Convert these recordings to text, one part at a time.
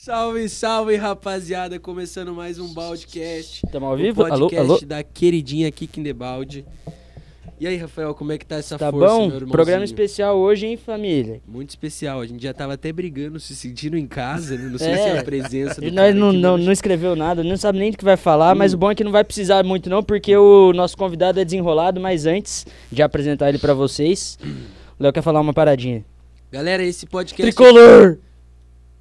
Salve, salve, rapaziada! Começando mais um Baldcast. Tamo ao O vivo? Alô, podcast alô? da queridinha Kick in the Balde. E aí, Rafael, como é que tá essa Tá força, meu bom? irmãozinho? Programa especial hoje, hein, família? Muito especial. A gente já tava até brigando, se sentindo em casa, né? Não sei É. se é a presença E do nós cara não, aqui né? Hum. não, hoje. não escreveu nada, não sabe nem do que vai falar, mas o bom é que não vai precisar muito não, porque o nosso convidado é desenrolado, mas antes de apresentar ele pra vocês, o Léo quer falar uma paradinha. Galera, esse podcast... Tricolor!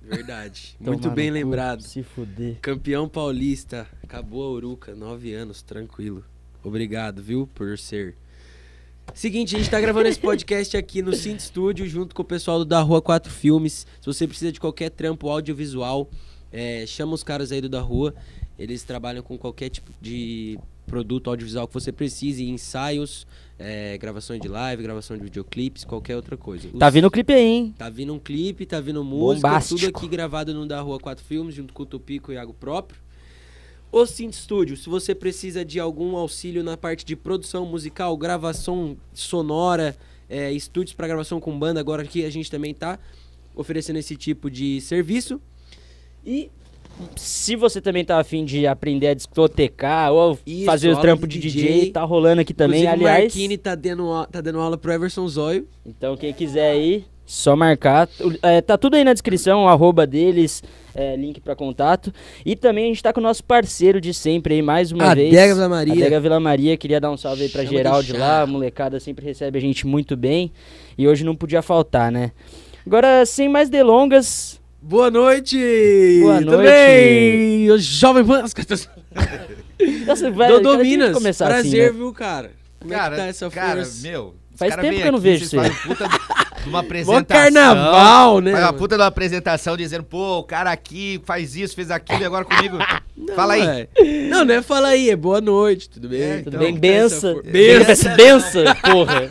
Verdade. Tomar Muito no bem cu, lembrado. Se fuder. Campeão paulista. Acabou a Uruca. Nove anos, tranquilo. Obrigado, viu, por ser... Seguinte, a gente tá gravando esse podcast aqui no Cinto Studio, junto com o pessoal do Da Rua 4 Filmes. Se você precisa de qualquer trampo audiovisual, é, chama os caras aí do Da Rua. Eles trabalham com qualquer tipo de produto audiovisual que você precise, ensaios, é, gravações de live, gravação de videoclipes, qualquer outra coisa. Tá Os- vindo o clipe aí, hein? Tá vindo um clipe, tá vindo música, tudo Bombástico. aqui gravado no Da Rua 4 Filmes, junto com o Tupico e o Iago próprio. O Cinto Studio, se você precisa de algum auxílio na parte de produção musical, gravação sonora, é, estúdios para gravação com banda, agora aqui a gente também tá oferecendo esse tipo de serviço. E Se você também tá afim de aprender a discotecar ou Isso, fazer o aula trampo de de DJ, DJ, tá rolando aqui também, inclusive, o aliás. Marquini tá dando, a- tá dando aula pro Everson Zóio. Então quem quiser aí, só marcar. Tu- é, tá tudo aí na descrição, o arroba deles, é, link pra contato. E também a gente tá com o nosso parceiro de sempre aí, mais uma vez. Adega da Maria. Adega Vila Maria, queria dar um salve aí pra Chama geral de de lá, chá. a molecada sempre recebe a gente muito bem. E hoje não podia faltar, né? Agora, sem mais delongas, Boa noite! Boa Tudo noite. bem? O Jovem Pan... nossa, vai- cara, Dodô tinha que Minas, começar assim, prazer, né? viu, cara? Como é que tá essa cara, força? meu. os Faz cara tempo vem que eu não aqui, vejo vocês você. fazem puta de uma Mó apresentação. carnaval, né? Faz uma mano? puta de uma apresentação dizendo, pô, o cara aqui faz isso, fez aquilo e agora comigo. Não, Fala aí. é. Não, não é fala aí, é boa noite, tudo bem? É, Tudo Então, bem? Como tá essa Bença. for- Bença. Bença, bença, porra.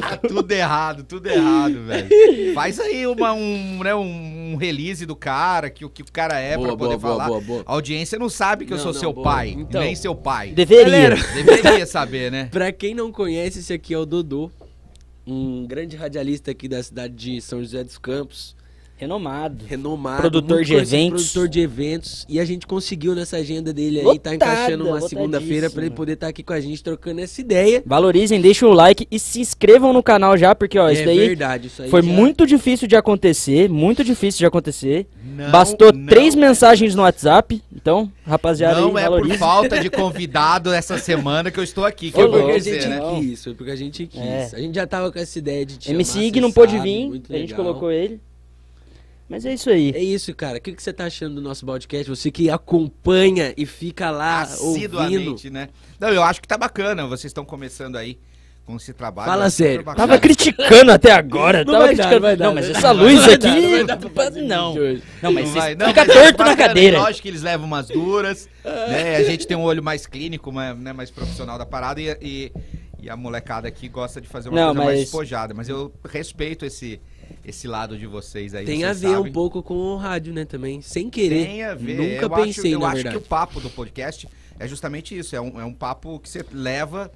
Tá tudo errado, tudo errado, velho. Faz aí uma, um, né, um release do cara, que, o que o cara é Boa, pra poder boa, falar. boa, boa, boa. A audiência não sabe que eu Não, sou não, seu boa. pai, Então. nem seu pai. Deveria. Galera. Deveria saber, né? Pra quem não conhece, esse aqui é o Dodô, um grande radialista aqui da cidade de São José dos Campos, Renomado. renomado. Produtor muito de conhecido, eventos. Produtor de eventos. E a gente conseguiu nessa agenda dele aí, tá Lotada, encaixando uma lotadíssima. segunda-feira pra ele poder estar aqui com a gente trocando essa ideia. Valorizem, deixem o like e se inscrevam no canal já, porque ó, isso é daí verdade, isso aí foi já- muito difícil de acontecer, muito difícil de acontecer. Não, Bastou não. é. três mensagens no WhatsApp, então, rapaziada, Não aí, é por valorize. falta de convidado essa semana que eu estou aqui, que Ô, eu Foi porque vou a louco, dizer, gente né? né? quis, foi porque a gente quis. É. A gente já tava com essa ideia de te MC chamar, Ig cê não pôde sabe, vir, muito a gente legal. colocou ele. Mas é isso aí. É isso, cara. O que, que você tá achando do nosso podcast? Você que acompanha e fica Ah, lá ouvindo. assiduamente, né? Não, eu acho que tá bacana, vocês estão começando aí com esse trabalho. Fala eu acho super sério. bacana. Tava criticando até agora, Não tava vai dar, criticando. não vai dar, mas vai essa dar. luz Não vai aqui. dar, não vai dar pra fazer não. vídeo hoje. Não, mas Não vocês- vai- não, fica mas é torto na bacana, cadeira. Ah. é Lógico que eles levam umas duras, né? A gente tem um olho mais clínico, mais, né, mais profissional da parada e, e, e a molecada aqui gosta de fazer uma Não, coisa mais mas- despojada. Mas eu respeito esse, esse lado de vocês aí. Tem a vocês ver sabem. um pouco com o rádio, né, também. Sem querer. Tem a ver. Nunca eu pensei, acho, eu na acho verdade. que o papo do podcast é justamente isso. É um, é um papo que você leva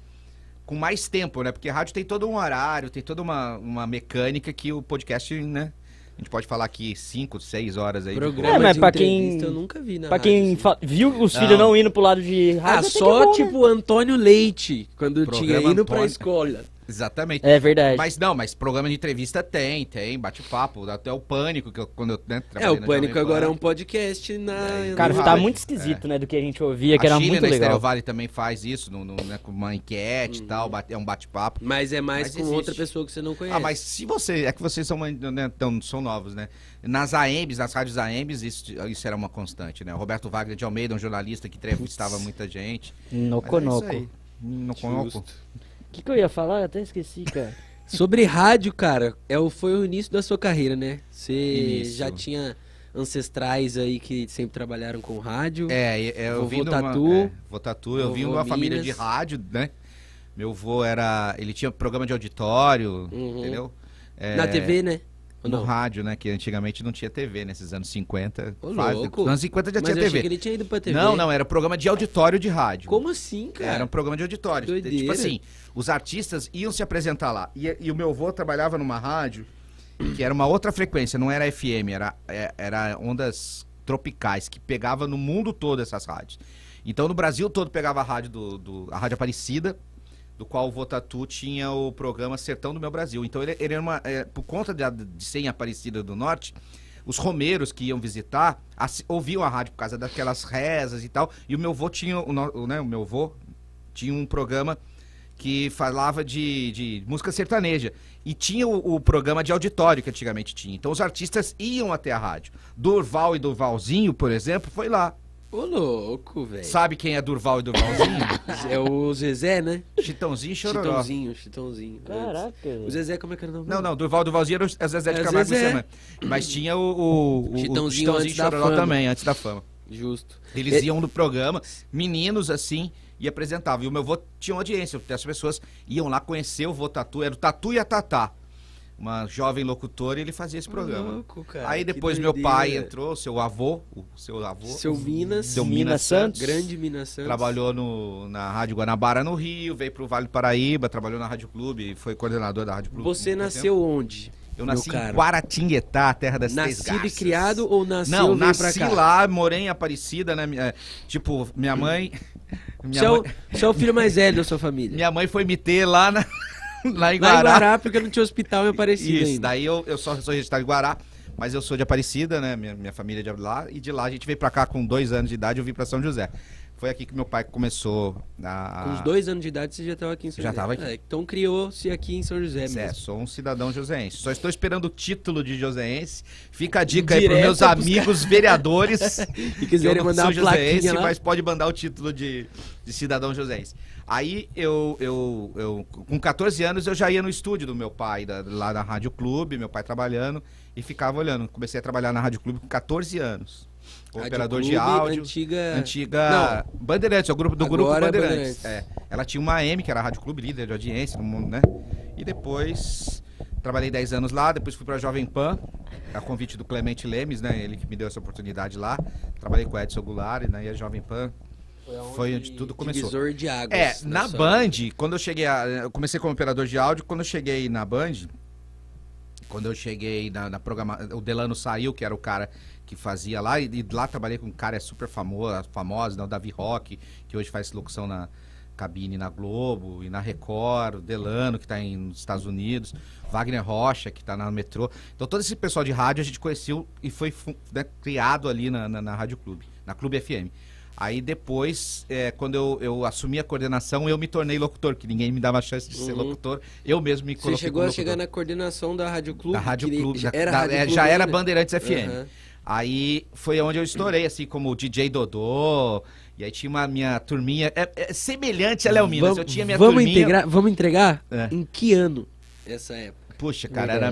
com mais tempo, né? Porque rádio tem todo um horário, tem toda uma, uma mecânica que o podcast, né? A gente pode falar aqui 5, 6 horas aí. de Programa É, mas de pra quem- entrevista eu nunca vi na Pra rádio, quem assim. fa- viu os Não. filhos não indo pro lado de rádio, Ah, até que é só bom, né? tipo Antônio Leite, quando tinha Programa indo pra Antônio. escola. Exatamente. É verdade. Mas não, mas programa de entrevista tem, tem, bate-papo, até o pânico, que eu, quando eu né, É, o Pânico agora é um podcast na... Cara, Não É. tá vale. muito esquisito, né, do que a gente ouvia, é podcast que era muito na Stereo legal. Valley também faz isso, no, no, né, com uma enquete e Uhum. tal, bate- é um bate-papo. Mas é mais Mas com existe. outra pessoa que você não conhece. Ah, mas se você. É que vocês são, mais, né, tão- são novos, né? Nas AMs, nas rádios AMs, isso, isso era uma constante, né? O Roberto Wagner de Almeida, um jornalista que entrevistava muita gente. Mas é isso Noconoco. aí. No Conoco. Justo. O que, que eu ia falar? Eu até esqueci, cara. Sobre rádio, cara, é o, foi o início da sua carreira, né? Você Isso. já tinha ancestrais aí que sempre trabalharam com rádio. É, é, eu Vovô vim de Tatu. uma, é, vovô Tatu, eu vim de Vovô uma família de Minas. rádio, né? Meu avô era. Ele tinha programa de auditório, Uhum. entendeu? É, Na TV, né? Ou No não? rádio, né? Que antigamente não tinha TV, nesses anos 50. Ô, fase- louco. Nos anos 50 já Mas tinha eu achei TV. que ele tinha ido pra TV. Não, não, era programa de auditório de rádio. Como assim, cara? Era um programa de auditório. Doideira. Tipo assim, os artistas iam se apresentar lá. E, e o meu avô trabalhava numa rádio que era uma outra frequência, não era FM, era, é- era ondas tropicais, que pegava no mundo todo essas rádios. Então no Brasil todo pegava a rádio do, do- a Rádio Aparecida, do qual o Votatu tinha o programa Sertão do Meu Brasil. Então ele, ele era uma. é, por conta da- de ser em Aparecida do Norte, os romeiros que iam visitar assi- ouviam a rádio por causa daquelas rezas e tal. E o meu avô tinha. O, no- o, né, o meu avô tinha um programa que falava de, de música sertaneja. E tinha o, o programa de auditório que antigamente tinha. Então os artistas iam até a rádio. Durval e Durvalzinho, por exemplo, foi lá. Ô, louco, velho. Sabe quem é Durval e Durvalzinho? É o Zezé, né? Chitãozinho e Chororó. Chitãozinho, Chitãozinho. antes. Caraca. O Zezé, como é que era o nome? Não, não, Durval e Durvalzinho era o é Zezé de É, Camargo Zezé. e Luciano. Mas tinha o, o, o Chitãozinho Chitãozinho antes e da Chororó fama. também, antes da fama. Justo. Eles Ele- iam no programa, meninos assim, e apresentavam. E o meu avô tinha uma audiência, as pessoas iam lá conhecer o vô Tatu, era o Tatu e a Tatá. Uma jovem locutora, e ele fazia esse programa. Louco, cara, Aí que depois meu pai doideira. entrou, seu avô, o seu avô, Seu Minas. Seu Minas Minas Santos. Santos, Grande Minas Santos. trabalhou no- na Rádio Guanabara no Rio, veio pro Vale do Paraíba, trabalhou na Rádio Clube, foi coordenador da Rádio Clube. Você por um nasceu onde? tempo. Eu meu nasci em caro? Guaratinguetá, terra das três Nascido e garças. criado ou nasceu Não, e veio pra nasci cá? Hum. lá, morei em Aparecida, né? minha- Tipo, minha mãe. Você Minha é, o, mãe... você é o filho mais velho da sua família. Minha mãe foi me ter lá, na, lá em Lá em Guará. Guará, porque não tinha hospital em Aparecida Isso, ainda. daí eu, eu só sou registrado em Guará, mas eu sou de Aparecida, né? Minha, minha família é de lá. E de lá a gente veio pra cá com dois anos de idade, eu vim pra São José. Foi aqui que meu pai começou a. Com os dois anos de idade, você já estava aqui em São Já José. tava aqui. É, então criou-se aqui em São José É, mesmo. sou um cidadão joseense. Só estou esperando o título de joseense. Fica a dica aí Direta pros meus pros amigos vereadores. E quiserem eu não mandar sou uma plaquinha joseense, lá. mas pode mandar o título de, de cidadão joseense. Aí eu, eu, eu, com 14 anos, eu já ia no estúdio do meu pai, da- lá na Rádio Clube, meu pai trabalhando, e ficava olhando. Comecei a trabalhar na Rádio Clube com 14 anos. Rádio Operador de Clube, áudio. Antiga... Antiga. Bandeirantes, é o grupo do grupo Agora é Bandeirantes. Bandeirantes. É. Ela tinha uma AM, que era a Rádio Clube, líder de audiência no mundo, né? E depois trabalhei 10 anos lá, depois fui pra Jovem Pan, a convite do Clemente Lemes, né? Ele que me deu essa oportunidade lá. Trabalhei com o Edson Goulart, né? E a Jovem Pan. Foi onde tudo começou. Divisor de águas. né, É, na sua- Band, quando eu cheguei a, Eu comecei como operador de áudio, quando eu cheguei na Band, quando eu cheguei na, na programação. O Delano saiu, que era o cara que fazia lá, e, e lá trabalhei com um cara super famoso, famoso, né, o Davi Rock, que hoje faz locução na cabine na Globo e na Record, o Delano, que está nos Estados Unidos, Wagner Rocha, que está na metrô. Então todo esse pessoal de rádio a gente conheceu e foi fu- né, criado ali na, na, na Rádio Clube, na Clube FM. Aí depois, é, quando eu, eu assumi a coordenação, eu me tornei locutor, que ninguém me dava chance de ser Uhum. locutor. Eu mesmo me coloquei Você chegou como a chegar locutor. na coordenação da Rádio Clube. Da Rádio que Clube, da- era da- Rádio é, Clube já era ainda. Bandeirantes FM. Aham. Aí foi onde eu estourei, assim, como o DJ Dodô. E aí tinha uma minha turminha. É, é semelhante a Léo Minas. eu tinha minha vamos turminha. Integrar, vamos entregar? É. Em que ano essa época? Puxa, cara, era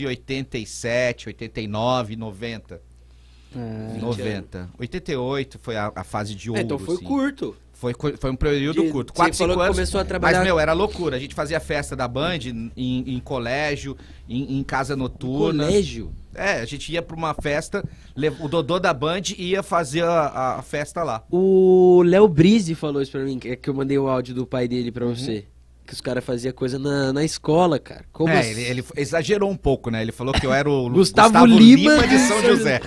1987, 89, 90. Ah, 20 90. 88 foi a, a fase de ouro. É, então foi assim. curto. Foi, cu- foi um período De- curto. você Quatro, falou cinco que anos. começou a trabalhar- Mas, meu, era loucura. A gente fazia festa da Band em, em colégio, em, em casa noturna. Colégio. É, a gente ia pra uma festa, lev- o Dodô da Band ia fazer a, a festa lá. O Léo Brise falou isso pra mim, que é que eu mandei o áudio do pai dele Uhum. pra você. Que os caras faziam coisa na, na escola, cara. Como é, assim? ele, ele exagerou um pouco, né? Ele falou que eu era o Lu- Gustavo Lima de São José.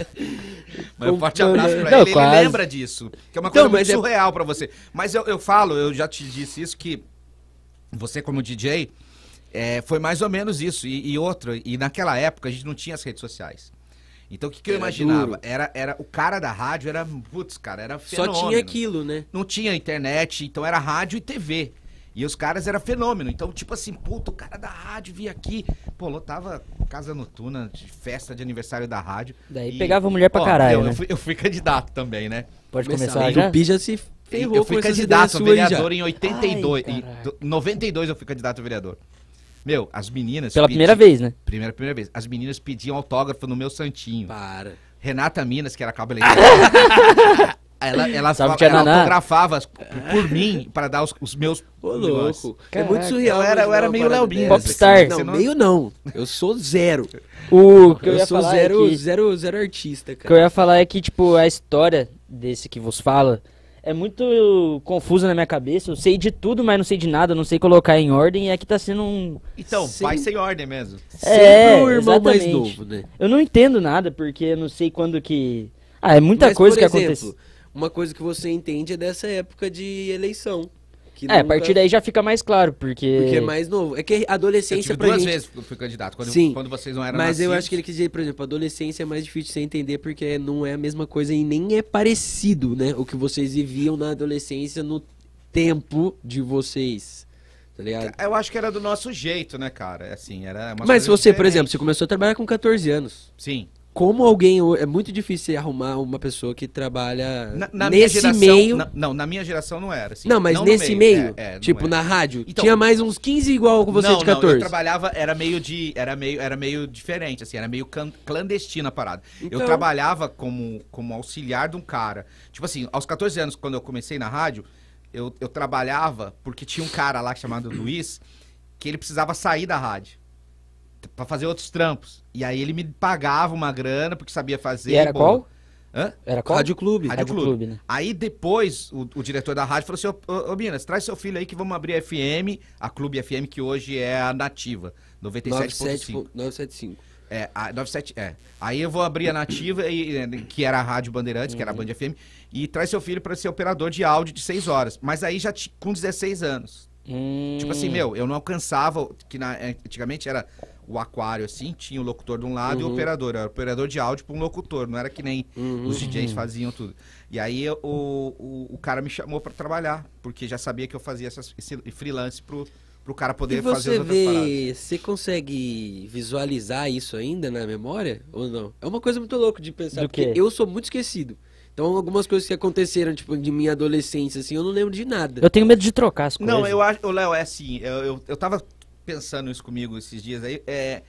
Mas um forte abraço pra Não, ele, quase. ele lembra disso. Que é uma Então, coisa mas muito é- surreal pra você. Mas eu, eu falo, eu já te disse isso, que você como DJ, é, foi mais ou menos isso. E, e outra, e naquela época a gente não tinha as redes sociais. Então o que, que eu Era imaginava? duro. Era, era o cara da rádio, era, putz, cara, era Só é fenômeno tinha aquilo, né? não tinha internet, então era rádio e TV. E os caras era fenômeno. Então, tipo assim, puta, o cara da rádio vinha aqui. Pô, lotava casa noturna, de festa de aniversário da rádio. Daí E- pegava mulher pra Ó, caralho, eu, eu né? fui, eu fui candidato também, né? Pode Aí começar O já? Pi já se ferrou eu fui com essas candidato a ideias suas já. vereador em 82. Ai, em caraca. do- 92 eu fui candidato a vereador. Meu, as meninas. Pela pedi- primeira vez, né? Primeira, primeira vez. As meninas pediam autógrafo no meu santinho. Para. Renata Minas, que era cabeleireira. ela ela, Salve, fa- é tia ela Naná. autografava as- por mim para dar os, os meus. Ô, negócios. louco. É Caraca. muito surreal. Eu era- eu imaginar era uma meio parada Léo Bins, dessa. Popstar. Não, Você não- meio não. Eu sou zero. O que eu, eu ia sou falar zero, é que... zero, zero artista, O que eu cara. ia falar é que, tipo, a história desse que vos fala é muito confuso na minha cabeça. Eu sei de tudo, mas não sei de nada, não sei colocar em ordem. E aqui tá sendo um. Então, Sim. pai sem ordem mesmo. É, Sempre o irmão mais exatamente. novo, né? Eu não entendo nada, porque eu não sei quando que. Ah, é muita Mas, coisa por que exemplo, aconteceu. Uma coisa que você entende é dessa época de eleição. que É, a nunca- partir daí já fica mais claro, porque. Porque é mais novo. É que Eu adolescência tive pra duas gente... vezes que eu fui candidato, quando, Sim. quando vocês não eram Mas eu nascidos. acho que ele quis dizer, por exemplo, adolescência é mais difícil você entender porque não é a mesma coisa e nem é parecido, né? O que vocês viviam na adolescência no tempo de vocês, tá ligado? Eu acho que era do nosso jeito, né, cara? Assim, era uma Mas você, por exemplo, você começou a trabalhar com 14 anos. Sim. Como alguém... ho- É muito difícil você arrumar uma pessoa que trabalha Na, na minha nesse geração, meio... na- não, na minha geração não era. assim. Não, mas no nesse meio, é, é, não tipo, era. na rádio, Então- tinha mais uns 15 igual com você não, de Não, eu 14. trabalhava, era meio de, era meio, era meio diferente, assim, era meio can- clandestina a parada. Então- Eu trabalhava como, como auxiliar de um cara. Tipo assim, aos 14 anos, quando eu comecei na rádio, eu, eu trabalhava porque tinha um cara lá chamado Luiz, que ele precisava sair da rádio pra fazer outros trampos. E aí ele me pagava uma grana porque sabia fazer. E era pô. qual? Hã? Era qual? Rádio Clube. Rádio Clube. Clube. né? Aí depois o, o diretor da rádio falou assim: ô, ô, ô Minas, traz seu filho aí que vamos abrir a FM, a Clube FM, que hoje é a nativa, 97.5. 975. É, a 97, é. Aí eu vou abrir a nativa, e- e- que era a Rádio Bandeirantes, que era a Uhum. Band FM, e traz seu filho pra ser operador de áudio de 6 horas. Mas aí já ti- com 16 anos. Hum, Tipo assim, meu, eu não alcançava, que na- é, antigamente era o aquário assim, tinha o locutor de um lado e Uhum. o operador. Era operador de áudio pra um locutor, não era que nem Uhum. os DJs faziam tudo. E aí eu- o, o, o cara me chamou pra trabalhar, porque já sabia que eu fazia essas, esse freelance pro, pro cara E poder fazer as você outras paradas. vê, você consegue visualizar isso ainda na memória ou não? É uma coisa muito louca de pensar, Do porque quê? eu sou muito esquecido. Então algumas coisas que aconteceram, tipo, de minha adolescência, assim, eu não lembro de nada. Eu tenho medo de trocar as coisas. Não, eu acho, ô, Léo, é assim, eu, eu, eu tava pensando isso comigo esses dias aí, é,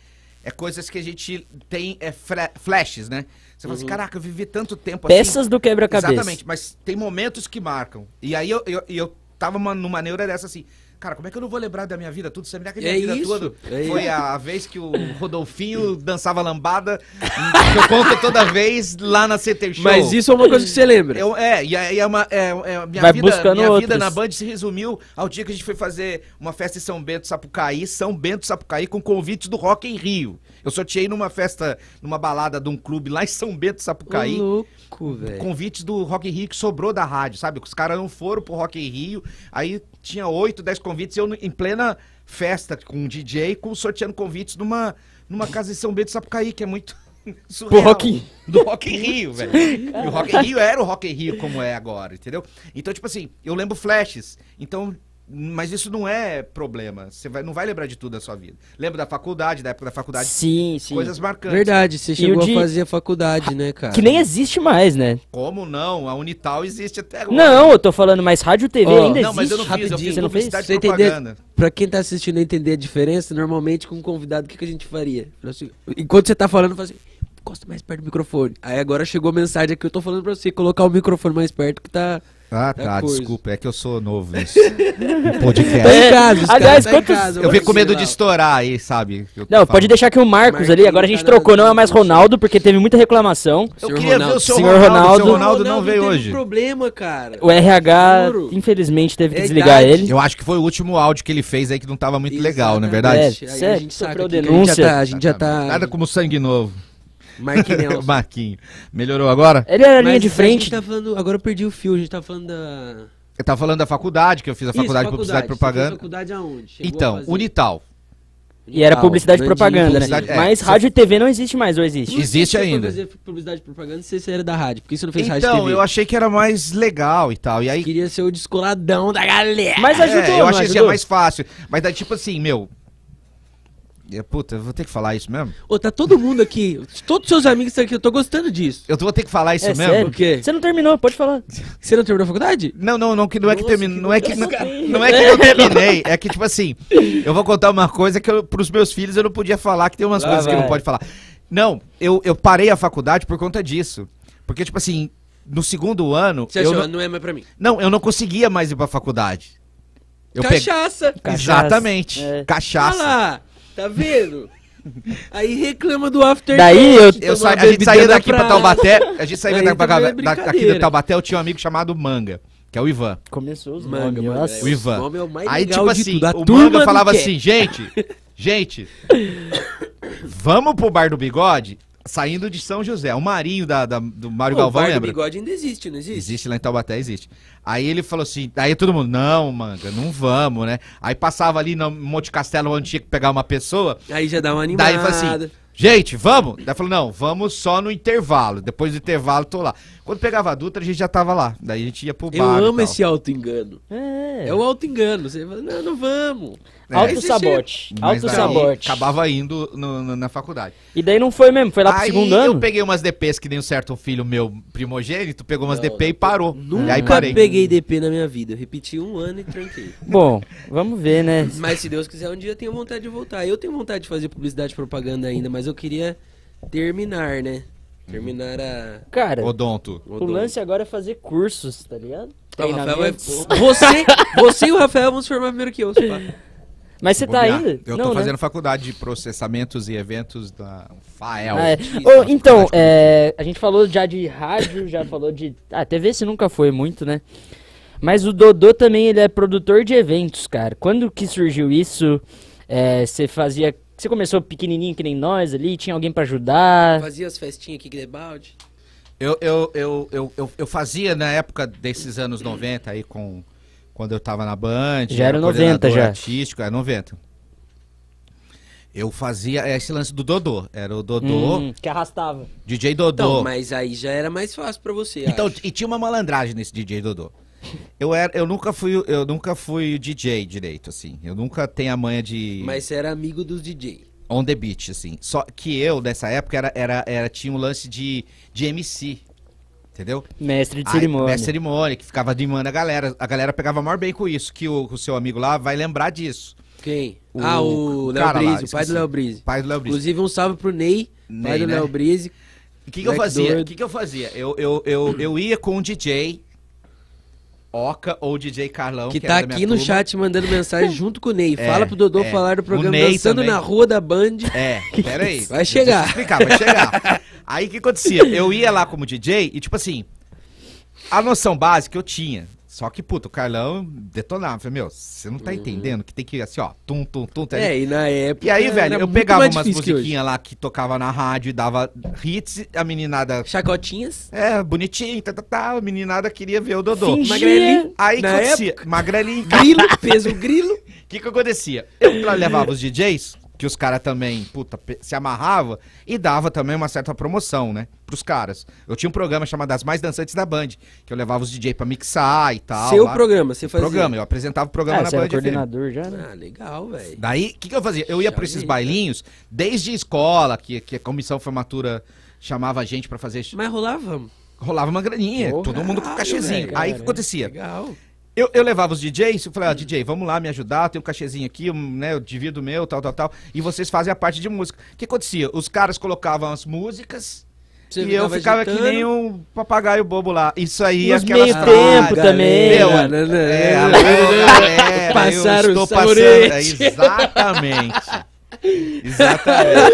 é coisas que a gente tem, é fla- flashes, né? Você Uhum. fala assim, caraca, eu vivi tanto tempo assim. Peças do quebra-cabeça. Exatamente, mas tem momentos que marcam. E aí eu, eu, eu tava uma- numa neura dessa assim, cara, como é que eu não vou lembrar da minha vida tudo? Você me lembra que a minha É vida isso, toda é foi isso. a vez que o Rodolfinho dançava lambada, que eu conto toda vez lá na CT Show. Mas isso é uma coisa que você lembra. Eu, é, e aí é uma. É, é, minha Vai vida, buscando minha vida outros. na Band se resumiu ao dia que a gente foi fazer uma festa em São Bento Sapucaí, São Bento Sapucaí, com convites do Rock em Rio. Eu sorteei numa festa, numa balada de um clube lá em São Bento Sapucaí. Ô, louco, velho. Convites do Rock in Rio que sobrou da rádio, sabe? Os caras não foram pro Rock in Rio, aí tinha oito, dez convites, eu em plena festa com um DJ, com, sorteando convites numa, numa casa em São Bento de Sapucaí, que é muito surreal. Rock in- Do Rock in Rio, velho. E o Rock in Rio era o Rock in Rio como é agora, entendeu? Então, tipo assim, eu lembro flashes, então... Mas isso não é problema. Você vai, não vai lembrar de tudo da sua vida. Lembra da faculdade, da época da faculdade, Sim, sim. coisas marcantes. Verdade, você chegou o de- a fazer a faculdade, né, cara? Que nem existe mais, né? Como não? A Unital existe até agora. Não, eu tô falando, mas rádio TV Ó, ainda não, mas existe. eu não fiz, eu Rapidinho. fiz Você não fez? publicidade Você e entendeu? propaganda. Pra quem tá assistindo entender a diferença, normalmente com um convidado, o que, que a gente faria? Fala assim, enquanto você tá falando, fala assim, encosta mais perto do microfone. Aí agora chegou a mensagem aqui, eu tô falando pra você colocar o microfone mais perto que tá... Ah, Da tá, coisa. desculpa, é que eu sou novo nisso. No Tá podcast. em É, casa, os caras, aliás, tá em quantos- casa, Eu fico com medo sei de lá. estourar aí, sabe? Eu Não, falo. pode deixar que o Marcos ali, agora a gente Marquinhos, trocou, não é mais Marquinhos. Ronaldo, porque teve muita reclamação. Eu Senhor queria ver Ronaldo. o seu Senhor Ronaldo. O seu Ronaldo. Ronaldo não veio teve hoje. problema, cara. O é RH, Juro. infelizmente, teve que É desligar idade. ele. Eu acho que foi o último áudio que ele fez aí que não tava muito legal, não é Exatamente. verdade? É, Aí a sério, gente sofreu sabe que a gente denúncia. já tá... A gente já tá... Nada como sangue novo. Marquinhos. Marquinho. Melhorou agora? Ele era a Mas é linha de A gente frente. tá falando... Agora eu perdi o fio, a gente tá falando da... Eu tava tá falando da faculdade, que eu fiz a faculdade de Isso, publicidade e Você fez propaganda. faculdade aonde? Chegou a Então, fazer? Unital. E era Ah, o publicidade e Nandinho, propaganda, né? publicidade- é. Mas Você- rádio e TV não existe mais, ou existe? Por que Existe você foi ainda. fazer publicidade e propaganda se você era da rádio? Por que você não fez rádio e Então, TV? eu achei que era mais legal e tal. E aí Queria ser o descoladão da galera. Mas ajudou, É, eu não achei que seria ajudou? mais fácil. Mas daí, tipo assim, meu. É, Puta, eu vou ter que falar isso mesmo? Ô, tá todo mundo aqui. Todos seus amigos estão aqui. Eu tô gostando disso. Eu vou ter que falar isso É mesmo? sério? O quê? Você não terminou, pode falar. Você não terminou a faculdade? Não, não, não, que não é que Nossa, termine, que não é que não, loucura, cara. não é que eu terminei, é que tipo assim, eu vou contar uma coisa que eu, pros meus filhos eu não podia falar, que tem umas Lá coisas que vai. não pode falar. Não, eu, eu parei a faculdade por conta disso. Porque tipo assim, no segundo ano, Você eu achou? não, Não... é mais pra mim. não, eu não conseguia mais ir pra faculdade. Eu pe- Cachaça. Cachaça. Exatamente. É. Olha Cachaça. lá. Tá vendo? Aí reclama do after. tá Daí eu- que toma Eu sa- uma a gente saía bebida daqui pra pra- Taubaté, a gente saía Aí daqui pra, também é da- daqui de brincadeira. Taubaté, eu tinha um amigo chamado Manga, que que é o Ivan. Começou os Manga, nomes. mano, nossa. é, O Ivan. Esse nome é o mais Aí, legal tipo de assim, tudo. A o turma Manga falava do Cat. assim, gente, gente, vamos pro Bar do Bigode? Saindo de São José. O Marinho da, da- do Mário Pô, Galvão O bar do lembra? bigode ainda existe, não existe? Existe lá em Taubaté, existe. Aí ele falou assim, aí todo mundo, não, manga, não vamos, né? Aí passava ali no Monte Castelo onde tinha que pegar uma pessoa. Aí já dá uma animada. Daí ele falou assim, gente, vamos? Daí falou, não, vamos só no intervalo. Depois do intervalo, tô lá. Quando pegava a Dutra, a gente já tava lá. Daí a gente ia pro bar. eu e amo tal. esse auto-engano. É. É o auto-engano. Você fala, não, não vamos. É. Aí você Auto-sabote. Mas daí Auto-sabote. Acabava indo no- no- na faculdade. E daí não foi mesmo, foi lá pro aí segundo eu ano. peguei umas DPs que nem um certo filho meu primogênito, pegou umas Não, DP e não. parou. E Nunca aí parei. peguei DP na minha vida. Eu repeti um ano e tranquei. Bom, vamos ver, né? Mas se Deus quiser, um dia eu tenho vontade de voltar. Eu tenho vontade de fazer publicidade e propaganda ainda, mas eu queria terminar, né? Terminar a. Cara, Odonto. o lance agora é fazer cursos, tá ligado? Tá, o é Rafael vai... Treinamentos. você, você e o Rafael vão se formar primeiro que eu. se pá. Mas você tá Bobear. ainda? Eu não, tô né? fazendo faculdade de processamentos e eventos da FAEL. Ah, é. Isso, Ô, na então, é, a gente falou já de rádio, já falou de. Ah, TV se nunca foi muito, né? Mas o Dodô também ele é produtor de eventos, cara. Quando que surgiu isso? É, Você fazia. Você começou pequenininho que nem nós ali, tinha alguém pra ajudar. Fazia as festinhas aqui que é debalde. Eu, eu, eu, eu, eu, eu fazia na época desses anos 90 aí com quando eu tava na Band, Já era 90 coordenador já. artístico, era 90. Eu fazia esse lance do Dodô, era o Dodô, Hum, que arrastava. DJ Dodô. Então, mas aí já era mais fácil pra você. Então, acho. e tinha uma malandragem nesse DJ Dodô. Eu, era, eu nunca fui eu nunca fui DJ direito assim. Eu nunca tenho a manha de Mas você era amigo dos DJ. on the beat assim. Só que eu nessa época era, era, era tinha um lance de, de MC. Entendeu? Mestre de Aí, cerimônia. É cerimônia, que ficava animando a galera. A galera pegava maior bem com isso, que o, o seu amigo lá vai lembrar disso. Quem? O ah, o Léo cara lá, Brise, o pai esqueci. do Léo Brise. Pai do Léo Brito. Inclusive, um salve pro Ney, pai Ney, do né? Léo Brise. O que, que eu Black fazia? Doors. O que, que eu fazia? Eu, eu, eu, eu ia com o DJ Oca ou DJ Carlão. que, era tá da Então minha aqui no turma. chat mandando mensagem junto com o Ney. É, Fala pro Dodô é. falar do O programa Ney Dançando também. na Rua da Band. É, peraí. Vai chegar. Deixa eu explicar, vai chegar. Aí o que acontecia? Eu ia lá como DJ e, tipo assim, a noção básica eu tinha. Só que, puta, o Carlão detonava. Eu Falei, meu, você não tá entendendo que tem que, assim, ó, tum, tum, tum. tá- Uhum. É, e na época. E aí, era velho, eu muito pegava mais umas difícil que hoje. musiquinhas lá que tocava na rádio e dava hits, a meninada. Chacotinhas. É, bonitinho, tá, tá, tá, a meninada queria ver o Dodô. Fingia. Magrelinho. Aí o que Na acontecia? Magrelinho. Grilo, peso grilo. O que, que acontecia? Eu pra- levava os DJs, que os caras também, puta, pe- se amarrava e dava também uma certa promoção, né? Pros caras. Eu tinha um programa chamado As Mais Dançantes da Band, que eu levava os DJ pra mixar e tal. Seu Tá, lá. programa, você fazia. Programa, eu apresentava o programa Ah, na você Band era FM. coordenador já, né? Ah, legal, velho. Daí, o que, que eu fazia? Eu ia pra esses Chave. bailinhos, desde escola, que, que a comissão formatura chamava a gente pra fazer. Mas rolava. Rolava uma graninha, Porra, todo mundo com caralho, cachezinho. velho, Aí o cara, que acontecia? Legal. Eu, eu levava os DJs, eu falei, ó, Hum. DJ, vamos lá me ajudar, tem um cachezinho aqui, um, né, eu divido o meu, tal, tal, tal. E vocês fazem a parte de música. O que acontecia? Os caras colocavam as músicas Você e eu ficava que agitando. nem um papagaio bobo lá. Isso aí, Nos aquelas meio frases. tempo também. Meu, Galera, né? É, alô, galera, eu Passaram estou o sabonete. passando- é, Exatamente. Exatamente.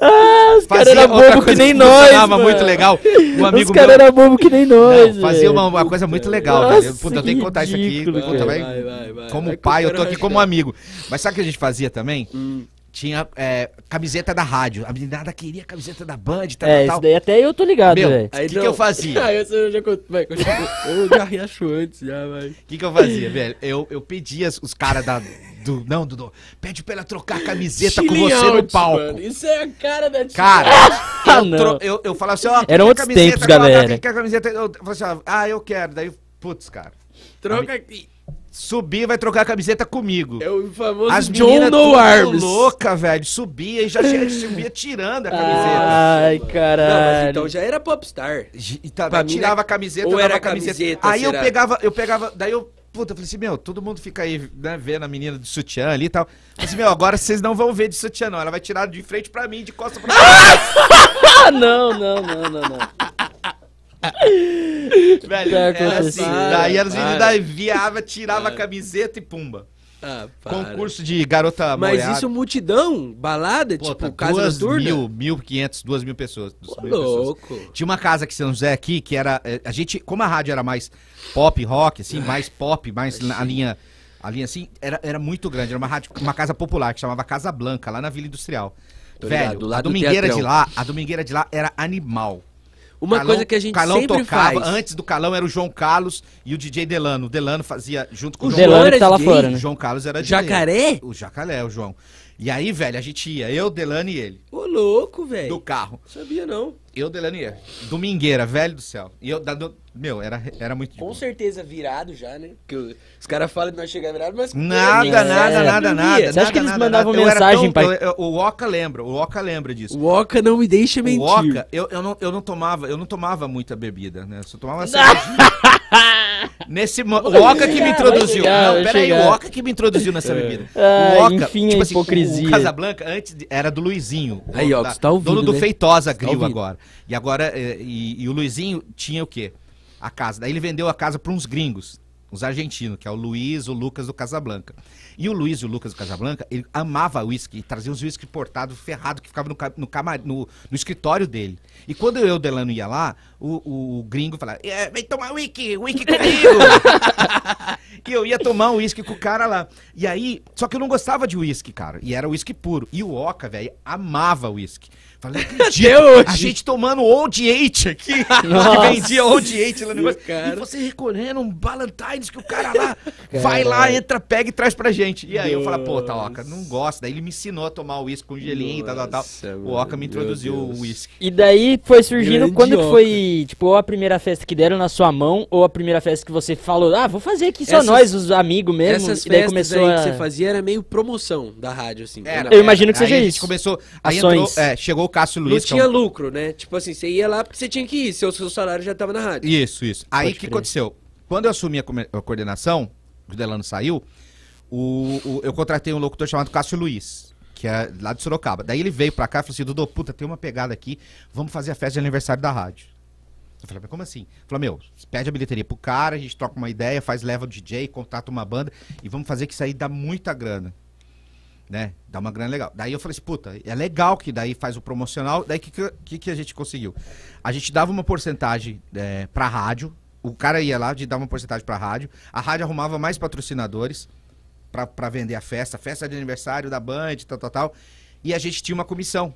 Ah, os caras eram outra bobo que coisa nem funcionava nós, mano. muito legal. Um Os amigo meu caras eram bobo que nem nós, não, fazia velho. uma, uma coisa muito legal, Nossa, velho. Puta, eu tenho que contar isso aqui. ridículo, Puta, cara. vai- Vai, vai, vai. Vai como assim, que eu pai, eu quero tô aqui rasgar. como né? amigo. Mas sabe o que a gente fazia também? Hum. Tinha é, camiseta da rádio. A meninada queria a camiseta da Band, tal, É, tal, isso tal. daí até eu tô ligado, Meu, velho. que que eu fazia? Ah, essa eu já contei. Vai, continua. Eu já riacho antes, já, vai. O que, que eu fazia, velho? Eu, eu pedia os- os caras da. Do, não, Dudu, pede pra ela trocar a camiseta com Chilling você no out, palco. mano. Isso é a cara da tia. Cara, Ah, eu, não. tro- eu, eu falava assim, ó. Eram que outros camiseta tempos, que ela tá, galera. que a camiseta. Eu falava assim, ó, ah, eu quero. Daí, putz, cara. troca aqui. Subir vai trocar a camiseta comigo. É o famoso As John meninas No tudo Arms. louca, velho. Subia e já che- subia tirando a Ah, camiseta. Ai, Não, mas caralho. então já era popstar. Gi- e tá- pra mim, tirava né? a camiseta, Ou dava era a camiseta. camiseta, aí eu será? pegava, eu pegava, daí eu, puta, eu falei assim, meu, todo mundo fica aí, né, vendo a menina de sutiã ali e tal. Eu falei assim, meu, agora vocês não vão ver de sutiã não, ela vai tirar de frente pra mim, de costa pra mim. Ah, não, não, não, não, não. velho, Tá era assim. acontecendo. daí era assim, Para, daí viava, tirava para. a camiseta e pumba. Ah, para. Concurso de garota Mas molhada. isso, multidão, balada, Pô, tipo, tá casa duas noturna. mil, mil quinhentos, duas mil pessoas. duas Ô, mil pessoas. louco. Tinha uma casa aqui em São José aqui, que era. eh, A gente, como a rádio era mais pop rock, assim, mais pop, mais na- a linha. A linha assim, era, era muito grande. Era uma, rádio, uma casa popular que chamava Casa Blanca, lá na Vila Industrial. Tô Velho, ligado, do lado a do domingueira teatrão. de lá, a domingueira de lá era animal. Uma Calão- coisa que a gente Calão sempre tocava, faz. antes do Calão era o João Carlos e o DJ Delano. O Delano fazia junto com O o, O João Delano Delano era que tá lá gay, fora, Carlos. O né? João Carlos era DJ. Jacaré? O Jacaré, o João. E aí, velho, a gente ia, eu, Delano e ele, Ô, louco, do velho. carro. Sabia não. Eu, Delano e ele. Domingueira, velho do céu. E eu, da- do- meu, era, era muito de Com boa. certeza virado já, né? Porque o- os caras falam de nós chegar virado, mas... Nada, É, nada, nada, nada. Você acha nada, que eles nada, mandavam nada. Eu era mensagem, tão- pai? eu- eu- O Oca lembra, o Oca lembra disso. O Oca não me deixa mentir. O Oca, eu, eu, não, eu não tomava, eu não tomava muita bebida, né? Eu só tomava cerveja. Nesse mo- o Oca que chegar, me vai introduziu. chegar, Não, vai peraí, chegar. o Oca que me introduziu nessa bebida. Ah, o Oca, tipo assim, enfim, a o- hipocrisia. O Casablanca antes de- era do Luizinho. o Aí, dono ó, da- você tá ouvindo, Dono do né? Feitosa tá Grill ouvindo. agora. E agora eh, e, e o Luizinho tinha o quê? A casa. Daí ele vendeu a casa para uns gringos. Os argentinos, que é o Luiz, o Lucas do Casablanca. E o Luiz e o Lucas do Casablanca, ele amava uísque, e trazia uns uísque portado ferrado que ficava no, ca- no, camar- no- no escritório dele. E quando eu e o Delano ia lá, o, o- o gringo falava, "É, vem tomar uísque, uísque comigo. e eu ia tomar um uísque com o cara lá. E aí, só que eu não gostava de uísque, cara. E era uísque puro. E o Oca, velho, amava uísque. Falei, "Não acredito, Até hoje. a gente tomando Old Eight aqui. Nossa. Que vendia Old Eight lá no negócio. Cara. E você recolhendo um Ballantines que o cara lá vai lá, entra, pega e traz pra gente. E aí eu falo, pô, tá, Oca, não gosta. Daí ele me ensinou a tomar uísque com gelinho e tal, tal, tal. Nossa, O Oca me meu introduziu Deus. o uísque. E daí foi surgindo Grande quando que oca. foi, tipo, ou a primeira festa que deram na sua mão, ou a primeira festa que você falou, ah, vou fazer aqui só Essas- nós, os amigos mesmo. Essas e daí festas começou aí a... que você fazia era meio promoção da rádio, assim. Era, Eu não, imagino que É, aí seja a gente isso. começou, aí Ações. entrou, é, chegou o Cássio não Luiz. que é um- tinha lucro, né? Tipo assim, você ia lá porque você tinha que ir, seu, seu salário já tava na rádio. Isso, isso. Aí o que crer. aconteceu? Quando eu assumi a, come- a coordenação, o Delano saiu, o, o- eu contratei um locutor chamado Cássio Luiz, que é lá de Sorocaba. Daí ele veio pra cá e falou assim, Dudu, puta, tem uma pegada aqui, vamos fazer a festa de aniversário da rádio. Eu falei, mas como assim? Ele falou, meu, pede a bilheteria pro cara, a gente troca uma ideia, faz leva o DJ, contrata uma banda e vamos fazer que isso aí dá muita grana. Né? Dá uma grana legal. Daí eu falei assim, puta, é legal que daí faz o promocional. Daí o que, que, que, que a gente conseguiu? A gente dava uma porcentagem é, pra rádio, o cara ia lá de dar uma porcentagem pra rádio, a rádio arrumava mais patrocinadores pra, pra vender a festa, festa de aniversário da Band, tal, tal, tal. E a gente tinha uma comissão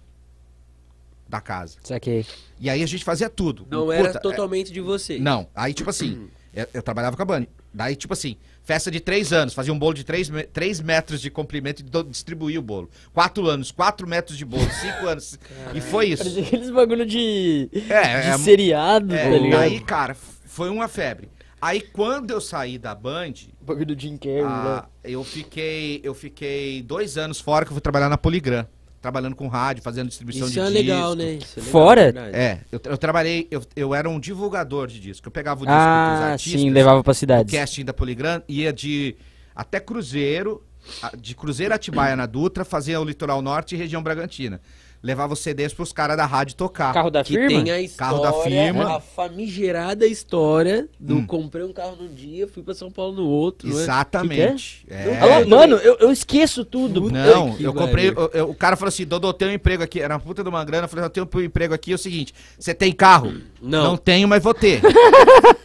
da casa. Saquei. E aí a gente fazia tudo. Não Puta, era é- totalmente de você. não, aí tipo assim, eu, eu trabalhava com a Band. Daí tipo assim, festa de três anos, fazia um bolo de três, me- três metros de comprimento e do- distribuía o bolo. Quatro anos, quatro metros de bolo, cinco anos. E foi isso. Parecia aqueles bagulho de, de É, é, seriado, é, tá ligado? aí cara, f- foi uma febre. Aí quando eu saí da Band, Um Bagulho do Jim Carrey, ah, né? eu fiquei eu fiquei dois anos fora que eu fui trabalhar na Poligram. Trabalhando com rádio, fazendo distribuição Isso de é disco. legal, né? Isso é legal, Fora? verdade. É, eu, eu trabalhei, eu, eu era um divulgador de disco. Eu pegava o disco dos Ah, artistas. sim, levava pra o cidade. casting da Poligram ia de até Cruzeiro, a- de Cruzeiro a Atibaia na Dutra, fazia o Litoral Norte e região Bragantina. Levava os CDs pros caras da rádio tocar. Carro da Que firma? tem a história, Carro da firma. a famigerada história do Hum. comprei um carro num dia, fui pra São Paulo no outro. né? Exatamente. É. Alô, mano, eu, eu esqueço tudo. Não, que eu comprei. pariu. eu- eu- o cara falou assim: Dodô, tem um emprego aqui. Era uma puta de uma grana. Eu falei: Eu tenho um emprego aqui. É o seguinte: Você tem carro? Não. tenho, mas vou ter.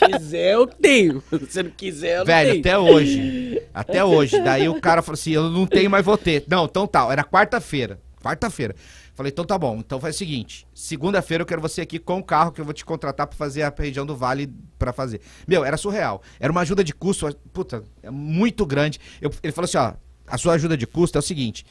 quiser, eu tenho. Se não quiser, eu não Velho, tenho. até hoje. Até hoje. Daí o cara falou assim: eu não tenho mais vou ter. Não, então tal. Era quarta-feira. Quarta-feira. Falei, então tá bom. Então faz o seguinte: segunda-feira eu quero você aqui com o carro que eu vou te contratar pra fazer a região do Vale pra fazer. Meu, era surreal. Era uma ajuda de custo, puta, é muito grande. Eu- ele falou assim: ó, a sua ajuda de custo é o seguinte.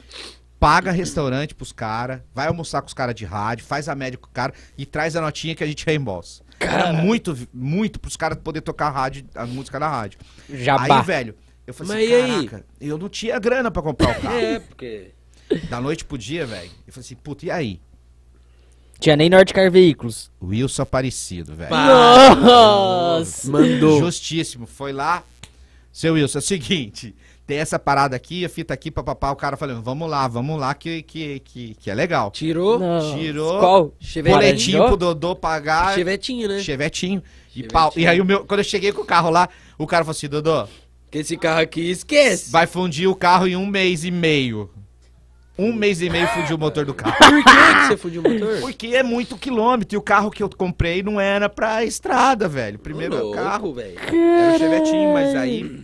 Paga restaurante pros caras, vai almoçar com os caras de rádio, faz a média com o cara e traz a notinha que a gente reembolsa. Era muito, muito pros caras poder tocar a rádio, a música na rádio. Jabá. Aí, velho, eu falei Mas e aí? assim, caraca, eu não tinha grana pra comprar o carro. É, porque. da noite pro dia, velho. Eu falei assim, puta, e aí? Tinha nem Northcar Veículos. Wilson Aparecido, velho. Pá. Ah, Nossa! Mandou. Justíssimo. Foi lá. Seu Wilson, é o seguinte, tem essa parada aqui, a fita aqui, papapá, o cara falando, vamos lá, vamos lá, que, que, que, que é legal. Tirou. Não. Tirou. Qual? Chevette. Boletinho Parou? pro Dodô pagar, é Chevetinho, né? chevetinho, e pau. E aí, o meu, quando eu cheguei com o carro lá, o cara falou assim, Dodô, Que esse carro aqui esquece. Vai fundir o carro em um mês e meio. Um mês e meio fundiu o motor do carro. Por que, que você fundiu o motor? Porque é muito quilômetro. E o carro que eu comprei não era pra estrada, velho. Primeiro é o Ô, carro. louco, velho. Era o Chevetinho, mas aí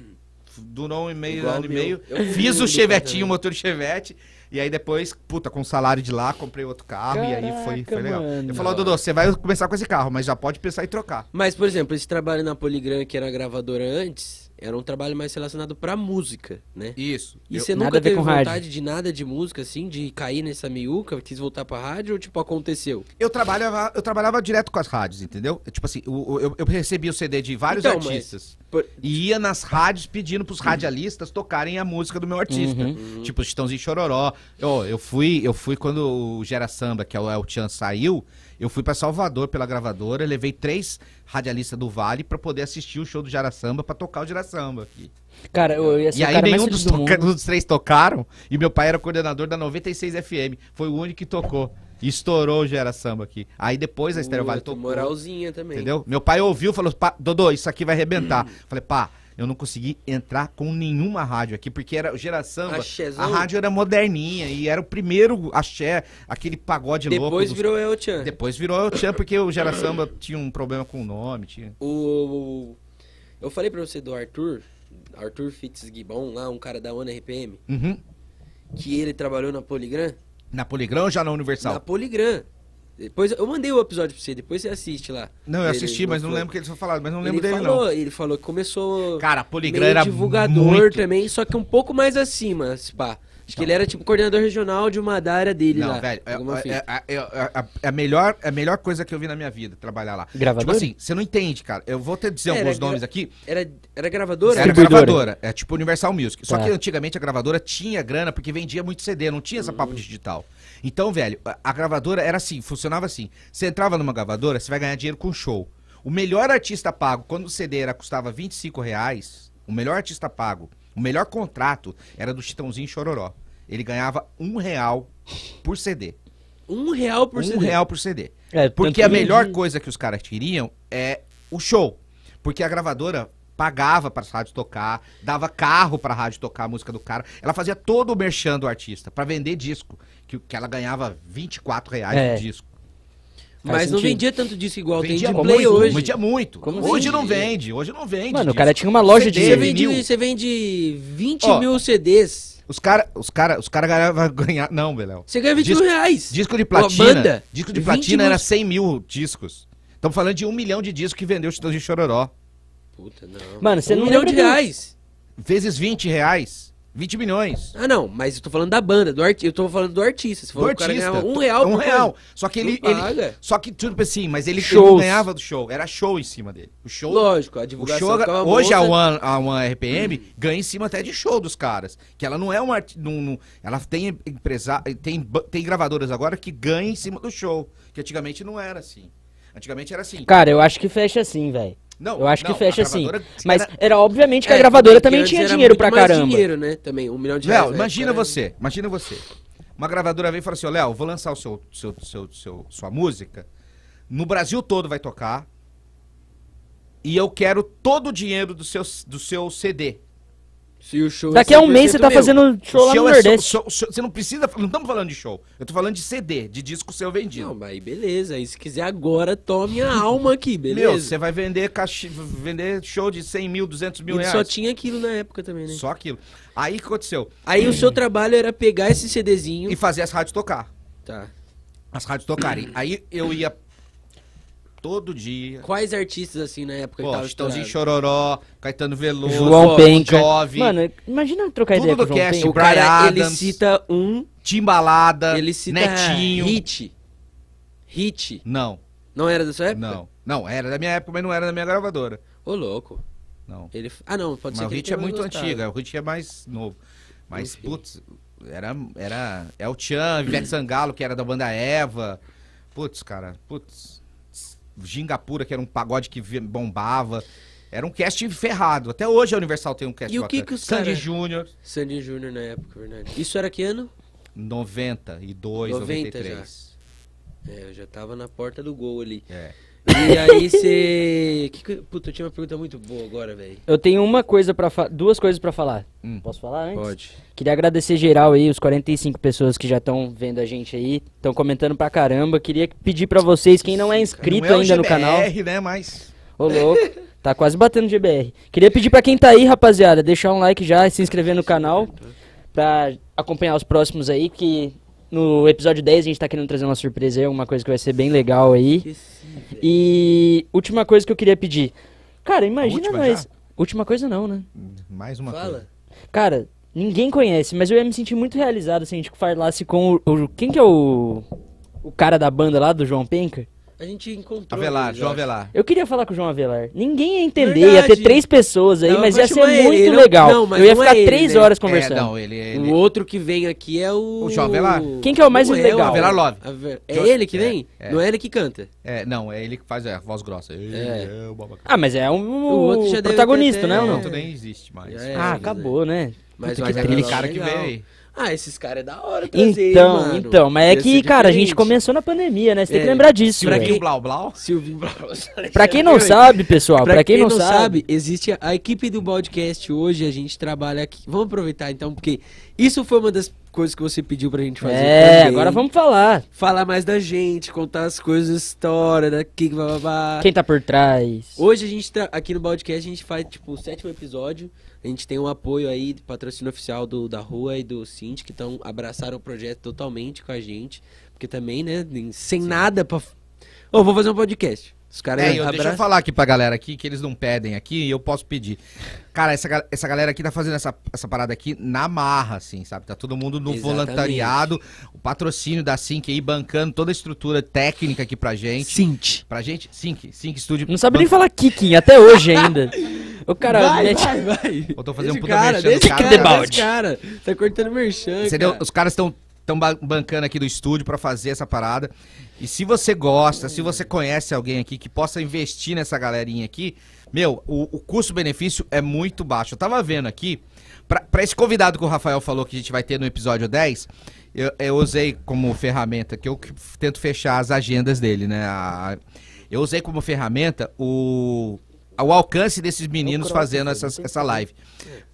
durou um e meio, Igual ano e o meio. meu. Eu fiz Fiz um o do Chevetinho, casamento. o motor Chevette. E aí depois, puta, com o salário de lá, comprei outro carro e Ah, aí foi, foi Caraca, legal. mano. Eu falei, ó, Dodô, você vai começar com esse carro, mas já pode pensar em trocar. Mas, por exemplo, esse trabalho na Poligram, que era gravadora antes, era um trabalho mais relacionado pra música, né? Isso. E Eu- você Nada nunca a ver teve com vontade rádio. de nada de música, assim, de cair nessa miúca, quis voltar pra rádio ou, tipo, aconteceu? Eu trabalhava, eu trabalhava direto com as rádios, entendeu? Eu, Tipo assim, o- o- eu, eu recebia o CD de vários Então, mas- artistas. Por- E ia nas rádios pedindo pros radialistas tocarem a música do meu artista. Uhum. Tipo, Chitãozinho e Chororó. Eu, eu fui, eu fui quando o Gera Samba, que é o El Chan, saiu, eu fui pra Salvador pela gravadora, levei três radialistas do Vale pra poder assistir o show do Gera Samba, pra tocar o Gera Samba aqui. Cara, eu ia ser E o aí cara mais nenhum feliz dos, do toca- mundo. dos três tocaram, e meu pai era coordenador da 96 FM. Foi o único que tocou. E estourou o Gera Samba aqui. Aí depois a Estéreo Vale Puta, tocou. Moralzinha também. Entendeu? Meu pai ouviu e falou: "Pá, Dodô, isso aqui vai arrebentar. Hum. Falei, pá, eu não consegui entrar com nenhuma rádio aqui, porque era Gera Samba. Axézão. A rádio era moderninha e era o primeiro axé, aquele pagode louco. Depois dos- virou El Chan. Depois virou El Chan, porque o Gera Samba tinha um problema com o nome. Tinha... O... Eu falei pra você do Arthur, Arthur Fitzgibbon, lá, um cara da ONU RPM, Uhum. que ele trabalhou na Poligram. Na Poligrão ou já na Universal? Na Poligram. Depois, eu mandei o episódio pra você, depois você assiste lá. Não, eu Ele- assisti, mas não foi. lembro o que eles falaram, mas não lembro ele dele, falou, Ele falou que começou não. Cara, a Poligrão meio era divulgador muito... Tá também, só que um pouco mais acima, se pá. Acho que ele era tipo coordenador regional de uma da área dele Não, lá. velho, é, alguma é, fita. é- é- é- é- é a, melhor, é a melhor coisa que eu vi na minha vida, trabalhar lá. Gravadora? Tipo assim, você não entende, cara. Eu vou te dizer Era alguns gra- nomes aqui. Era, era gravadora? Era Distribuidora. gravadora, é tipo Universal Music. Só Tá. que antigamente a gravadora tinha grana porque vendia muito CD, não tinha essa papo Uhum. digital. Então, velho, a- a gravadora era assim, funcionava assim. Você entrava numa gravadora, você vai ganhar dinheiro com show. O melhor artista pago, quando o CD era, custava 25 reais, o melhor artista pago, o melhor contrato era do Chitãozinho e Chororó. Ele ganhava um real por CD. Um real por um CD. real por CD. É, Porque tanto a que- melhor coisa que os caras queriam é o show. Porque a gravadora pagava para as rádios tocar, dava carro para a rádio tocar a música do cara. Ela fazia todo o merchan do artista para vender disco, que, que ela ganhava R$ 24 reais É. por disco. Mas Faz não sentido. vendia tanto disco igual Vendia tem de como play muito, hoje. Vendia muito. Como hoje assim? não vende, hoje não vende. Mano, o disco. é cara tinha uma loja CD Você de... vende, vinil. você vende 20 Ó. mil CDs. Os caras, os cara, os cara ganhava ganhar, não, Beléu. Você ganha 20 Disco- mil reais. Disco de Uma platina. banda, disco de 20 platina era músicas. 100 mil discos. Estamos falando de um milhão de discos que vendeu o Chitão de Chororó. Puta, não. Mano, você um não milhão lembra de do- reais. Vezes 20 reais. 20 milhões. Ah, não, mas eu tô falando da banda, do arti... eu tô falando do artista. Você Do falou que o cara artista. ganhava um real Um por real. coisa. Só que ele, Não ele- paga. Só que, tipo assim, mas ele, ele Shows. não ganhava do show. Era show em cima dele. O show. Lógico, a O divulgação show, ficava hoje a monstro. One, a One RPM ganha em cima até de show dos caras. Que ela não é uma. arti- Não, não- ela tem empresa, tem, ba- tem gravadoras agora que ganham em cima do show. Que antigamente não era assim. Antigamente era assim. Cara, eu acho que fecha assim, velho. Não, Eu acho que não, fecha a assim. gravadora- Mas era- era obviamente que a É, gravadora porque também antes tinha era dinheiro muito pra mais caramba. dinheiro, né? Também, um milhão de reais. Léo, né? imagina Cara, você, imagina você. Uma gravadora veio e falou assim, ó, Léo, vou lançar o seu, seu, seu, seu- sua música. No Brasil todo vai tocar. E eu quero todo o dinheiro do seu, do seu CD. Se o show é Daqui a um mês você 100% tá meu. fazendo show O lá no seu é Nordeste. só- só- só- você não precisa. Não estamos falando de show. Eu tô falando de CD, de disco seu vendido. Não, mas aí beleza. Aí se quiser agora, tome a alma aqui, beleza? Meu, você vai vender, caixa, vender show de 100 mil, 200 mil E reais. só tinha aquilo na época também, né? Só aquilo. Aí o que aconteceu? Aí o seu trabalho era pegar esse CDzinho. E fazer as rádios tocar. Tá. As rádios tocarem. Aí eu ia todo dia. Quais artistas assim na época que Pô, tava Chitãozinho estourado? Chororó, Caetano Veloso, João Bon Penca. Jovi, Mano, imagina trocar Tudo ideia com o do João cast, Penca. O cara, Brian ele Adams. cita um, Timbalada, ele cita Netinho. Hit. Hit. Não, Não era da sua época? não. Não, era da minha época, mas não era da minha gravadora. Ô, louco. Não. Ele... Ah, não, pode Mas ser o que ele Hit é tenha muito gostado. Uhum. antiga, o Hit é mais novo. Mas, Enfim. putz, era, era El Chan, Ivete Sangalo, que era da banda Eva. Putz, cara, putz. Gingapura, que era um pagode que vi- bombava. Era um cast ferrado. Até hoje a Universal tem um cast E o que bacana. que os Sandy cara- Júnior, Sandy Júnior na época, verdade. Isso era que ano? 92, 90 já. 93. É, eu já tava na porta do gol ali. É. E aí você. que que- Puta, eu tinha uma pergunta muito boa agora, velho. Eu tenho uma coisa para duas coisas pra falar. Hum. Posso falar antes? Pode. Queria agradecer geral aí, os 45 pessoas que já estão vendo a gente aí, estão comentando pra caramba. Queria pedir pra vocês, quem não é inscrito Não é o ainda no GBR, canal, né? Mas. ô louco, tá quase batendo GBR. Queria pedir pra quem tá aí, rapaziada, deixar um like já e se inscrever no canal pra acompanhar os próximos aí, que no episódio 10 a gente tá querendo trazer uma surpresa aí, alguma coisa que vai ser bem legal aí. Esqueci, velho. E última coisa que eu queria pedir. Cara, imagina última nós. já? Última coisa não, né? Mais uma coisa. Fala. Cara, ninguém conhece, mas eu ia me sentir muito realizado se a gente falasse com o. o- quem que é o. O cara da banda lá, do João Penca? A gente encontrou. Avelar, eles, João eu acho. Avelar. Eu queria falar com o João Avelar. Ninguém ia entender, ia Verdade. ter três pessoas aí, Não, mas vai ia ser chamar ele, muito ele não- legal. não, mas eu ia não é ficar ele, três né? horas É, conversando. não, ele. ele- O outro que vem aqui é o. O João Avelar. Quem que é o mais Não legal? Avelar Love. Ave- É João- ele que é, vem? é. Não é ele que canta. É, não, é ele que faz é, a voz grossa. É, o babaca. Ah, mas é um, O outro já deve protagonista, ter- né? é. ou Não, não? tu nem existe mais. Já é. Ah, acabou, né? Mas, Puta mas que é triste. Aquele legal, cara que legal. veio aí. Ah, esses caras é da hora trazer, Então, mano. então, mas é Ia que, ser cara, a gente diferente. começou na pandemia, né? Você tem É, que lembrar disso. pra velho. Franquinho quem- Blau Blau. Silvio Braus. Pra quem não sabe, pessoal, pra, quem, não, sabe, existe a, a equipe do podcast hoje, a gente trabalha aqui. Vamos aproveitar então, porque isso foi uma das coisas que você pediu pra gente fazer. é, também. agora vamos falar. Falar mais da gente, contar as coisas, história, daqui, blá, blá, blá. Quem tá por trás? Hoje a gente, tra- aqui no podcast, a gente faz, tipo, o sétimo episódio. A gente tem um apoio aí, de patrocínio oficial do, da Rua e do Cinti, que tão, abraçaram o projeto totalmente com a gente. Porque também, né, nem- sem nada pra... f- Ô, vou fazer um podcast. Os caras É, eu, deixa eu abraçam... falar aqui pra galera aqui, que eles não pedem aqui e eu posso pedir. Cara, essa, ga- essa galera aqui tá fazendo essa, essa parada aqui na marra, assim, sabe? Tá todo mundo no Exatamente. voluntariado, o patrocínio da Sync aí bancando toda a estrutura técnica aqui pra gente. Cinti. Pra gente, Sync, Sync Studio. Não sabe nem falar Kikin, até hoje ainda. O cara vai, mete- vai, vai. Eu tô fazendo um Deixa o puta cara, merchan deixa do o cara. cara, Debalde. deixa o cara. Tá cortando merchan, Entendeu? cara. Os caras estão estão bancando aqui do estúdio pra fazer essa parada. E se você gosta, se você conhece alguém aqui que possa investir nessa galerinha aqui, meu, o, o custo-benefício é muito baixo. Eu tava vendo aqui, pra pra esse convidado que o Rafael falou que a gente vai ter no episódio 10, eu, eu usei como ferramenta, que eu que f- tento fechar as agendas dele, né? A- eu usei como ferramenta o, o alcance desses meninos fazendo essa, essa live.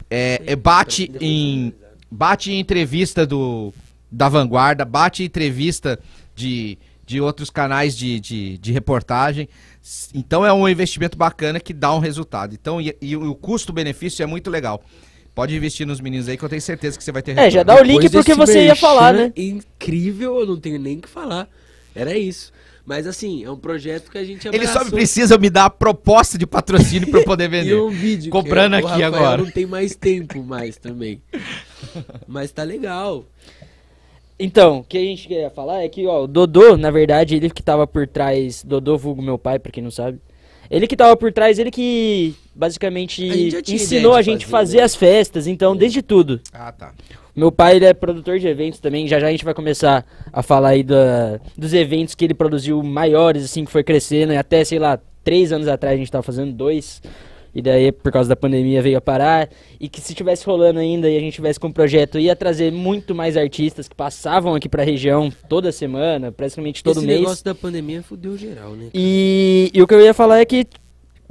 É, é, bate em bate em entrevista do da Vanguarda, bate em entrevista de, de outros canais de, de, de reportagem. S- Então é um investimento bacana que dá um resultado. Então, e, e o custo-benefício é muito legal. Pode investir nos meninos aí que eu tenho certeza que você vai ter É, já dá retorno. o link Depois porque desse você ia merchan falar, né? Incrível, eu não tenho nem o que falar. Era isso. Mas assim, é um projeto que a gente Ele só abraçou. me precisa me dar a proposta de patrocínio para eu poder E vender. um vídeo. que Comprando o aqui Rafael agora. não tem mais tempo mais também. Mas tá legal. Então, o que a gente queria falar é que, ó, o Dodô, na verdade, ele que tava por trás. Dodô, vulgo meu pai, pra quem não sabe. Ele que tava por trás, ele que basicamente A gente já tinha ensinou ideia a de gente fazer, fazer, né? as festas, então, desde tudo. Ah, tá. Meu pai ele é produtor de eventos também, já já a gente vai começar a falar aí da, dos eventos que ele produziu maiores, assim, que foi crescendo, e até, sei lá, três anos atrás a gente tava fazendo dois, e daí por causa da pandemia veio a parar, e que se tivesse rolando ainda e a gente tivesse com o projeto, ia trazer muito mais artistas que passavam aqui pra região toda semana, praticamente todo Esse mês. negócio da pandemia fudeu geral, né? E, e o que eu ia falar é que,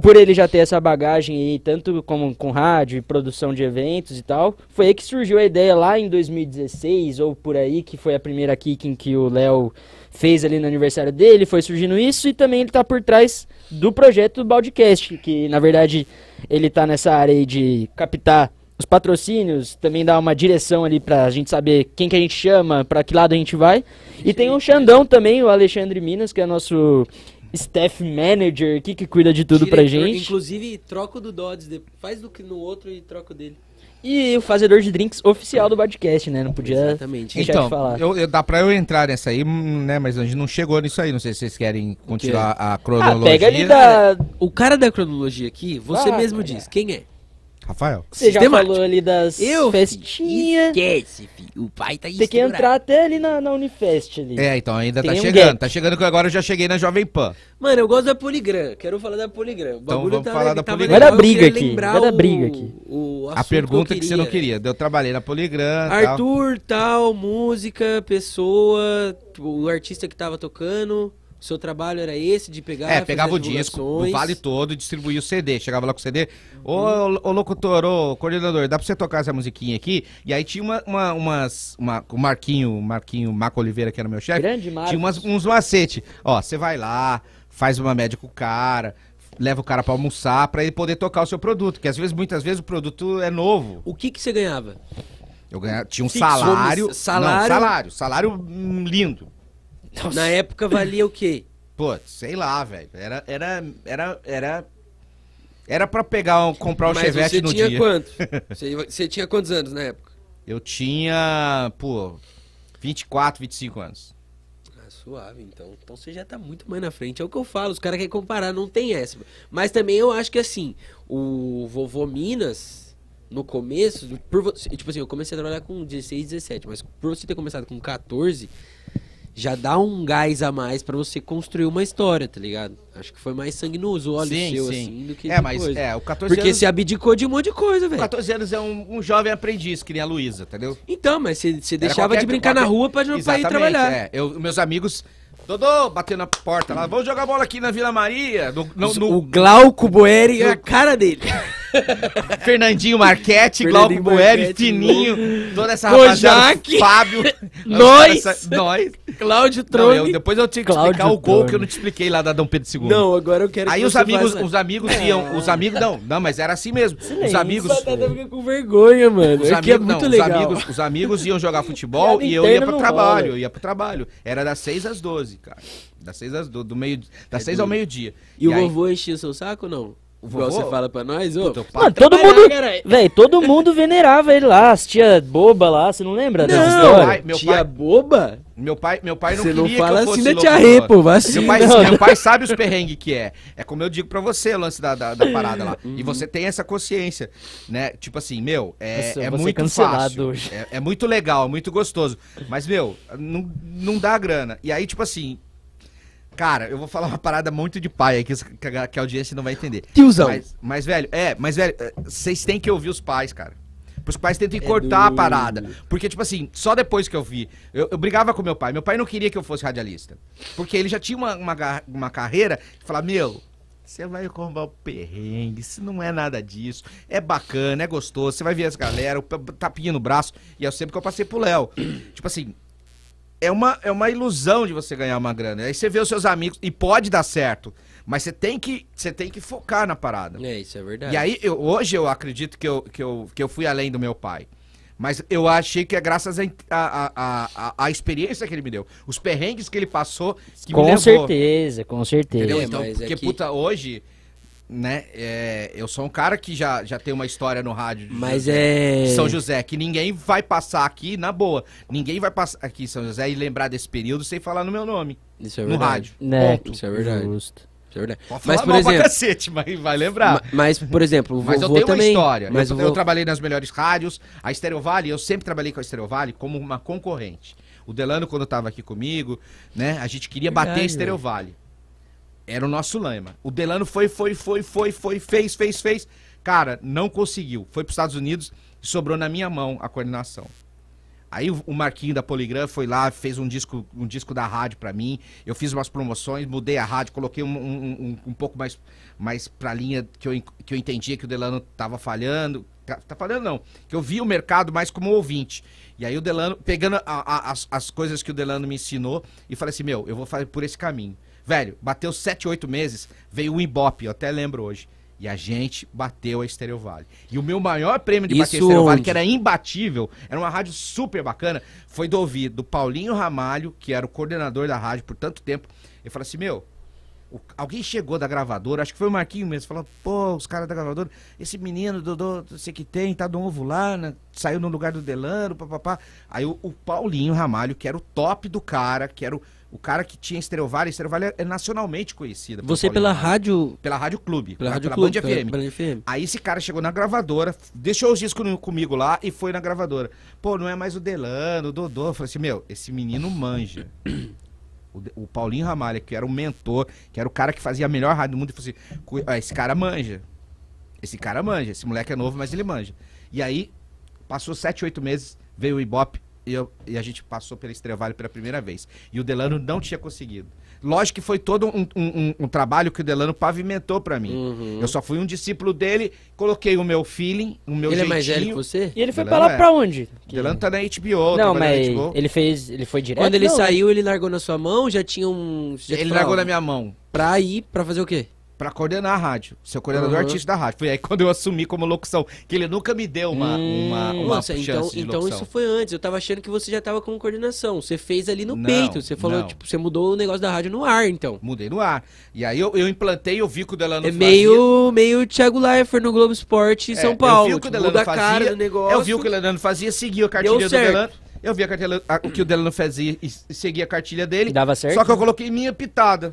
por ele já ter essa bagagem aí, tanto como com rádio e produção de eventos e tal, foi aí que surgiu a ideia lá em 2016 ou por aí, que foi a primeira Kicking que o Léo fez ali no aniversário dele, foi surgindo isso e também ele tá por trás do projeto Baldcast, que na verdade ele tá nessa área aí de captar os patrocínios, também dá uma direção ali pra gente saber quem que a gente chama, pra que lado a gente vai. E tem o Xandão também, o Alexandre Minas, que é nosso staff manager aqui, que cuida de tudo pra Diretor, gente. Inclusive, troca o do Dodds. de- Faz do que no outro e troca o dele. E o fazedor de drinks oficial do podcast, né? Não podia... Exatamente. Deixa eu te falar. Então, eu, eu- dá pra eu entrar nessa aí, hum, né? Mas a gente não chegou nisso aí. Não sei se vocês querem continuar a Ah, cronologia. pega ali da... Então, O cara da cronologia aqui, você Ah, mesmo cara. diz. Quem é? Rafael. Você já Sistemático. falou ali das Eu, festinhas. Esquece, filho. O pai tá Tem que entrar até ali na, na Unifest ali. É, então ainda tá Tem um chegando. gap. tá chegando que agora eu já cheguei na Jovem Pan. Mano, eu gosto da Poligram. Quero falar da Poligram. O Então bagulho vamos tava- falar da tava Poligram. legal, Vai dar eu briga queria aqui, lembrar vai dar o- briga aqui. o A assunto pergunta eu que, você não queria. queria. Eu trabalhei na Poligram. tal. Arthur, tal, música, pessoa, o artista que tava tocando, O seu trabalho era esse de pegar. é, fazer pegava o as disco do divulgações? vale todo, distribuía o CD. Chegava lá com o CD. Ô, ô locutor, ô coordenador, dá pra você tocar essa musiquinha aqui? E aí tinha uma, uma- umas. Uma, o Marquinho, o Marquinho Marco Oliveira, que era meu chefe. Grande Marcos. Tinha umas- uns macete. Ó, você vai lá, faz uma média com o cara, leva o cara pra almoçar, pra ele poder tocar o seu produto. Porque às vezes, muitas vezes, o produto é novo. O que, que você ganhava? Eu ganhava, tinha um Fixo, vamos- salário. não, salário- salário. Salário hum, lindo. Nossa. Na época valia o quê? Pô, sei lá, velho. Era, era, era, era... Era pra pegar, um, comprar um Mas Chevette você no tinha dia. quanto? Você, você tinha quantos anos na época? Eu tinha, pô, 24, 25 anos. Ah, suave, então. Então você já tá muito mais na frente. É o que eu falo, os caras querem comparar, não tem essa. Mas também eu acho que assim, o vovô Minas, no começo, por você, tipo assim, eu comecei a trabalhar com 16, 17, mas por você ter começado com 14, já dá um gás a mais pra você construir uma história, tá ligado? Acho que foi mais sangue nos olhos Sim, seu, sim. assim, do que É, de mas coisa. é, o 14 Porque anos... você abdicou de um monte de coisa, velho. 14 anos é um, um jovem aprendiz, que nem a Luísa, entendeu? Então, mas você, você Era deixava de qualquer- brincar na qualquer- rua pra, pra ir Exatamente, trabalhar. É. Eu, meus amigos, Dodô, batendo na porta lá, vamos jogar bola aqui na Vila Maria. No, no- no- O Glauco Boeri é a cara dele. Fernandinho Marquete, Glauco Fernandinho Bueri, Marchetti, Fininho, toda essa Kojak, Fábio, nós. essa- nós. Cláudio Não, eu- Trone. depois eu tinha que Cláudio explicar o gol Tone. que eu não te expliquei lá da Dom Pedro II. Não, agora eu quero Aí que os você né? É. amigos, faça- os amigos iam, os amigos não, não, mas era assim mesmo. Os Silêncio. amigos, O Batata fica com vergonha, mano. os é que é amigos, muito não, os legal. amigos, os amigos iam jogar futebol Piada e eu interna ia pro não trabalho, rola. eu ia pro trabalho. Era das 6 às 12, cara. Das 6 às 12, do meio, das É 6 ao duro. meio-dia. E, o aí- vovô enchia o seu saco ou não? O Igual vovô? você fala pra nós, ô. Puta, o pai- Mano, todo trabalhar, mundo. caralho. Véi, todo mundo venerava ele lá, as tia boba lá, você não lembra dessa Não, história? pai- meu tia pai- boba? Meu pai, meu pai não Você não queria fala que eu fosse assim da tia locutor. Rê, pô, vacina. Meu pai, Não, meu pai sabe os perrengues que é. É como eu digo pra você, o lance da, da, da parada lá. E você tem essa consciência, né? Tipo assim, meu, é, Nossa, eu é vou ser muito cancelado fácil. hoje. É, é muito legal, é muito gostoso. Mas, meu, não, não dá grana. E aí, tipo assim... Cara, eu vou falar uma parada muito de pai aqui, que a, que a audiência não vai entender. Tiozão. Mas, mas, velho, é, mas, velho, é, vocês têm que ouvir os pais, cara. Os pais tentam cortar a duro. parada. Porque, tipo assim, só depois que eu vi. Eu, eu brigava com meu pai. Meu pai não queria que eu fosse radialista. Porque ele já tinha uma, uma, ga- uma carreira que falava, meu. Você vai combar o perrengue, isso não é nada disso. É bacana, é gostoso. Você vai ver as galera, o p- tapinha no braço. E eu sempre que eu passei pro Léo. tipo assim, é uma, é uma ilusão de você ganhar uma grana. Aí você vê os seus amigos, e pode dar certo. Mas você tem que, você tem que focar na parada. É, isso é verdade. E aí, eu- hoje eu acredito que eu, que, eu, que eu fui além do meu pai. Mas eu achei que é graças à a, a, a, a experiência que ele me deu. Os perrengues que ele passou que me Com levou. certeza, com certeza. Entendeu? É, então, mas é porque, que- puta, hoje, né, é, eu sou um cara que já, já tem uma história no rádio. de Mas José- é. de São José, que ninguém vai passar aqui na boa. Ninguém vai passar aqui em São José e lembrar desse período sem falar no meu nome, Isso é no verdade. rádio. Né? Ponto. Isso é verdade. Justo. Isso é verdade. Pode falar Mas, por mal pra exemplo. cacete, mas vai lembrar. ma- Mas, por exemplo, o vovô Mas eu tenho também. uma história. Mas eu, o eu vovô- trabalhei nas melhores rádios. A Stereo Vale, eu sempre trabalhei com a Stereo Vale como uma concorrente. O Delano, quando estava aqui comigo, né? A gente queria Verdade, bater a Stereo Vale. Era o nosso lema. O Delano foi, foi, foi, foi, foi, fez, fez, fez. Cara, não conseguiu. Foi para os Estados Unidos e sobrou na minha mão a coordenação. Aí o o Marquinho da Poligram foi lá, fez um disco, um disco da rádio pra mim. Eu fiz umas promoções, mudei a rádio, coloquei um, um, um- um pouco mais, mais pra linha que eu, en- que eu entendia que o Delano tava falhando. Tá, tá falhando não, que eu vi o mercado mais como ouvinte. E aí o Delano, pegando a- a- as, as coisas que o Delano me ensinou e falei assim, meu, eu vou fazer por esse caminho. Velho, bateu 7, 8 meses, veio o Ibope, eu até lembro hoje. E a gente bateu a Estereo Vale. E o meu maior prêmio de bater a Isso Estereo Vale, onde? que era É imbatível, era uma rádio super bacana, foi do ouvido do Paulinho Ramalho, que era o coordenador da rádio por tanto tempo. Ele falou assim: Meu, o- alguém chegou da gravadora, acho que foi o Marquinho mesmo, falou: Pô, os caras da gravadora, esse menino, Dodô, não sei que tem, tá novo lá, né? saiu no lugar do Delano, papapá. Aí o, o Paulinho Ramalho, que era o top do cara, que era o, o cara que tinha Estereo Vale, Estereo Vale é- é nacionalmente conhecida. pelo Você Paulinho pela Ramalho. rádio. Pela Rádio Clube. Pela rádio Band Clube, FM. Pela FM. Aí esse cara chegou na gravadora, deixou os discos no- comigo lá e foi na gravadora. Pô, não é mais o Delano, o Dodô. Eu falei assim, meu, esse menino manja. O, De- o Paulinho Ramalha, que era o mentor, que era o cara que fazia a melhor rádio do mundo, e falou assim: "Cu- ah, esse cara manja. Esse cara manja. Esse moleque é novo, mas ele manja. E aí, passou sete, oito meses, veio o Ibope e, eu- e a gente passou pela Estrevale pela primeira vez. E o Delano não tinha conseguido. Lógico que foi todo um, um- um- um trabalho que o Delano pavimentou pra mim. Uhum. Eu só fui um discípulo dele, coloquei o meu feeling, o meu Ele é jeitinho. mais velho que você? E ele foi Delano pra lá é. pra onde? O Delano tá na HBO, Não, trabalhando na mas HBO. ele fez. Ele foi direto. Quando ele não, né? saiu, ele largou na sua mão, já tinha um. já Ele te largou falava, na minha mão Pra ir, pra fazer o quê? pra coordenar a rádio, ser o coordenador Uhum. artístico da rádio. Foi aí quando eu assumi como locução, que ele nunca me deu uma, Hum. uma, uma Nossa, chance então, de então locução. isso foi antes. Eu tava achando que você já tava com coordenação. Você fez ali no Não, peito. Você falou, não. tipo, você mudou o negócio da rádio no ar, então. Mudei no ar. E aí eu, eu implantei, eu vi que o Delano É fazia. meio, meio Thiago Leifert no Globo Esporte em É, São eu Paulo. vi o que tipo, o Delano muda a fazia, cara do negócio. Eu vi o que o Delano fazia, segui a cartilha Deu do certo. Delano. Eu vi a cartilha, a- o que o Delano fazia e s- segui a cartilha dele. Dava certo? Só que eu coloquei minha pitada.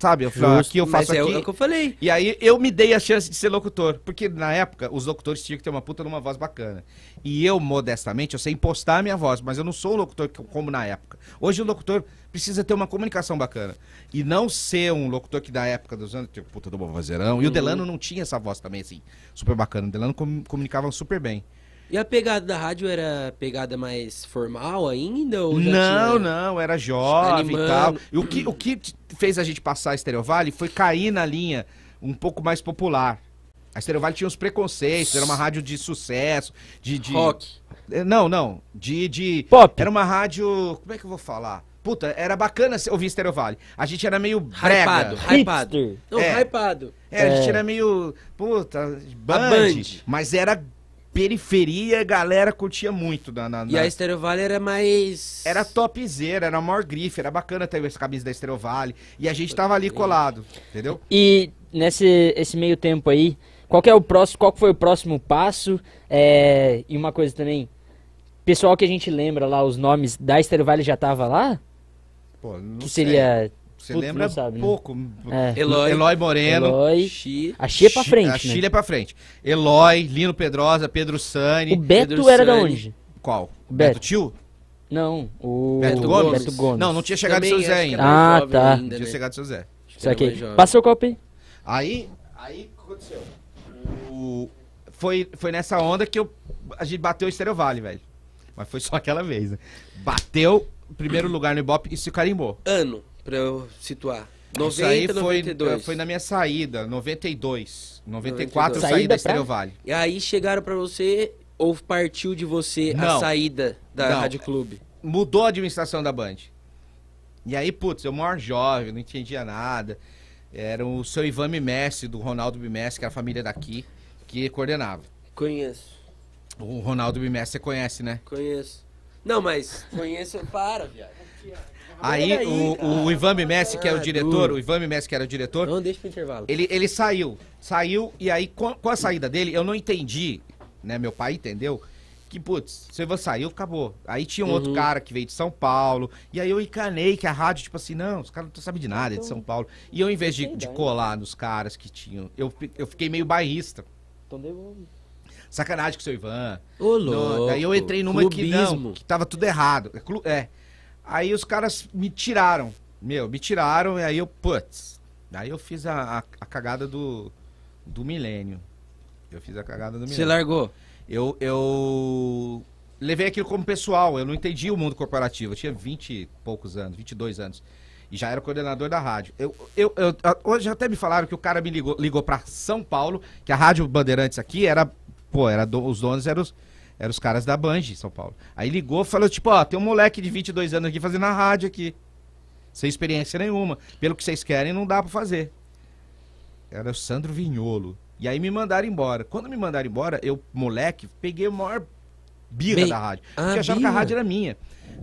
Sabe? Eu falei, "Ah, Justo, aqui eu faço mas aqui. É, o- é o que eu falei. E aí eu me dei a chance de ser locutor. Porque na época os locutores tinham que ter uma puta numa voz bacana. E eu, modestamente, eu sei impostar a minha voz, mas eu não sou o locutor que- como na época. Hoje o locutor precisa ter uma comunicação bacana. E não ser um locutor que da época dos anos, tipo, puta do bom vozeirão. E o Delano não tinha essa voz também, assim, super bacana. O Delano com- comunicava super bem. E a pegada da rádio era pegada mais formal ainda? Ou já Não, tinha... não, era jovem Animando. e tal. E o que, o que t- fez a gente passar a Stereo Valley foi cair na linha um pouco mais popular. A Stereo Valley tinha uns preconceitos, era uma rádio de sucesso, de... de- Rock. Eh, Não, não, de, de... Pop. Era um uma rádio... Como é que eu vou falar? Puta, era bacana se- ouvir Stereo Valley. A gente era meio brega. Hypado. Hypado. Hipster. Não, É. hypado. É, a gente É. era meio... Puta, band, Band. Mas era periferia, a galera curtia muito na... na- E na- a Stereo Valley era mais... Era topzera, era a maior grife, era bacana ter essa camisa da Estrela Vale. E a gente tava ali colado, entendeu? E nesse esse meio tempo aí, qual que é o próximo, qual que foi o próximo passo? É, e uma coisa também, pessoal que a gente lembra lá, os nomes da Estéreo Vale já tava lá? Pô, não que sei. seria Você Putz, lembra não sabe, né? pouco. É. Eloy. Eloy Moreno. Eloy, Chi. a Chia pra Chi- frente, A né? Chile é pra frente. Eloy, Lino Pedrosa, Pedro O Sani. Beto Pedro era da Sani. onde? Qual? O Beto. Tio? Não, o Beto Gomes? Beto Gomes. Não, não tinha chegado Também em São Zé acho que ainda. era mais Ah, jovem tá. ainda, Não tinha né? chegado em São Zé. Era Saquei. mais jovem. Passou o copo aí. Aí, aí, o que aconteceu? O- Foi, foi nessa onda que eu, a gente bateu o Estrela Vale, velho. Mas foi só aquela vez, né? Bateu primeiro lugar no Ibope e se carimbou. Ano, pra eu situar. 90, Isso aí foi, 92. foi na minha saída, 92. 94 eu saí Saída da pra- Estrela Vale. E aí chegaram pra você, ou partiu de você a Não. saída da Não. Rádio Clube? Mudou a administração da Band. E aí, putz, eu maior jovem, não entendia nada. Era o seu Ivan Messi, do Ronaldo Messi, que era a família daqui, que coordenava. Conheço, O Ronaldo Messi você conhece, né? conheço. Não, mas conheço, para, viado. Aí o, o Ivan Messi, que era o Ah, diretor, duro. o Ivan Messi, que era o diretor, Não, deixa pro intervalo. Ele, ele saiu. Saiu, e aí com, com a saída dele, eu não entendi, né? Meu pai entendeu. Que, putz, se você saiu, acabou. Aí tinha um outro cara que veio de São Paulo. E aí eu encanei que a rádio, tipo assim, não, os caras não sabem de nada, é de São Paulo. E eu, em vez de, de colar nos caras que tinham, eu, fi- eu fiquei meio bairrista. Sacanagem com o seu Ivan. Ô, No- louco. daí eu entrei numa que não, Clubismo. que tava tudo errado. É, clu- é. Aí os caras me tiraram. Meu, me tiraram e aí eu, putz. Daí eu fiz a, a, a cagada do, do milênio. Eu fiz a cagada do Você milênio. largou? Eu, eu levei aquilo como pessoal, eu não entendi o mundo corporativo. Eu tinha 20 e poucos anos, 22 anos. E já era coordenador da rádio. Eu, eu, eu- a- hoje até me falaram que o cara me ligou, ligou para São Paulo, que a Rádio Bandeirantes aqui era. Pô, era do- os donos eram os, eram os caras da Band de São Paulo. Aí ligou e falou: tipo, ó, tem um moleque de 22 anos aqui fazendo a rádio aqui. Sem experiência nenhuma. Pelo que vocês querem, não dá pra fazer. Era o Sandro Vinholo. E aí me mandaram embora. Quando me mandaram embora, eu, moleque, peguei a maior birra Bem, da rádio. ah, Porque eu achava que a birra. rádio era minha.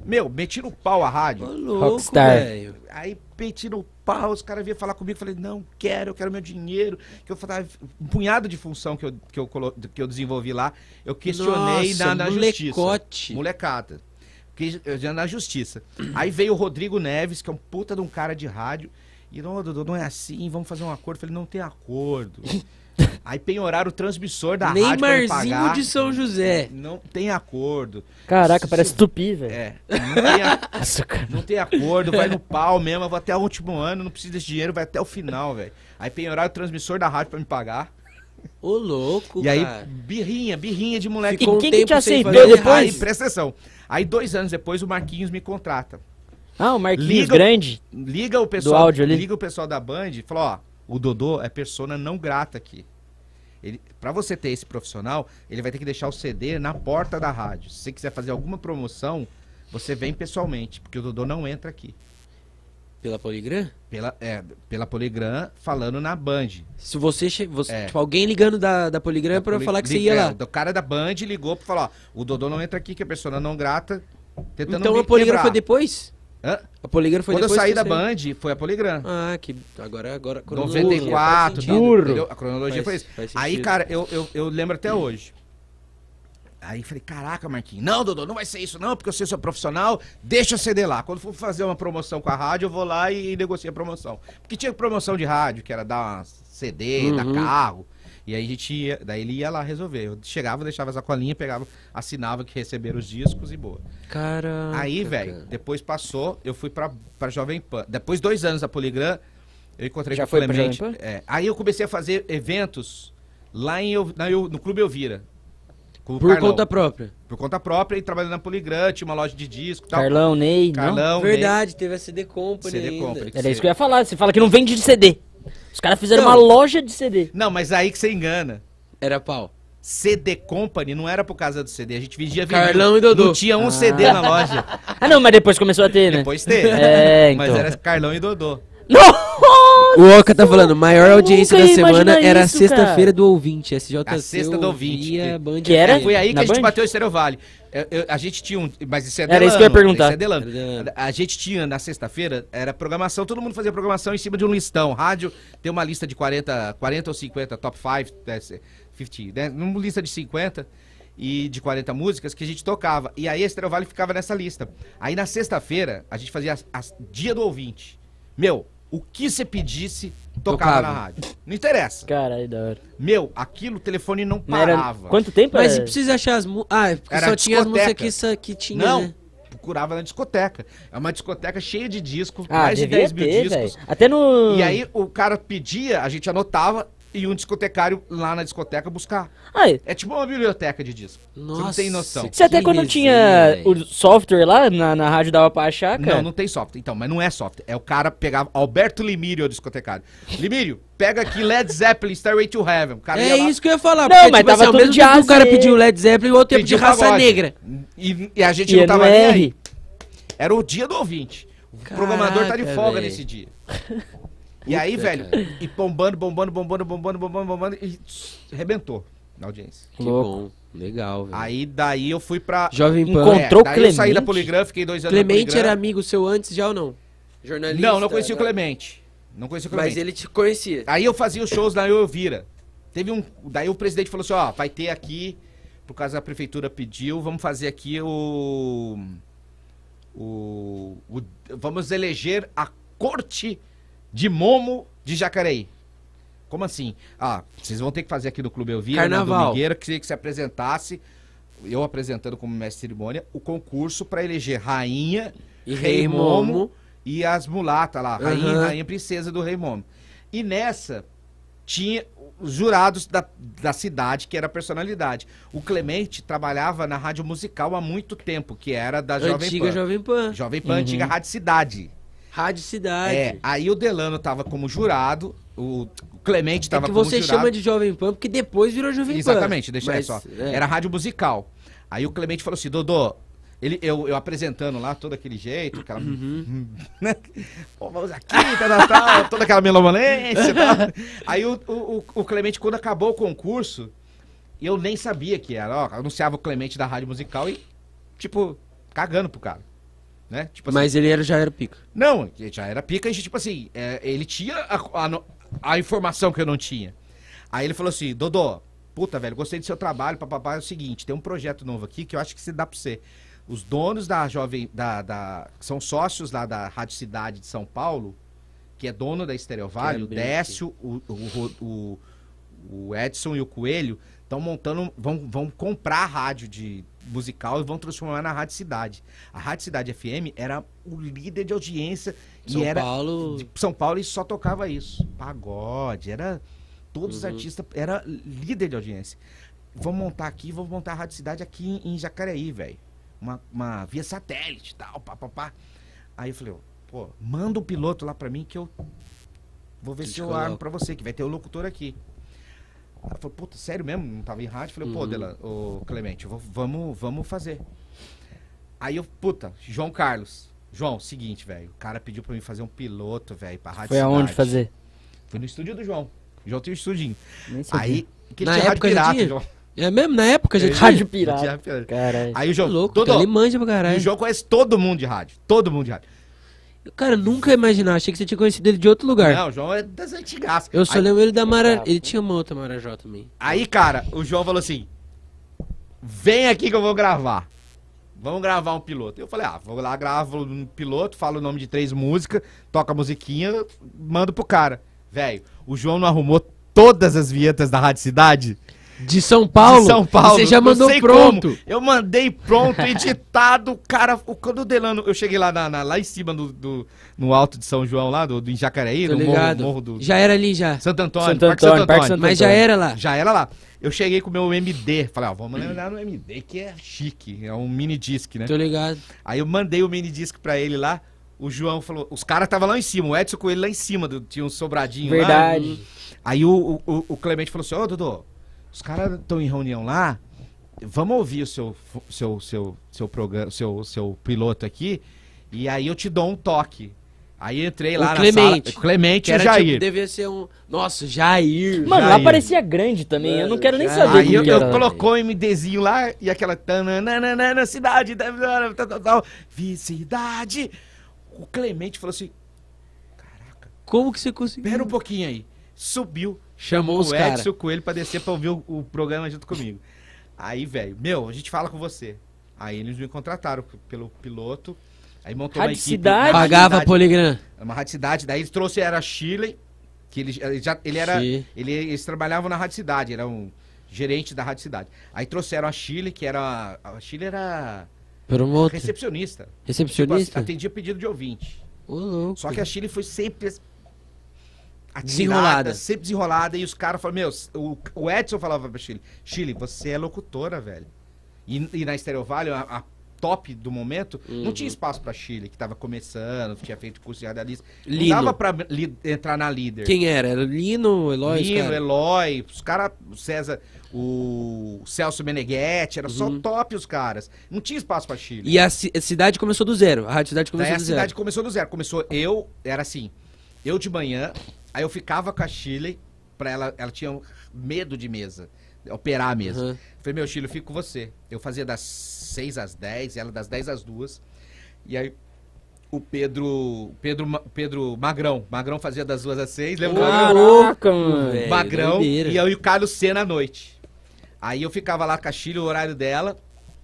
Meu, meti no pau a rádio. Ô, louco, Rockstar. velho. Aí peti no pau, os caras vinham falar comigo, eu falei, não quero, eu quero meu dinheiro. Que eu falava, um punhado de função que eu, que eu, colo- que eu desenvolvi lá, eu questionei Nossa, na, na justiça. molecote. Molecada. Que- eu já Na justiça. Aí veio o Rodrigo Neves, que é um puta de um cara de rádio. E não, Dodô, não é assim, vamos fazer um acordo. Eu falei, não tem acordo. Aí penhoraram o transmissor da rádio pra me Neymarzinho pagar. de São José. Não tem acordo. Caraca, Isso- parece tupi, velho. É, não tem acordo. Nossa, cara. Não tem acordo, vai no pau mesmo, eu vou até o último ano, não preciso desse dinheiro, vai até o final, velho. Aí penhoraram o transmissor da rádio pra me pagar. Ô, louco, e aí, cara. birrinha, birrinha de moleque. E Ficou um quem que te tempo sem aceitou fazer depois? Aí, rádio. presta atenção. Aí, dois anos depois, o Marquinhos me contrata. Ah, o Marquinhos Liga- Grande. Liga o pessoal, áudio ali. liga o pessoal da Band e fala, ó, o Dodô é persona não grata aqui. Ele, pra você ter esse profissional, ele vai ter que deixar o CD na porta da rádio. Se você quiser fazer alguma promoção, você vem pessoalmente, porque o Dodô não entra aqui. Pela Poligram? Pela, é, pela Poligram, falando na Band. Se você, che- você É. tipo, alguém ligando da, da Poligram Da pra Poli- falar que você li- ia é, lá. O cara da Band ligou pra falar, ó, o Dodô não entra aqui, que é persona não grata. Tentando Então me a Poligram quebrar. foi depois? Hã? A Poligram foi Quando eu depois. saí que da você- Band, foi a Poligram. Ah, que agora agora a cronologia faz 94, sentido. burro. entendeu? A cronologia Faz- foi faz isso. Aí, sentido. cara, eu, eu, eu lembro até hoje. Aí falei, caraca, Marquinhos, não, Dodô, não vai ser isso não, porque eu sei seu profissional, deixa eu ceder lá. Quando for fazer uma promoção com a rádio, eu vou lá e, negocio a promoção. Porque tinha promoção de rádio, que era dar uma CD, dar Uhum. carro. E aí a gente ia, daí ele ia lá resolver. Eu chegava, deixava essa colinha, pegava, assinava que receberam os discos e boa. Caraca, Aí, velho, cara. depois passou, eu fui pra, pra Jovem Pan. Depois dois anos da Poligram, eu encontrei Já o foi pra Clemente. Jovem Pan? É, aí eu comecei a fazer eventos lá em, Eu- na Eu- no Clube Elvira. Com o Por Carlão. conta própria. por conta própria, e trabalhando na Poligram, tinha uma loja de disco e tal. Carlão, Ney, não? Tá. Carlão né? Verdade, teve a CD Company CD ainda. Company. Era isso que eu ia falar. Você fala que não vende de CD. Os caras fizeram Não. uma loja de CD. Não, mas aí que você engana. Era pau. CD Company não era por causa do CD, a gente vendia vinil. Carlão e Dodô. Não tinha um Ah. CD na loja. Ah, não, mas depois começou a ter, né? Depois teve. É, então. Mas era Carlão e Dodô. Nossa! O Oca tá falando, maior Eu audiência da nunca ia semana imaginar era a isso, sexta-feira cara. do ouvinte. SJC A sexta do ouvinte, ouvia Band que era? FM. Foi aí que Na a gente Band? bateu o Estéreo Vale. Eu- eu- a gente tinha um. Mas isso é Era isso que eu ia perguntar. Isso é Delano. Era Delano. A, a gente tinha na sexta-feira, era programação, todo mundo fazia programação em cima de um listão. Rádio tem uma lista de 40, 40 ou 50, top 5, 50, né? Uma lista de 50 e de 40 músicas que a gente tocava. E aí a Estéreo Vale ficava nessa lista. Aí na sexta-feira, a gente fazia as- as- dia do ouvinte. Meu, o que você pedisse, tocava, Tocava. na rádio. Não interessa. Caralho, da hora. Meu, aquilo o telefone não Mas era- parava. Quanto tempo Mas era? e precisa achar as músicas. Ah, é porque Era só tinha as músicas discoteca. que, sa- que tinha, Não, né? procurava na discoteca. É uma discoteca cheia de disco, Ah, mais de devia 10 mil ter, velho. discos. Até no... E aí o cara pedia, a gente anotava e um discotecário lá na discoteca buscar. Ai, É tipo uma biblioteca de disco. Nossa. Você não tem noção. se até que quando resenha, tinha velho. o software lá, na, na rádio dava pra achar, cara. Não, não tem software. Então, mas não é software. É o cara pegava. Alberto Limírio é o discotecário. Limírio, pega aqui Led Zeppelin, Stairway to Heaven. O cara ia É lá, isso que eu ia falar. Não, porque, tipo assim, mas tava ao tudo mesmo de tempo que AC. o cara pediu Led Zeppelin, o outro tempo de pedia um raça pagode. negra. E, e a gente E não é no tava nem aí. R. Era o dia do ouvinte. O programador tá de Caraca, folga véi. nesse dia. e aí, Puta, velho, e bombando, bombando, bombando, bombando, bombando, bombando, e tss, arrebentou na audiência. Que Louco. bom. Legal, velho. Aí daí eu fui pra. Jovem Pan. Encontro. Encontrou é, daí eu saí da Clemente? Poligram, fiquei dois anos na Clemente era Poligram. amigo seu antes já ou não? Jornalista. Não, não conheci o né? Clemente. Não conheci o Clemente. Tá. Mas ele te conhecia. Aí eu fazia os shows na Elvira. Teve um. Daí o presidente falou assim: ó, vai ter aqui, por causa da prefeitura pediu, vamos fazer aqui o. O. o- vamos eleger a corte de Momo de Jacareí. Como assim? Ah, vocês vão ter que fazer aqui no Clube Elvira, Carnaval. na Domingueira, queria que se apresentasse, eu apresentando como mestre de cerimônia, o concurso para eleger rainha E Rei Rei Momo. Momo. e as mulatas lá, rainha, Aham. rainha princesa do rei Momo. E nessa tinha os jurados da, da cidade, que era a personalidade. O Clemente trabalhava na rádio musical há muito tempo, que era da Jovem Antiga Pan. Jovem Pan. Jovem Pan, Uhum. antiga Rádio Cidade. Rádio Cidade. É, aí o Delano tava como jurado, o Clemente É tava que como você jurado. chama de Jovem Pan porque depois virou Jovem Pan. Exatamente, deixa Mas, só. é. Era rádio musical. Aí o Clemente falou assim, Dodô, ele, eu, eu apresentando lá, todo aquele jeito, aquela... Uhum. né? Pô, vamos aqui, tal, tal, tal, toda aquela melomanência e tal. Aí o, o, o Clemente, quando acabou o concurso, eu nem sabia que era, ó, anunciava o Clemente da rádio musical e, tipo, cagando pro cara. Né? Tipo assim, Mas ele era, já era pica. não, ele já era pica, e tipo assim, é, ele tinha a, a no- a informação que eu não tinha. Aí ele falou assim, Dodô, puta, velho, gostei do seu trabalho, papapá, é o seguinte, tem um projeto novo aqui que eu acho que se dá pra você. Os donos da Jovem, da, da- que são sócios lá da Rádio Cidade de São Paulo, que é dono da Estereo Vale, o bem aqui. Décio, o, o, Ro- o- o Edson e o Coelho, estão montando, vão, vão comprar a rádio de musical e vão transformar na Rádio Cidade. A Rádio Cidade FM era o líder de audiência São e era Paulo. de São Paulo e só tocava isso. Pagode, era todos os artistas, era líder de audiência. Vamos montar aqui, vamos montar a Rádio Cidade aqui em, em Jacareí, velho. Uma, uma via satélite e tal, pá, pá, pá. Aí eu falei, ó, pô, manda um piloto lá pra mim que eu vou ver Que se te eu coloco. armo pra você, que vai ter o locutor aqui. Ela falou, puta, sério mesmo? Não tava em rádio? Eu Falei, pô, Uhum. Dela, ô, Clemente, eu vou- vamos, vamos fazer. Aí eu, puta, João Carlos. João, seguinte, velho, o cara pediu pra mim fazer um piloto, velho, pra rádio Foi aonde Cidade. fazer? Foi no estúdio do João. O João tem um estudinho. Nem sabia. Aí, que ele Na tinha época já rádio pirata, tinha? João. É mesmo? Na época já Eu- tinha. Rádio Pirata. é. Tinha pirata. Caralho. Aí o João, É. louco, todo, cara, ele manja pra e o caralho. João conhece todo mundo de rádio. Todo mundo de rádio. Cara, nunca ia imaginar. Achei que você tinha conhecido ele de outro lugar. Não, o João é das antigas. Eu só aí, lembro ele da Mara. Exato. né? Ele tinha uma outra Marajó também. aí, cara, o João falou assim: vem aqui que eu vou gravar. Vamos gravar um piloto. Eu falei, ah, vou lá, gravo um piloto, falo o nome de três músicas, toca a musiquinha, mando pro cara. Velho, o João não arrumou todas as vinhetas da Rádio Cidade? De São Paulo? De São Paulo. Você já não mandou sei pronto. como. Eu mandei pronto, editado, o cara. O, quando o Delano. Eu cheguei lá, na- na- lá em cima do, do- no alto de São João, lá do, do em Jacareí, Tô no morro, ligado. morro do. Já era ali já. Santo Antônio, Santo Parque Santo Antônio, Parque Antônio. Santo Mas já Antônio. era lá. Já era lá. Eu cheguei com o meu MD. Falei, ó, vamos mandar no MD, que é chique. É um mini disc, né? Tô ligado. Aí eu mandei o mini disc pra ele lá. O João falou. Os caras estavam lá em cima, o Edson Coelho lá em cima, do- tinha um sobradinho lá. Verdade. Aí o, o, o Clemente falou assim: Ô, Dudu, os caras estão em reunião lá, vamos ouvir o seu, fu- seu, seu, seu, programa, seu, seu piloto aqui, e aí eu te dou um toque. Aí eu entrei O lá na Clemente. sala. Clemente Que e o era Jair. tipo, devia ser um. Nossa, Jair. Mano, Jair. lá parecia grande também. Eu não quero nem Jair. saber. Aí quem eu, Tá que eu era. colocou o MDzinho lá e aquela tananana na cidade, da- da- da- da- da- vi cidade. O Clemente falou assim: Caraca, Como que você conseguiu? pera um pouquinho aí. Subiu, Chamou os o caras. Edson Coelho pra descer pra ouvir o, o programa junto comigo. Aí, velho, meu, a gente fala com você. Aí eles me contrataram p- pelo piloto. Aí montou uma Rádio equipe. Cidade. uma Pagava Rádio Cidade- Poligram. Uma rádio cidade. Daí eles trouxeram a Shirley, que ele, ele já, ele era, Sim. ele, eles trabalhavam na rádio cidade, era um gerente da rádio cidade. Aí trouxeram a Shirley, que era, a Shirley era Promotor. recepcionista. Tipo, um Recepcionista? atendia pedido de ouvinte. Ô, louco. Só que a Chile foi sempre as- atirada, Desenrolada. sempre desenrolada. E os caras falaram, meu, o, o Edson falava pra Chile, Chile, você é locutora, velho. E, e na Stereo Valley, a, a top do momento, não Uhum. tinha espaço pra Chile, que tava começando, tinha feito curso de radialista. Não Lino. dava pra li- entrar na líder. Quem era? Era o Lino, o Eloy, os Lino, cara? Eloy, os caras, o César, o Celso Meneghetti, era só top os caras. Não tinha espaço pra Chile. Uhum. E a, ci- a cidade começou do zero. A Rádio Cidade Daí começou a do cidade zero. começou do zero. Começou eu, era assim, eu de manhã, aí eu ficava com a Chile, pra ela, ela tinha um medo de mesa, operar a mesa. Aham. Falei, meu Chile, eu fico com você. Eu fazia das 6 às 10, ela das 10 às 2. E aí o Pedro, Pedro, Ma- Pedro Magrão, Magrão fazia das 2 às 6, lembra? do Uau, Magrão? Caraca, mano. velho, Magrão É, doideira. e eu e o Carlos Senna à noite. Aí eu ficava lá com a Chile, o horário dela,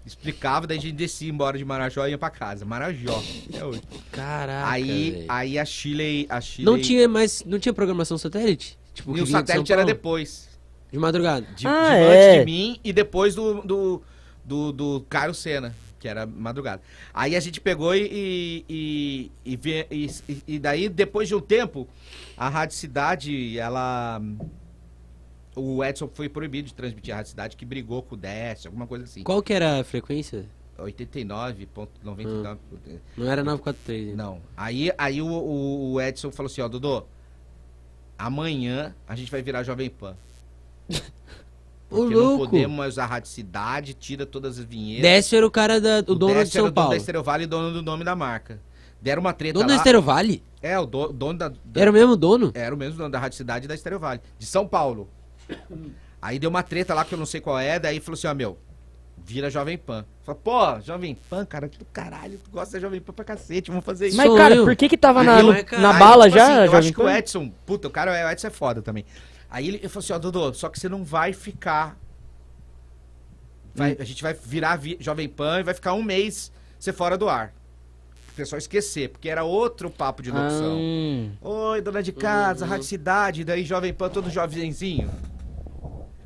explicava, daí a gente descia embora de Marajó e ia pra casa. Marajó, é hoje. Caraca, Aí, Ah, velho. aí a Chile. A Chile Não tinha mais... Não tinha programação satélite? Tipo, que E vinha o de São satélite era Paulo? depois. De madrugada. De, Ah, de é. antes de mim e depois do, do, do, do Caio Senna, que era madrugada. Aí a gente pegou e. E, e, ve- e, e daí, depois de um tempo, a Rádio Cidade, ela. O Edson foi proibido de transmitir a Rádio Cidade, que brigou com o Décio, alguma coisa assim. Qual que era a frequência? 89,99. Não era 943, né? Não. Aí, aí o, o- o Edson falou assim, ó, Dudu, amanhã a gente vai virar Jovem Pan. Ô, Porque não louco! podemos mais usar a Rádio Cidade, tira todas as vinhetas. Décio era o cara da, o, dono Décio de São era o Paulo. dono da Estereo Vale e dono do nome da marca. Deram uma treta dono lá. da Estéreo Vale? É, o do- dono da... da- Era o mesmo dono? era o mesmo dono da Rádio Cidade e da Estereo Vale, de São Paulo. Aí deu uma treta lá que eu não sei qual é, daí falou assim, ó, meu, vira Jovem Pan. Falei, pô, Jovem Pan, cara, que do caralho, tu gosta da Jovem Pan pra cacete, vamos fazer isso. Mas, Sou cara, eu. por que que tava na, Aí eu- no- Mas, cara, na Aí, bala tipo já, assim, eu Jovem acho que o Pan? Edson, puta, o cara, o Edson é foda também. Aí ele ele falou assim, ó, Dudu, só que você não vai ficar. Hum. vai- A gente vai virar vi- Jovem Pan e vai ficar um mês você fora do ar. O pessoal esquecer, porque era outro papo de locução. Ah, Oi, dona de casa, Rádio Cidade, daí Jovem Pan, todo jovenzinho.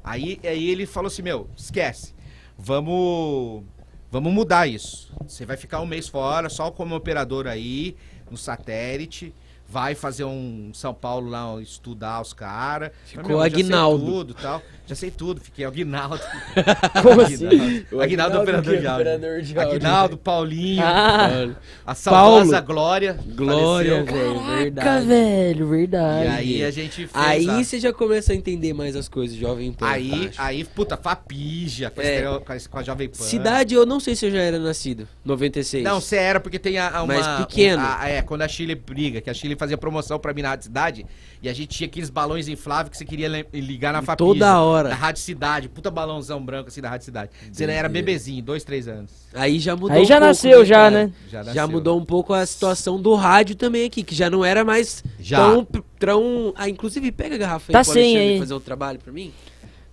Aí, aí ele falou assim, meu, esquece. Vamos. Vamos mudar isso. Você vai ficar um mês fora, só como operador aí, no satélite. vai fazer um São Paulo lá estudar os caras. Ficou Meu, eu Aguinaldo. Já sei tudo e tal. Já sei tudo, fiquei Aguinaldo. Como assim? Aguinaldo, Aguinaldo operador de áudio. Aguinaldo, Paulinho, Ah, a saudosa Paulo. Glória. Glória, faleceu. velho, caraca, verdade. velho, E verdade. aí a gente fez. Aí a- você já começa a entender mais as coisas, Jovem Pan. tá, Aí, acho. aí, puta, Fapija, com, a É. estereo- com a, com a Jovem Pan. Cidade, eu não sei se eu já era nascido. 96. Não, você era porque tem a, a uma. Mas pequeno. um- a- é, quando a Chile briga, que a Chile fazia promoção pra mim na Rádio Cidade, e a gente tinha aqueles balões infláveis que você queria le- ligar na Fapija. Toda Da hora. Rádio Cidade, puta balãozão branco assim da Rádio Cidade. Você era Doideira. bebezinho, dois, três anos. Aí já mudou Aí um já pouco, nasceu, né, já, cara? né? Já, Já nasceu. mudou um pouco a situação do rádio também aqui, que já não era mais Já. tão. tão... Ah, inclusive, pega a garrafa Tá pro sem Alexandre aí. fazer um trabalho pra mim.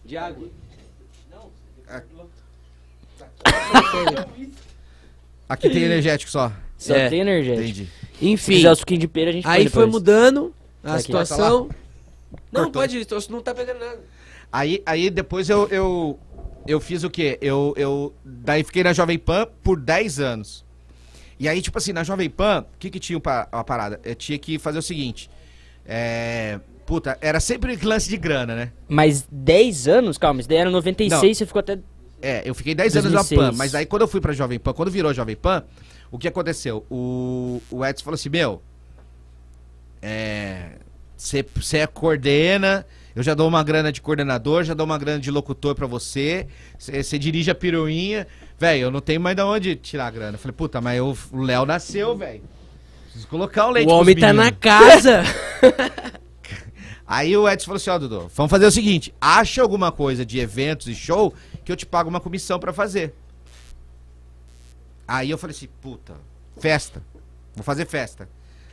De água. Aqui tem energético só. Só É, tem energético. Entendi. Se Enfim, quiser o suquinho de pera, a gente aí põe foi depois. mudando a Tá aqui. situação. Não, Cortou. pode, isso não tá pegando nada. Aí, aí depois eu, eu, eu fiz o quê? Eu, eu, daí fiquei na Jovem Pan por 10 anos. E aí, tipo assim, na Jovem Pan, o que que tinha pa- a parada? Eu tinha que fazer o seguinte. É, puta, era sempre lance de grana, né? Mas 10 anos? Calma, isso daí era 96, Não. você ficou até... É, eu fiquei 10 anos na 2006. Pan, mas aí quando eu fui pra Jovem Pan, quando virou Jovem Pan, o que aconteceu? O, o Edson falou assim, meu, é, você coordena, eu já dou uma grana de coordenador, já dou uma grana de locutor pra você, você dirige a piruinha, velho, eu não tenho mais de onde tirar a grana. Eu falei, puta, mas eu- o Léo nasceu, velho. Preciso colocar um leite O pros homem tá meninos." na casa. Aí o Edson falou assim, ó, Dudu, vamos fazer o seguinte, acha alguma coisa de eventos e show que eu te pago uma comissão pra fazer. Aí eu falei assim, puta, festa, vou fazer festa.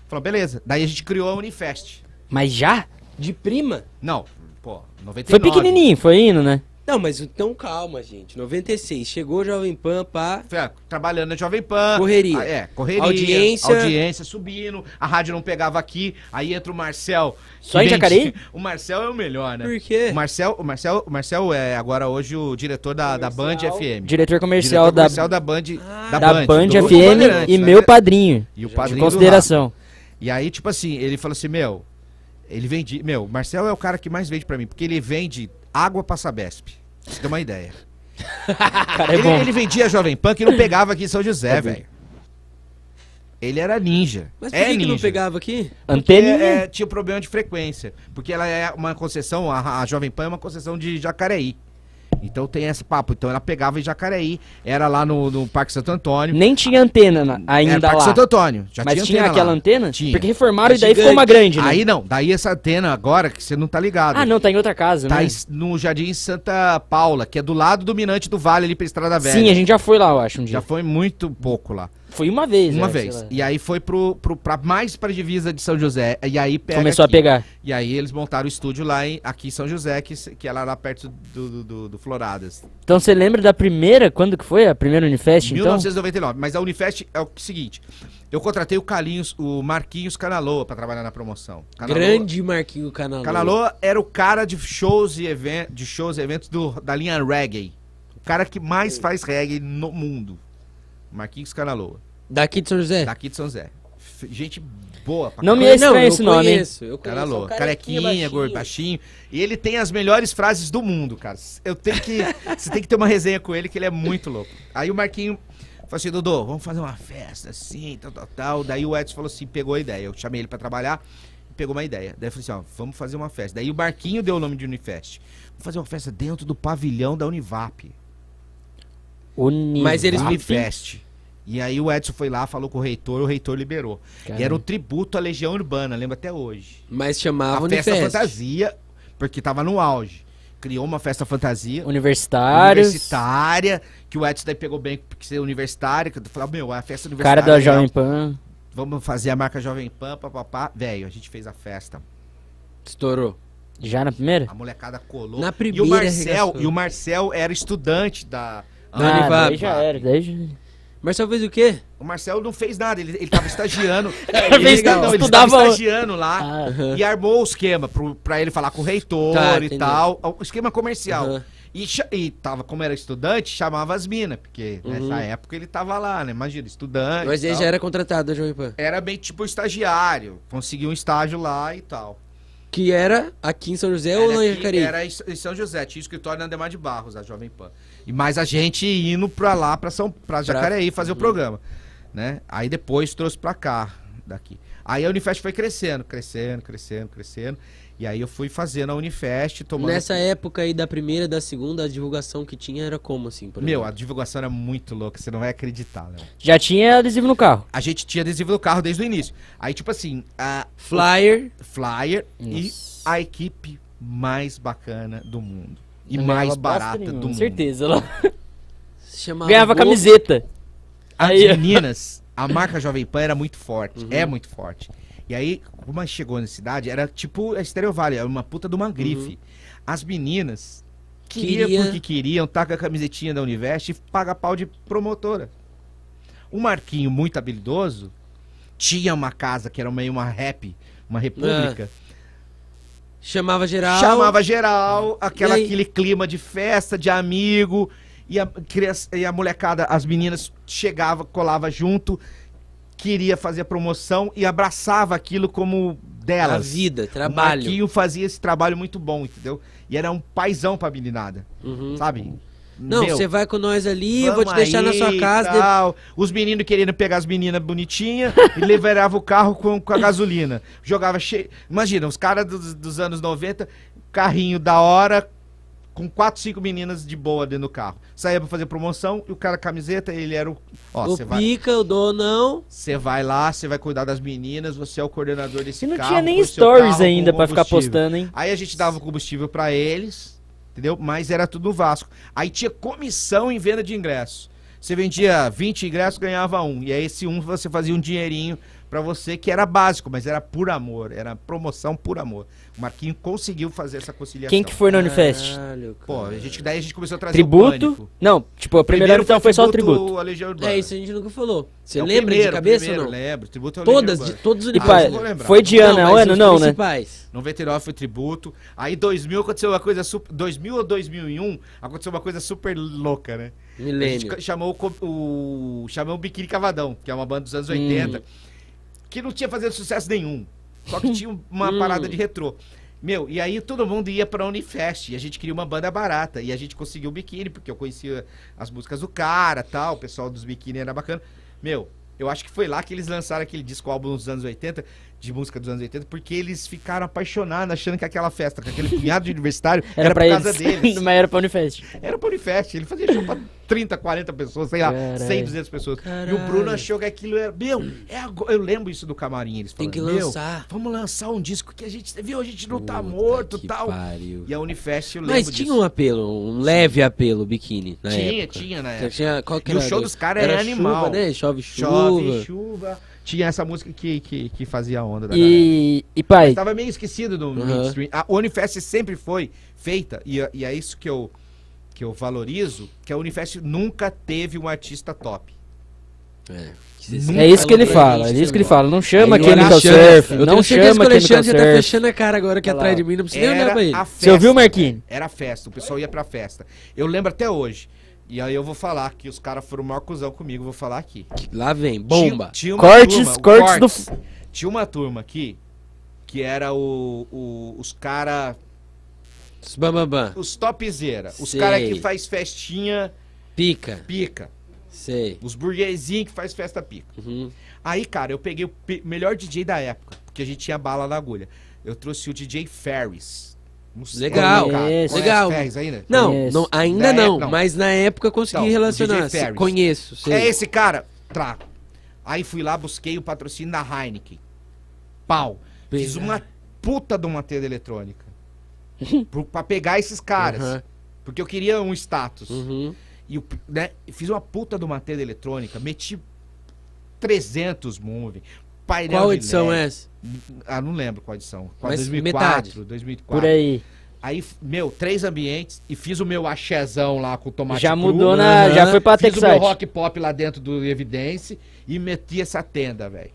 Falou, beleza. Daí a gente criou a Unifest. Mas já? De prima? Não, pô, 99. Foi pequenininho, foi indo, né? Não, mas então calma, gente. 96, chegou o Jovem Pan, pá. Foi, ó, trabalhando na Jovem Pan. Correria. Ah, É, correria. Audiência. Audiência subindo, a rádio não pegava aqui, aí entra o Marcel. Só em que vende- Jacareí? O Marcel é o melhor, né? Por quê? O Marcel, o Marcel, o Marcel é agora hoje o diretor da, da Band Comercial. FM. Diretor comercial, Diretor comercial da, da Band, Ah, da, Band, Band do Grupo FM Bandeirantes, e né? meu padrinho, E o de padrinho do consideração. lado. E aí, tipo assim, ele falou assim, meu, ele vende, meu, o Marcel é o cara que mais vende pra mim, porque ele vende água pra Sabesp. Pra Você tem uma ideia. Cara, é ele, bom. É ele vendia Jovem Pan que não pegava aqui em São José, velho. Ele era ninja. Mas por é que, que ninja. não pegava aqui? Porque, Antena. é, tinha problema de frequência. Porque ela é uma concessão, a, a Jovem Pan é uma concessão de Jacareí. Então tem esse papo. Então ela pegava em Jacareí, era lá no, no Parque Santo Antônio. Nem tinha antena na- era ainda É, Parque lá. Santo Antônio. tá- Já Mas tinha antena aquela lá. antena? Tinha. Porque reformaram É e daí ficou uma grande, né? Aí não, daí essa antena agora que você não tá ligado. Ah, não, tá em outra casa, Tá né? em- no Jardim Santa Paula, que é do lado do Mirante do Vale, ali pra Estrada Velha. Sim, a gente já foi lá, eu acho, um dia. Já foi muito pouco lá. Foi uma vez, Uma é, sei vez. lá. E aí foi pro, pro, pra mais pra divisa de São José. E aí pega Começou aqui. a pegar. E aí eles montaram o estúdio lá em, aqui em São José, que, se- que é lá, lá perto do, do, do, do Floradas. Então você lembra da primeira, quando que foi? A primeira Unifest, então? 1999. Mas a Unifest é o que- seguinte. Eu contratei o Calinhos, o Marquinhos Canaloa pra trabalhar na promoção. Canaloa- Grande Marquinho Canalô. Canaloa era o cara de shows e, even, de shows e eventos do, da linha reggae. O cara que mais faz reggae no mundo. Marquinhos Canaloa. Daqui de São José? Daqui de São José. F- gente boa pra Não me caralho. é estranho esse nome, hein? Conheço, eu conheço, Cara é um louco, carequinha, carequinha, gordo, baixinho. baixinho. E ele tem as melhores frases do mundo, cara. Eu tenho que. você tem que ter uma resenha com ele, que ele é muito louco. Aí o Marquinho falou assim: Dodô, vamos fazer uma festa assim, tal, tal, tal. Daí o Edson falou assim: pegou a ideia. Eu chamei ele pra trabalhar, pegou uma ideia. Daí eu falei assim: ó, vamos fazer uma festa. Daí o Marquinho deu o nome de Unifest. Vamos fazer uma festa dentro do pavilhão da Univap. Uni- Mas eles- Unifest. E aí o Edson foi lá, falou com o reitor, o reitor liberou. Caramba. E era um tributo à Legião Urbana, lembro até hoje. Mas A chamava festa Unifest. fantasia, porque tava no auge. Criou uma festa fantasia universitários. universitária, que o Edson daí pegou bem porque ser universitária, que eu falava, meu, é a festa Cara universitária. da legal. Jovem Pan. Vamos fazer a marca Jovem Pan, papapá. Velho, a gente fez a festa. Estourou. Já na primeira? A molecada colou. Na e primeira o Marcel, arregaçou. e o Marcel era estudante da Da Ah, Univap. daí já era, daí já... Mas só fez o quê? Ah, O Marcel não fez nada, ele, ele tava estagiando. Ele estava estudava- estagiando lá. Ah, E armou o esquema pro, pra ele falar com o reitor Tá, e entendi. tal. O esquema comercial. Aham. E, cha- e tava, como era estudante, chamava as minas, porque Uhum. nessa época ele tava lá, né? Imagina, estudante. Mas e ele tal. já era contratado né, da Jovem Pan. Era bem tipo estagiário, conseguiu um estágio lá e tal. Que era aqui em São José ou Era lá em aqui- Jacareí? Era em S- em São José, tinha escritório na Andemar de Barros, a Jovem Pan. E mais a gente indo pra lá, pra, São, pra Jacareí Uhum. fazer o programa, né? Aí depois trouxe pra cá, daqui. Aí a Unifest foi crescendo, crescendo, crescendo, crescendo. E aí eu fui fazendo a Unifest, tomando... Nessa época aí da primeira, da segunda, a divulgação que tinha era como, assim, por Meu, a exemplo? divulgação era muito louca, você não vai acreditar, Léo. Já tinha adesivo no carro. A gente tinha adesivo no carro desde o início. Aí, tipo assim, a Flyer. Flyer e Nossa. a equipe mais bacana do mundo. E Não mais ganhava bosta barata nenhuma, do mundo. Certeza. Ela se chamava ganhava Globo. camiseta. As Aí- meninas, a marca Jovem Pan era muito forte, é muito forte. E aí, como a gente chegou na cidade, era tipo a Stereo Valley, era uma puta de uma grife. As meninas queriam Queria. porque queriam, tá com a camisetinha da Univest e paga pau de promotora. O Marquinho, muito habilidoso, tinha uma casa que era meio uma rap, uma república. Chamava geral. Chamava geral, aquela, E aí? aquele clima de festa, de amigo. E a, criança- e a molecada, as meninas chegava, colava junto, queria fazer a promoção e abraçava aquilo como a delas. vida, O trabalho. Marquinho fazia esse trabalho muito bom, entendeu? E era um paizão pra meninada, Uhum. sabe? Não, um Meu, você vai com nós ali, eu vou te vamos deixar na aí tá. sua e casa. de- tal. Os meninos querendo pegar as meninas bonitinhas e levarava o carro com, com a gasolina. Jogava cheio. Imagina, os caras dos, dos anos 90, carrinho da hora, com quatro, cinco meninas de boa dentro do carro. Saía pra fazer promoção e o cara camiseta, ele era o. Ó, o você vai. pica, o donão. Você vai lá, você vai cuidar das meninas, você é o coordenador desse E não carro. tinha nem com seu carro, stories com ainda pra ficar combustível. postando, hein? Aí a gente dava o combustível pra eles, entendeu? Mas era tudo no Vasco. Aí tinha comissão em venda de ingresso. Você vendia 20 ingressos, ganhava um. E aí esse um você fazia um dinheirinho pra você, que era básico, mas era por amor. Era promoção por amor. O Marquinho conseguiu fazer essa conciliação. Quem que foi na Unifest? Caralho, cara. Pô, a gente, daí a gente começou a trazer o Tributo? é um pânico. Não, tipo, a primeira então foi só o tributo. à Legião Urbana. É, isso a gente nunca falou. Você É o lembra primeiro, de cabeça primeiro, ou não? Lembro, tributo ao Todas, Legião de Urbana. todos os Ah, uniformes. eu vou lembrar. Foi de ano, é mas ano, os não, né? principais. 99 foi tributo. Aí 2000 aconteceu uma coisa super 2000 ou 2001 aconteceu uma coisa super louca, né? A Milênio. gente chamou o co- o, chamou o Biquíni Cavadão, que é uma banda dos anos 80, que não tinha fazendo sucesso nenhum. Só que tinha uma Hum. parada de retrô. Meu, e aí todo mundo ia pra Unifest e a gente queria uma banda barata. E a gente conseguiu o biquíni, porque eu conhecia as músicas do cara tal, o pessoal dos biquíni era bacana. Meu, eu acho que foi lá que eles lançaram aquele disco álbum dos anos 80, de música dos anos 80, porque eles ficaram apaixonados, achando que aquela festa, com aquele punhado de universitário, era, Era por pra causa deles. É eles. Mas era pra Unifest. Era pra Unifest, ele fazia show pra 30, 40 pessoas, sei lá, Caralho. 100, 200 pessoas. E o Caralho. Bruno achou que aquilo era. Meu, é agora. Eu lembro isso do camarim, eles Tem falaram. que "Meu, lançar. Vamos lançar um disco que a gente. Viu, a gente não tá Puta morto que e tal. pariu. E a Unifest, eu lembro. Mas tinha disso. um apelo, um leve apelo biquíni na Tinha, época. tinha, né? Então tinha- qual que E o era show do- dos caras era animal. Chuva, né? Chove chuva. Chove, chuva. Tinha essa música que, que, que fazia a onda da galera. E, e pai, Tava meio esquecido do Uhum. mainstream. A Unifest sempre foi feita, e, é- e é isso que eu, que eu valorizo, que a Unifest nunca teve um artista top. É, é isso que Falou ele pra fala, é gente, isso que ele né? fala. Não chama Aí o Chemical Alexandre- Surf, Eu não tenho certeza que o chama Chemical Alexandre já tá Surf. fechando a cara agora aqui Olha lá, atrás de mim, não precisa nem olhar Era pra ele. a Você ouviu, festa, é, Marquinhos? Era festa, o pessoal ia pra festa. Eu lembro até hoje. E aí eu vou falar que os caras foram o maior cuzão comigo, vou falar aqui. Lá vem, bomba. Tinha, tinha uma Cortes, turma, cortes do... cortes. Tinha uma turma aqui, que era o, o- os caras, Os Bambambam. os topzera, os Sei. caras que faz festinha Pica. pica, Sei. os burguesinhos que faz festa pica. Uhum. Aí, cara, eu peguei o pe- melhor DJ da época, porque a gente tinha bala na agulha. Eu trouxe o DJ Ferris. Não sei Legal, o nome, é, cara. Esse. Conhece legal. Ferris ainda? Não, Conheço. não, ainda Na não, época, Né? não. mas na época eu consegui Então, o relacionar. DJ Ferris. Conheço, sei. É esse cara? Trago. Aí fui lá, busquei o patrocínio da Heineken. Pau. Fiz Pegar. uma puta de uma tenda eletrônica. pro, pra pegar esses caras. Aham. Porque eu queria um status. Uhum. E o- né, fiz uma puta de uma tenda eletrônica. Meti 300 moving. Painel Qual de edição LED. é essa? Ah, não lembro qual edição. Qual Mas 2004, metade. 2004. Por aí. Aí, f- meu, três ambientes e fiz o meu axézão lá com o tomate Já cru. mudou na... Aham. Já foi pra Fiz o meu Texas. rock pop lá dentro do Evidence e meti essa tenda, velho.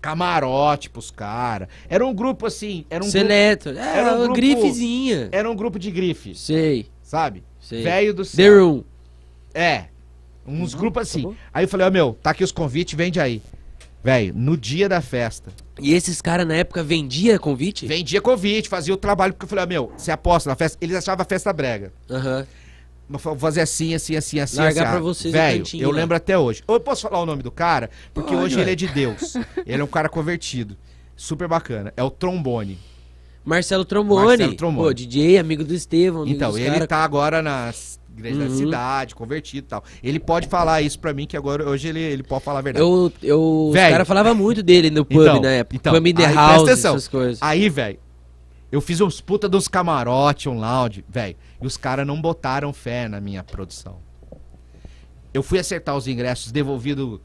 Camarote pros caras. Era um grupo assim, era um grupo, Seleto. É, era uma um grupo- grifezinha. era um grupo de grifes, Sei. sabe? Sei. Velho do The céu. Room. É. Uns grupos assim. Uhum, bom. Aí eu falei, ó, meu, tá aqui os convites, vende aí. Velho, no dia da festa. E esses caras na época vendia convite? Vendia convite, fazia o trabalho, porque eu falei, ó, meu, você aposta na festa? Eles achavam a festa brega. Aham. Mas fa- fazer assim, assim, assim, assim. Largar assim, pra ah, vocês o Velho, cantinho eu lá. lembro até hoje. Eu posso falar o nome do cara, porque Pode, hoje ué. ele é de Deus. ele é um cara convertido. Super bacana. É o Trombone. Marcelo Trombone. Marcelo Trombone. Pô, DJ, amigo do Estevão. amigo Então, dos ele cara. tá agora na s- igreja da Uhum. cidade, convertido e tal. Ele pode falar isso pra mim, que agora hoje ele, ele pode falar a verdade. Eu, eu, os Velho. caras falavam muito dele no pub Então, na época. então, pub in the aí house, presta atenção. essas coisas. Aí, velho, eu fiz uns puta dos camarote, um lounge, velho. E os caras não botaram fé na minha produção. Eu fui acertar os ingressos, devolvido.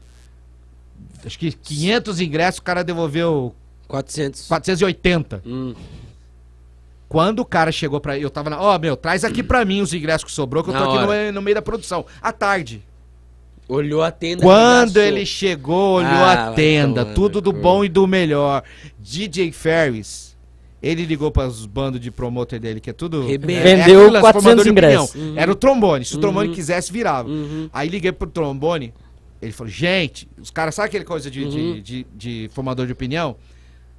Acho que 500 ingressos, o cara devolveu 400. 480. Hum. Quando o cara chegou pra. Eu tava na. Ó, meu, traz aqui pra mim os ingressos que sobrou, que eu Na tô aqui hora. no, no meio da produção. À tarde. Olhou a tenda. Quando abraçou. ele chegou, olhou Ah, a vai tenda, tomar tudo no do cu. bom e do melhor. DJ Ferris, ele ligou para os bandos de promotor dele, que é tudo. Rebenta. é- é Vendeu aquilo, é 400 formador de opinião. ingressos. Uhum. Era o trombone. Se o trombone Uhum. quisesse, virava. Uhum. Aí liguei pro trombone, ele falou: gente, os caras, sabe aquele coisa de, de- Uhum. de- de formador de opinião?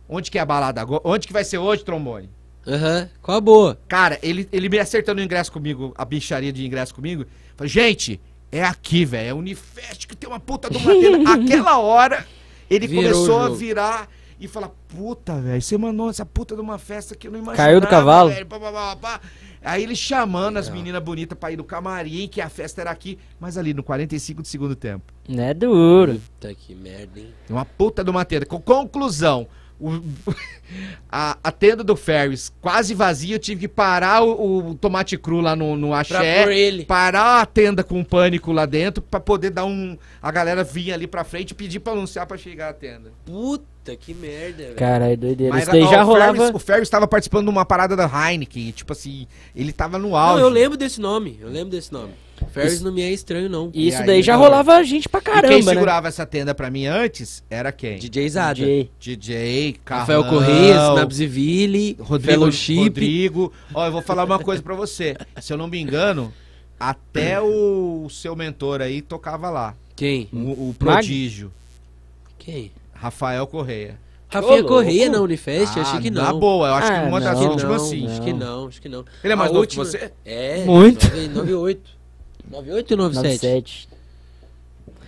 Onde que é a balada agora? Onde que vai ser hoje, trombone? Aham. Qual a boa? Cara, ele, ele me acertando o ingresso comigo, a bicharia de ingresso comigo. Falei, gente, é aqui, velho. É Unifest que tem uma puta de uma tenda. Aquela hora, ele Virou o começou a jogo. virar e falar: puta, velho, você mandou essa puta de uma festa que eu não imaginava. Caiu do cavalo. velho, pá, pá, pá, pá. Aí ele chamando as meninas bonitas pra ir do camarim, que a festa era aqui, mas ali no 45 do segundo tempo. Não é duro. Puta Tá que merda, hein? Uma puta de uma tenda. Com conclusão. o- a, a tenda do Ferris quase vazia, eu tive que parar o, o tomate cru lá no, no Pra axé, pôr ele. parar a tenda com o pânico lá dentro, pra poder dar um. A galera vinha ali pra frente e pedir pra anunciar pra chegar a tenda. Puta que merda, velho. Caralho, é doideira. Isso a- daí ó, já o Ferris- rolava. o Ferris tava participando de uma parada da Heineken, e, tipo assim, ele tava no Não, auge. eu lembro desse nome. Eu lembro desse nome. Ferris não me é estranho, não. E então, Isso aí, daí já não. rolava gente pra E quem caramba, né? segurava essa tenda pra mim antes era quem? DJ Zada. DJ. DJ, Carlão, Rafael né? Correia, Snabsville, Rodrigo, Fellowship. Rodrigo. Ó, eu vou falar uma coisa pra você. Se eu não me engano, até o, seu mentor aí tocava lá. Quem? O, o prodígio, Quem? Rafael Correia. Rafael louco. Correia na Unifest? achei que Na não. boa, eu acho Ah, que uma das não, não, últimas sim. acho que não, acho que não. Ele é mais A novo última- que você? É. Muito. 9- 98. 98 ou 97? 97.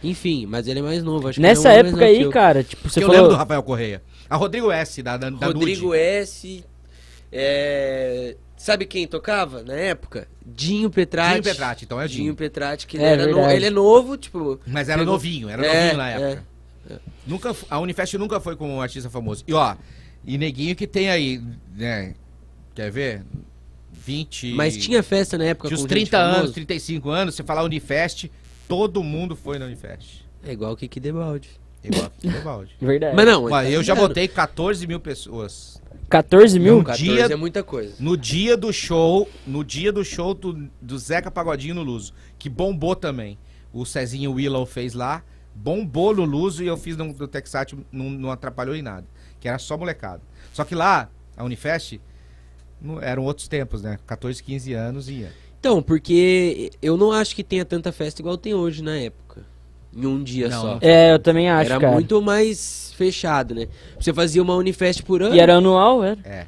Enfim, mas ele é mais novo, acho que ele é Nessa um ano mais época novo que aí, eu. cara, tipo, você eu lembro do falou. Rafael Correia. A Rodrigo S, da, da, da Rodrigo Nude. S. é, Sabe quem tocava na época? Dinho Petrati. Dinho Petrati, então é Dinho. Dinho Petrati, que ele, É, era no- verdade. ele é novo, tipo. Mas era Pegou- novinho, era É, novinho na é. época. Nunca, f- a Unifest nunca foi com um artista famoso. E ó, e neguinho que tem aí, né? Quer ver? 20. Mas tinha festa na época De uns com 30 gente anos, famosa? 35 anos, você falar Unifest, todo mundo foi na Unifest. É igual o Kiki Debaldi. Igual aqui no balde. Verdade. Mas não, Ué, ele tá eu já ligado. botei 14 mil pessoas. 14 mil? Não, um 14 dia- é muita coisa. No dia do show, no dia do show do, do Zeca Pagodinho no Luso, que bombou também. O Cezinho Willow fez lá, bombou no Luso e eu fiz no, no Texat, não, não atrapalhou em nada. Que era só molecada. Só que lá, a Unifest, não- eram outros tempos, né? 14, 15 anos ia. Então, porque eu não acho que tenha tanta festa igual tem hoje na época. Em um dia Não, só. não. É, eu também acho, Era cara. muito mais fechado, né? Você fazia uma Unifest por ano. E era anual, era. É.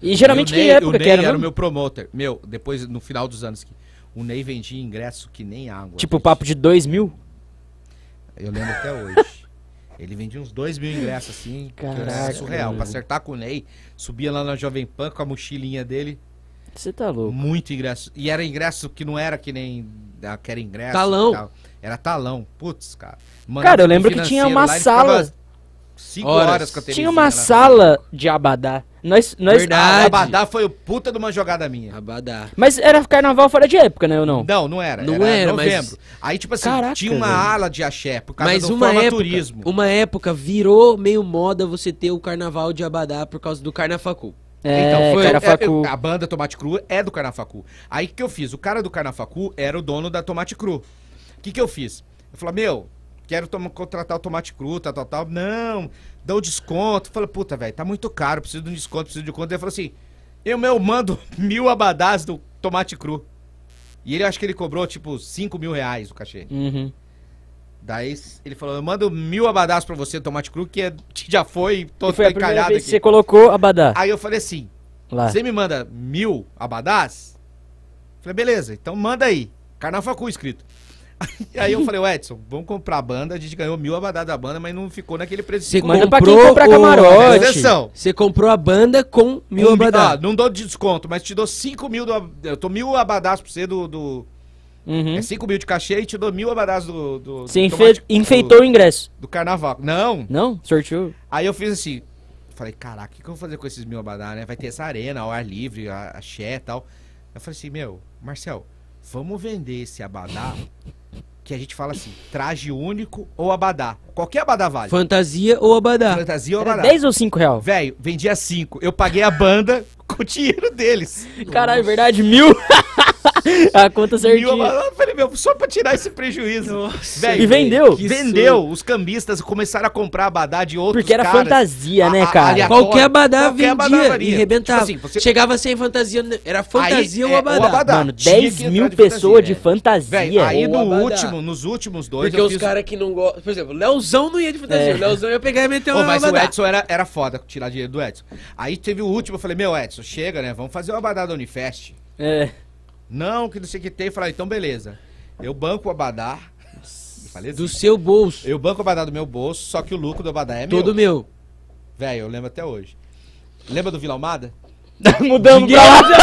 E geralmente E o que Ney- época o que Ney era, era o mesmo? meu promoter. Meu, depois, no final dos anos, que o Ney vendia ingresso que nem água. Tipo, gente. papo de 2 mil? Eu lembro até hoje. Ele vendia uns dois mil ingressos, assim. que era Caraca, surreal. mano. Pra acertar com o Ney, subia lá na Jovem Pan com a mochilinha dele. Você tá louco. Muito ingresso. E era ingresso que não era que nem aquele ingresso. Talão. e tal. Era talão. Putz, cara. Cara, eu pro lembro que tinha financeiro uma ele ficava sala. Cinco Horas. horas, com a Tinha Terezinha uma lá. sala de abadá. Nós, nós, Verdade. A Abadá foi o puta de uma jogada minha. Abadá. Mas era carnaval fora de época, né, ou não? Não, não era. Não era, mas- novembro. Aí, tipo assim, Caraca, tinha uma velho. ala de axé por causa Mas do uma época, formaturismo. uma época virou meio moda você ter o carnaval de Abadá por causa do Carnafacu. É, então, foi, cara, é, facu. eu- a banda Tomate Cru é do Carnafacu. Aí o que eu fiz? O cara do Carnafacu era o dono da Tomate Cru. O que, que eu fiz? Eu falei, meu, quero toma- contratar o Tomate Cru, tal, tal, tal. Não, dá um desconto. Eu falei, puta, velho, tá muito caro, preciso de um desconto, preciso de um desconto. Ele falou assim, eu, meu, mando mil abadás do Tomate Cru. E ele acho que ele cobrou, tipo, 5 mil reais o cachê. Uhum. Daí s- ele falou: eu mando mil abadás pra você do tomate cru, que, é, que já foi, tô E foi a primeira encalhado vez aqui. que você Ah. colocou Abadá Aí eu falei assim: lá. você me manda mil abadás? Falei, beleza, então manda aí. Carnal Facu escrito. E aí eu falei, "Ô, Edson, vamos comprar a banda. A gente ganhou mil abadás da banda, mas não ficou naquele preço. Você Manda pra quem comprou comprar o- camarote. Exceção. Você comprou a banda com mil Um- abadá. ah, não dou desconto, mas te dou 5 mil. Do, ab- eu tô mil abadás pra você do. do Uhum. É 5 mil de cachê e te dou mil abadás do. do Você do enfe- tomate- enfeitou o ingresso. Do, do carnaval. Não! Não? Sorteou? Aí eu fiz assim. Falei, caraca, o que, que eu vou fazer com esses mil abadás, né? Vai ter essa arena, ao ar livre, a, a xé e tal. Eu falei assim, meu, Marcel, vamos vender esse abadá que a gente fala assim, traje único ou abadá. Qualquer abadá vale. Fantasia ou abadá. Fantasia ou Era abadá. 10 ou 5 real? Velho, vendia cinco. Eu paguei a banda com o dinheiro deles. Caralho, verdade, mil. a conta Mil certinha. abadá. Eu falei, meu, só pra tirar esse prejuízo. Nossa, Velho, E vendeu. que Vendeu. Os cambistas começaram a comprar abadá de outros Porque era caras. fantasia, A- né, a- cara? aliás- Qualquer abadá Qualquer abadá vendia e varia. arrebentava. Tipo assim, você- Chegava sem fantasia, né? era fantasia Aí, ou é, abadá. o abadá. Mano, Tinha que 10 entrar mil de pessoas de fantasia, fantasia. Véi, aí Ou no abadá. último, nos últimos dois Porque os fiz- caras que não gostam... Por exemplo, o Leozão não ia de fantasia. É. O Leozão ia pegar e meter Ô, uma mas o abadá. Edson era, era foda tirar dinheiro do Edson. Aí teve o último, eu falei, meu Edson, chega, né? Vamos fazer o abadá da Unifest. É. Não, que não sei o que tem. Eu falei, então beleza. Eu banco o abadá. Eu Falei assim, Do seu bolso. Eu banco o abadá do meu bolso, só que o lucro do abadá é Todo meu. meu. Velho, eu lembro até hoje. Lembra do Vila Almada? Mudamos pra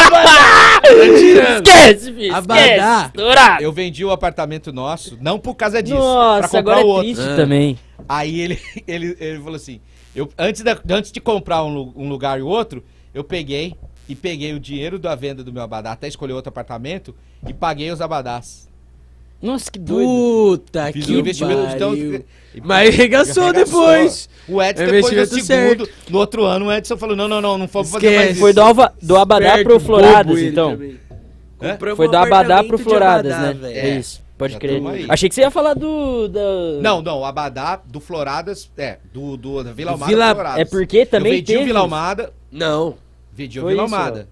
lá. esquece, filho. Abadá. Esquece. Estourado. Eu vendi o apartamento nosso, não por causa disso, pra Nossa, comprar agora o é outro. triste Ah. também. Aí ele, ele, ele falou assim: eu, antes, da- antes de comprar um, lu- um lugar e o outro, eu peguei e peguei o dinheiro da venda do meu abadá, até escolher outro apartamento, e paguei os abadás. Nossa, que doido. Puta Fiz que um investimento de tão- pariu. e- Mas arregaçou depois. O Edson, É depois no investimento segundo, no outro ano, o Edson falou: não, não, não, não foi fazer Esquece. mais isso. Foi do, Alva, do Abadá Esperto, pro Floradas, bobo ele então. também. Compramos Foi um do Abadá pro apartamento de Floradas, Abadá, né? velho. É É. isso. Pode Já crer. tamo aí. Achei que você ia falar do. do- Não, não, o abadá do Floradas, é, do, do da Vila Almada Vila- pro Floradas. É porque eu também vendi o teve. Vila Almada, Não. vendi o Foi Vila isso, Almada.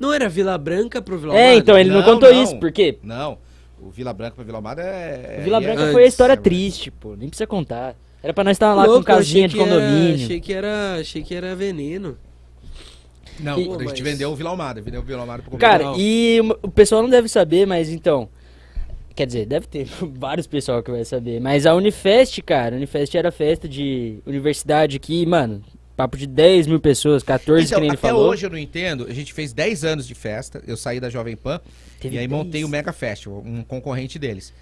Não era Vila Branca pro Vila É, Almada? então, ele não, Não, contou não. isso, porque Não, o Vila Branca pra Vila Almada é... Vila é- Branca antes, foi a história é, mas- triste, pô. Nem precisa contar. Era pra nós estar lá Louco, com casinha eu achei de que era- condomínio. achei que era, achei que era veneno. Não, E- a gente Mas- vendeu o Vila Almada, vendeu o Vila Almada pro Cara, Não. e uma- o pessoal não deve saber, mas então. Quer dizer, deve ter vários pessoal que vai saber. Mas a Unifest, cara, a Unifest era festa de universidade que, mano, papo de 10 mil pessoas, 14 Então, que nem ele até falou. hoje eu não entendo. A gente fez 10 anos de festa, eu saí da Jovem Pan Teve e aí 10. montei o Mega Festival, um concorrente deles.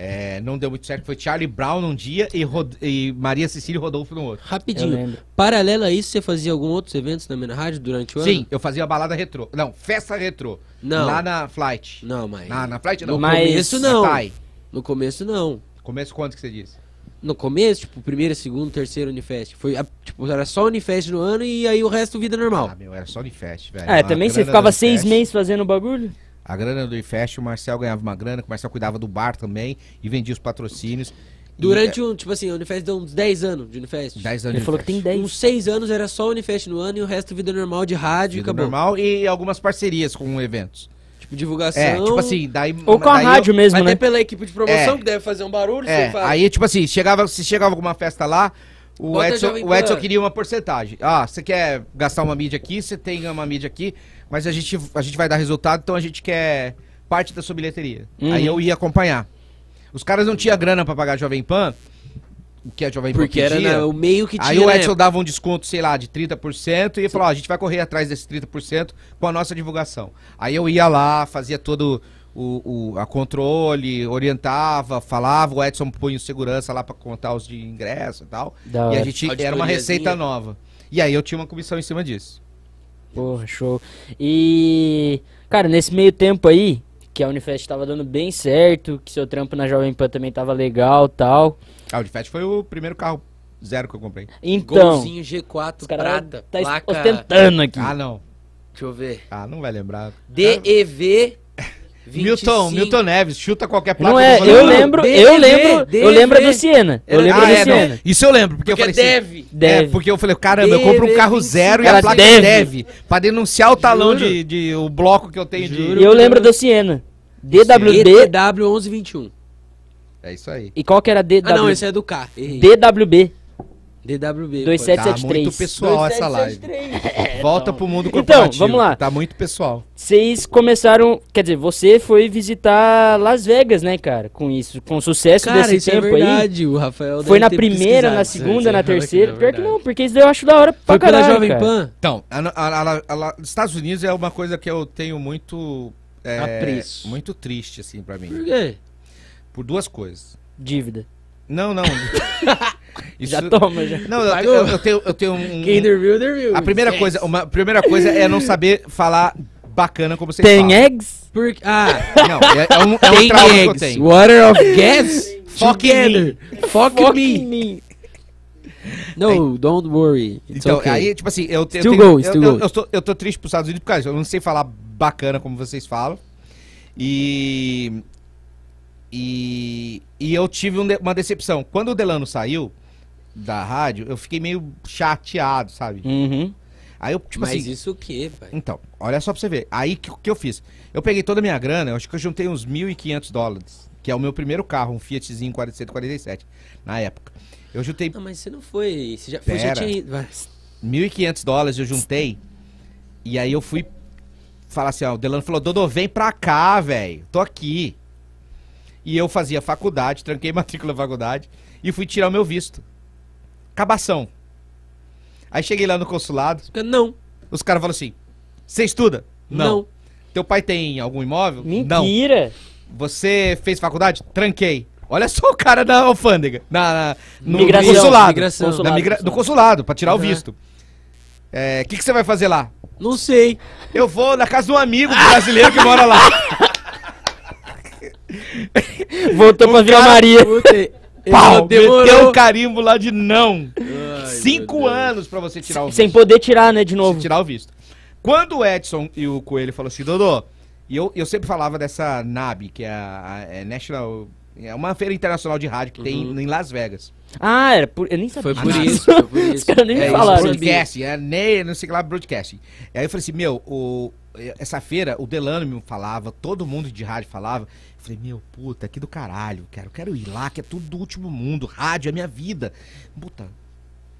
É, não deu muito certo, foi Charlie Brown num dia e, Rod- e Maria Cecília e Rodolfo no outro. Eu Rapidinho. lembro. Paralelo a isso, você fazia algum outros eventos na Mena Rádio durante o ano? Sim, eu fazia balada retrô. Não, festa retrô. Não. Lá na Flight. Não, mas. Na, na Flight No não. Mas- começo não. Pai. No começo não. Começo quanto que você disse? No começo, tipo, primeira, segunda, terceira Unifest. Foi, a- tipo, era só Unifest no ano e aí o resto vida normal. Ah, meu, era só Unifest, velho. Ah, A também você grana ficava do seis Unifest- meses fazendo o bagulho? A grana do Unifest, o Marcel ganhava uma grana, o Marcel cuidava do bar também e vendia os patrocínios. E- Durante um, tipo assim, a Unifest deu uns 10 anos de Unifest. 10 anos Ele de falou que tem Unifest. 10. Uns 6 anos era só Unifest no ano e o resto vida normal de rádio e Vida acabou. normal e algumas parcerias com eventos. Tipo, divulgação. É, tipo assim, daí. Ou com a daí eu- rádio mesmo, Até né? pela equipe de promoção, É. que deve fazer um barulho, É, você fala. aí, tipo assim, chegava, se chegava alguma festa lá, o Bota a Edson, Jovem o Edson Pan. queria uma porcentagem. Ah, você quer gastar uma mídia aqui, você tem uma mídia aqui, mas a gente, a gente vai dar resultado, então a gente quer parte da sua bilheteria. Uhum. Aí eu ia acompanhar. Os caras não tinham grana pra pagar a Jovem Pan, o que a Jovem Pan Porque era pedia. na- o meio que né? tinha. Aí o na Edson época. dava um desconto, sei lá, de 30% e falou, ó, a gente vai correr atrás desse 30% com a nossa divulgação. Aí eu ia lá, fazia todo o, o- a controle, orientava, falava, o Edson punha o segurança lá pra contar os de ingresso e tal. Da hora. e a gente era uma Auditoriazinha. receita nova. E aí eu tinha uma comissão em cima disso. Porra, show. E, cara, nesse meio tempo aí, que a Unifest tava dando bem certo, que seu trampo na Jovem Pan também tava legal tal. Ah, o Defet foi o primeiro carro zero que eu comprei. Então, Golzinho G4 os caras prata, tá es- placa, ostentando aqui. Ah, não. deixa eu ver, Ah, não vai lembrar. Ah, DEV 25. Milton, Milton Neves, chuta qualquer placa. Não que é, vou eu lembrar. lembro, DV, eu lembro, eu DV. lembro do Siena. Eu Era- lembro Ah, do é, não. Siena. Isso eu lembro, porque, Porque eu é falei assim, deve. É, Deve. porque eu falei, caramba, eu compro um carro zero e Ela a placa deve. deve. Pra denunciar o talão Juro. de, de- o bloco que eu tenho Juro. E de. eu lembro do Siena. DWB. DW1121. É isso aí. E qual que era DW? Ah, não, esse é do K. Errei. DWB. DWB. pode- Dois sete- Tá muito 773. pessoal essa live. Volta pro mundo Então, corporativo. vamos lá. Tá muito pessoal. Vocês começaram. Quer dizer, você foi visitar Las Vegas, né, cara? Com isso, com sucesso Cara, desse isso é tempo aí. verdade, o Rafael deve Foi na ter primeira, pesquisado na isso aí, segunda, você na fala que é terceira. Pior que verdade. não, porque isso daí eu acho da hora pra Foi pela caralho. Jovem cara. Pan? Então, a no- a- a- a- os Estados Unidos é uma coisa que eu tenho muito. é, Apreço. Muito triste, assim, pra mim. Por quê? Por duas coisas. Dívida. Não, não. Isso- Já toma, já. Não, eu, Pagou. eu- eu tenho, eu tenho um. Quem dormiu, dormiu. A primeira Esquece. coisa, uma a primeira coisa é não saber falar bacana como vocês Tem é? falam. eggs? Por... Ah, Não, é, é um, é um tem trauma que eu eggs. tenho. Water of gas? Fuck together. Fuck, Fuck me. me. No, don't worry. It's Então, okay. aí, tipo assim, eu, te- eu Still tenho- go, eu- still eu, go. eu tô, eu tô triste pros Estados Unidos por causa disso. Eu não sei falar bacana como vocês falam. E. E, e eu tive um de- uma decepção. Quando o Delano saiu da rádio, eu fiquei meio chateado, sabe? Uhum. Aí eu, tipo Mas assim. isso o quê, pai? Então, olha só pra você ver. Aí que, que eu fiz? Eu peguei toda a minha grana, eu acho que eu juntei uns 1.500 dólares, que é o meu primeiro carro, um Fiatzinho 447, na época. Eu juntei Ah, mas você não foi. Você já, foi, já Pera. tinha ido. vai. 1.500 dólares, eu juntei, e aí eu fui falar assim, ó, o Delano falou, Dodô, vem pra cá, velho, tô aqui. E eu fazia faculdade, tranquei matrícula na faculdade, e fui tirar o meu visto. Cabação. Aí cheguei lá no consulado, Não, os caras falaram assim, você estuda? não. Teu pai tem algum imóvel? Não. Mentira. Você fez faculdade? Tranquei. Olha só o cara da alfândega. Na, na- no, Migração, no consulado. migração. Na migra- no consulado, pra tirar o Uhum. visto. O que, que você vai fazer lá? Não sei. Eu vou na casa de um amigo brasileiro que mora lá. Voltou pra Vila Maria. Puta, Pau! ele demorou. Meteu o carimbo lá de não. Ai, Cinco meu Deus. anos pra você tirar o visto. Sem poder tirar, né, de se novo. tirar o visto. Quando o Edson e o Coelho falaram assim, Dodô, e eu, eu sempre falava dessa NAB, que é a, a- é National. É uma feira internacional de rádio que tem em Las Vegas. Ah, era por... eu nem sabia. Foi por disso. isso, foi por isso. Os caras nem me É, isso, falaram. Broadcasting, é NEI, não sei o que lá, broadcasting. Aí eu falei assim, meu, o- essa feira, o Delano me falava, todo mundo de rádio falava. Eu falei, meu, puta, que do caralho, cara, eu quero ir lá, que é tudo do último mundo, rádio é minha vida. Puta.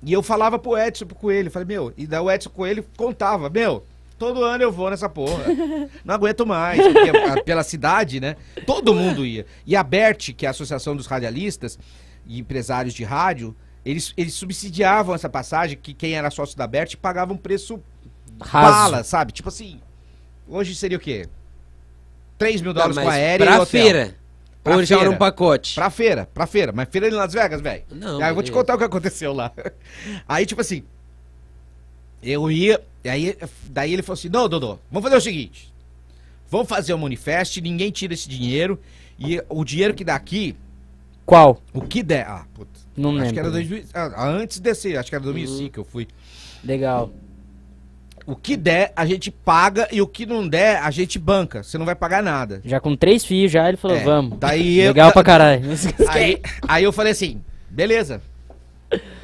E eu falava pro Edson, pro Coelho, eu falei, meu, e daí o Edson Coelho contava, meu, todo ano eu vou nessa porra. Não aguento mais, porque a- pela cidade, né? Todo mundo ia. E a BERT, que é a Associação dos Radialistas e Empresários de Rádio, eles, eles subsidiavam essa passagem, que quem era sócio da BERT pagava um preço bala, sabe? Tipo assim, hoje seria o quê? 3 mil dólares Tá, com mas a aérea e pra hotel. feira. Pra Hoje era feira. um pacote. Pra feira, pra feira. Mas feira em Las Vegas, velho. Não, Aí eu vou te beleza. contar o que aconteceu lá. Aí, tipo assim, eu ia. Aí, daí ele falou assim: não, Dodô, vamos fazer o seguinte. Vamos fazer o manifesto, ninguém tira esse dinheiro. E o dinheiro que dá aqui, Qual? o que der. Ah, puta. Não Acho lembro. né? que era 2000, ah, antes desse, acho que era 2005 que eu fui. Legal. O que der, a gente paga e o que não der, a gente banca. Você não vai pagar nada. Já com três filhos já, ele falou, É, vamos. Daí eu, Legal pra caralho. Aí, aí eu falei assim, beleza.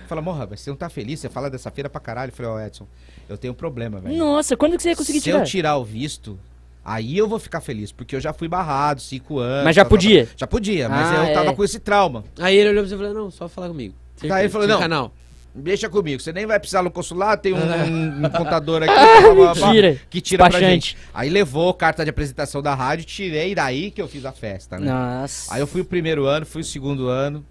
Fala, morra, mas você não tá feliz? Você fala dessa feira pra caralho. Eu falei, ó, Edson, eu tenho um problema, velho. Nossa, quando que você ia conseguir Se tirar? eu tirar o visto, aí eu vou ficar feliz, porque eu já fui barrado cinco anos. Mas já tal, tal, podia? tal. Já podia, mas Ah, eu tava é. com esse trauma. Aí ele olhou pra você e falou, não, só falar comigo. Tá, ele falou, Tinha não. canal. Deixa comigo, você nem vai precisar no consulado, tem um, um- um contador aqui mentira. que tira pra Despachante. gente. Aí levou carta de apresentação da rádio, tirei daí que eu fiz a festa, né? Nossa. Aí eu fui o primeiro ano, fui o segundo ano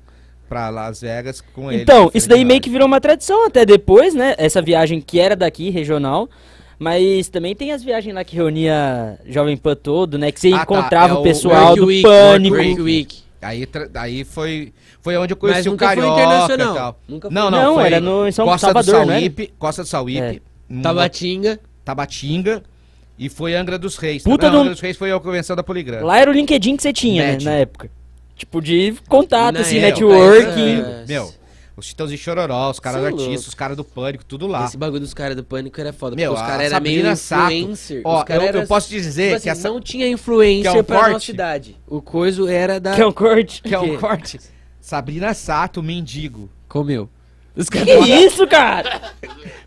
pra Las Vegas com ele. Então, que isso daí foi meio que virou uma tradição até depois, né? Essa viagem que era daqui, regional. Mas também tem as viagens lá que reunia Jovem Pan todo, né? Que você Ah, tá, encontrava é o o pessoal Work do Week, Pânico. Work Week. Aí, tra- aí foi, foi onde eu conheci Mas o nunca foi Carioca internacional. e tal. Nunca foi. Não, não, Não, foi era no, em São Costa Salvador, do né? É. Sauípe, Costa do Sauípe, um- Tabatinga. Tabatinga e foi Angra dos Reis. Puta Não, de um- Angra dos Reis foi a convenção da Poligrama. Lá era o LinkedIn que você tinha, né? é. Match. Na época. Tipo, de contato, Na É, assim, época, networking. essa- Meu, é, Meu, os Titãs de Chororó, os caras Cê é artistas, louco. os caras do Pânico, tudo lá. Esse bagulho dos caras do pânico era foda. Meu, porque os a caras eram meio Sabrina Sato. influencer. Ó, os caras eu- eram- eu posso dizer tipo assim, que essa- não tinha influencer que é um pra nossa corte. cidade. O coiso era da... Que é um corte. Que é o quê? um corte. Sabrina Sato, Mendigo. Comeu. Os Que caras... isso, cara?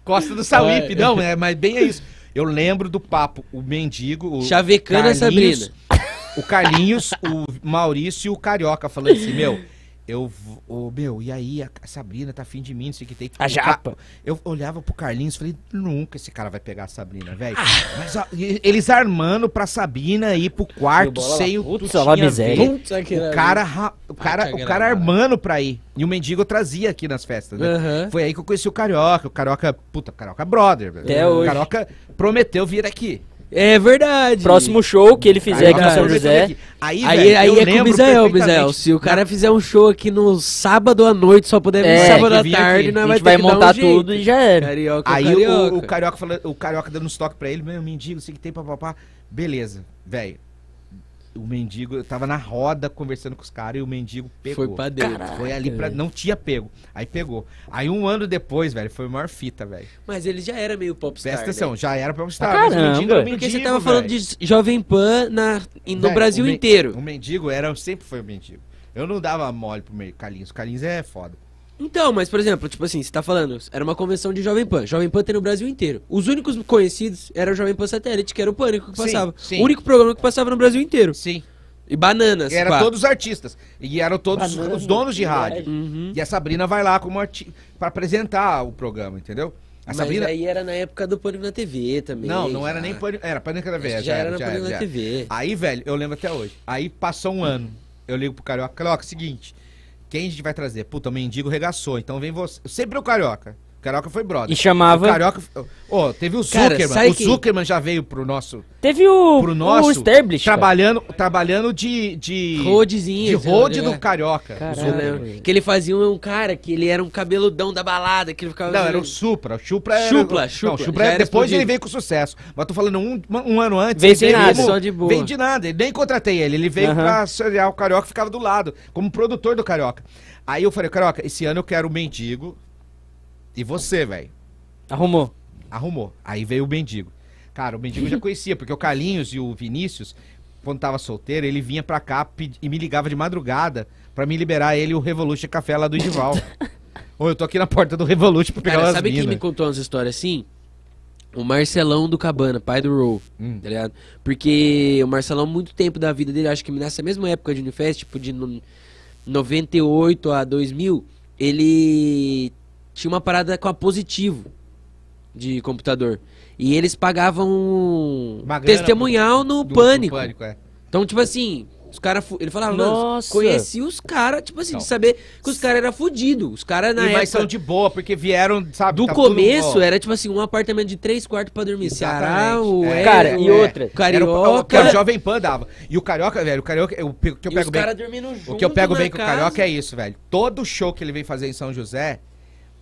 Costa do Sauípe, É. não, é, mas bem é isso. Eu lembro do papo, o Mendigo, o Chavecana Carlinhos, Sabrina. o Carlinhos, o Maurício e o Carioca falando assim, meu. Eu, v- ô, meu, e aí a Sabrina tá afim de mim, não sei o que tem. A Ah, O japa. Ca- Eu olhava pro Carlinhos e falei, nunca esse cara vai pegar a Sabrina, velho. Ah. Mas ó, e- eles armando pra Sabrina ir pro quarto, bola lá, sem o putz, tudo ela tinha miséria. ver. Puta que é O lá- cara, ra- o Ah, cara, que o cara agradável. armando pra ir. E o mendigo trazia aqui nas festas, né? Aham. Foi aí que eu conheci o Carioca. O Carioca, puta, o Carioca é brother. velho. Até o hoje. Carioca prometeu vir aqui. É verdade. Próximo show que ele fizer aqui Carioca em São prometeu José. vir aqui. Aí, Aí, velho, aí eu é com o lembro Bizael, Bizael. perfeitamente. Se o cara fizer um show aqui no sábado à noite, só puder vir É, sábado que à vim tarde, aqui. nós A vai gente ter vai que dar um montar jeito. tudo e já era. Carioca, Aí carioca. O, o carioca falando, o carioca dando uns toques pra ele, meu mendigo, sei que tem papapá. Beleza, velho. O mendigo, eu tava na roda conversando com os caras e o mendigo pegou. Foi pra dentro. Foi ali pra. Não tinha pego. Aí pegou. Aí um ano depois, velho, foi a maior fita, velho. Mas ele já era meio popstar. né? Presta atenção, já era pra mostrar. Pra mas o caramba. mendigo era o Porque você mendigo, tava falando velho. de Jovem Pan na, em- no Velho, Brasil o men- inteiro. O mendigo era, sempre foi o mendigo. Eu não dava mole pro meio Carlinhos. Carlinhos é foda. Então, mas por exemplo, tipo assim, você tá falando, era uma convenção de Jovem Pan. Jovem Pan tem no Brasil inteiro. Os únicos conhecidos era o Jovem Pan Satélite, que era o Pânico que Sim, passava. sim. O único programa que passava no Brasil inteiro. Sim. E bananas. Era pá. todos os artistas. E eram todos Banana, os donos de rádio. Uhum. E a Sabrina vai lá como arti... para apresentar o programa, entendeu? A Mas Sabrina. aí era na época do Pânico na TV também. Ah, Não, não era nem já. pânico. Era pânico da Acho vez. que já era na Pânico na TV. Aí, velho, eu lembro até hoje. Aí passou um ano. Eu ligo pro Carioca. Carioca, seguinte. Quem a gente vai trazer? Puta, o mendigo regaçou. Então vem você. Sempre o Carioca. O Carioca foi brother. E chamava. O Carioca. Ô, teve o Cara, Zuckerman. sabe o quem- Zuckerman já veio pro nosso. Teve o, Pro nosso. o Stablish. trabalhando, trabalhando de. de... De Rodezinho. sei lá, road né? do Carioca. Caralho. Eu Zuckerman. lembro. Que ele fazia um cara que ele era um cabeludão da balada, que ele ficava. Não, era um o Supra. O Supra era. Chupla, não, Chupla, o Supra já era- era depois explodido. ele veio com sucesso. Mas tô falando um, um ano antes. Veio ele sem nada, como- só de boa. Veio de nada. Ele nem contratei ele. Ele veio Aham. pra serial o Carioca e ficava do lado, como produtor do Carioca. Aí eu falei, Carioca, esse ano eu quero o mendigo. E você, velho. Arrumou. Arrumou. Aí veio o mendigo. Cara, o mendigo eu já conhecia, porque o Carlinhos e o Vinícius, quando tava solteiro, ele vinha pra cá pedi- e me ligava de madrugada pra me liberar ele e o Revolution Café lá do Edival. Ou eu tô aqui na porta do Revolution pra pegar Cara, umas sabe quem minas. me contou umas histórias assim? O Marcelão do Cabana, pai do Roll, Hum. tá ligado? Porque o Marcelão, muito tempo da vida dele, acho que nessa mesma época de Unifest, tipo de no- 98 a 2000, ele tinha uma parada com a Positivo de computador. E eles pagavam Uma grana testemunhal no do- do pânico. pânico é. Então, tipo assim, os caras. fu- Ele falava, mano, Nossa. conheci os caras, tipo assim, Não. de saber que os caras eram fudidos. Os caras na Então. e mas são época. de boa, porque vieram, sabe? Do tá tudo começo bom. era tipo assim, um apartamento de três quartos pra dormir. Ceará, Exatamente. o É. Hélio, Cara, e o outra? o Era o- o, que Carioca. a Jovem Pan dava. E o Carioca, velho, o Carioca, eu pego- o que eu e os pego bem, caras dormindo junto. o que eu pego na bem com o casa. Carioca é isso, velho. Todo show que ele vem fazer em São José,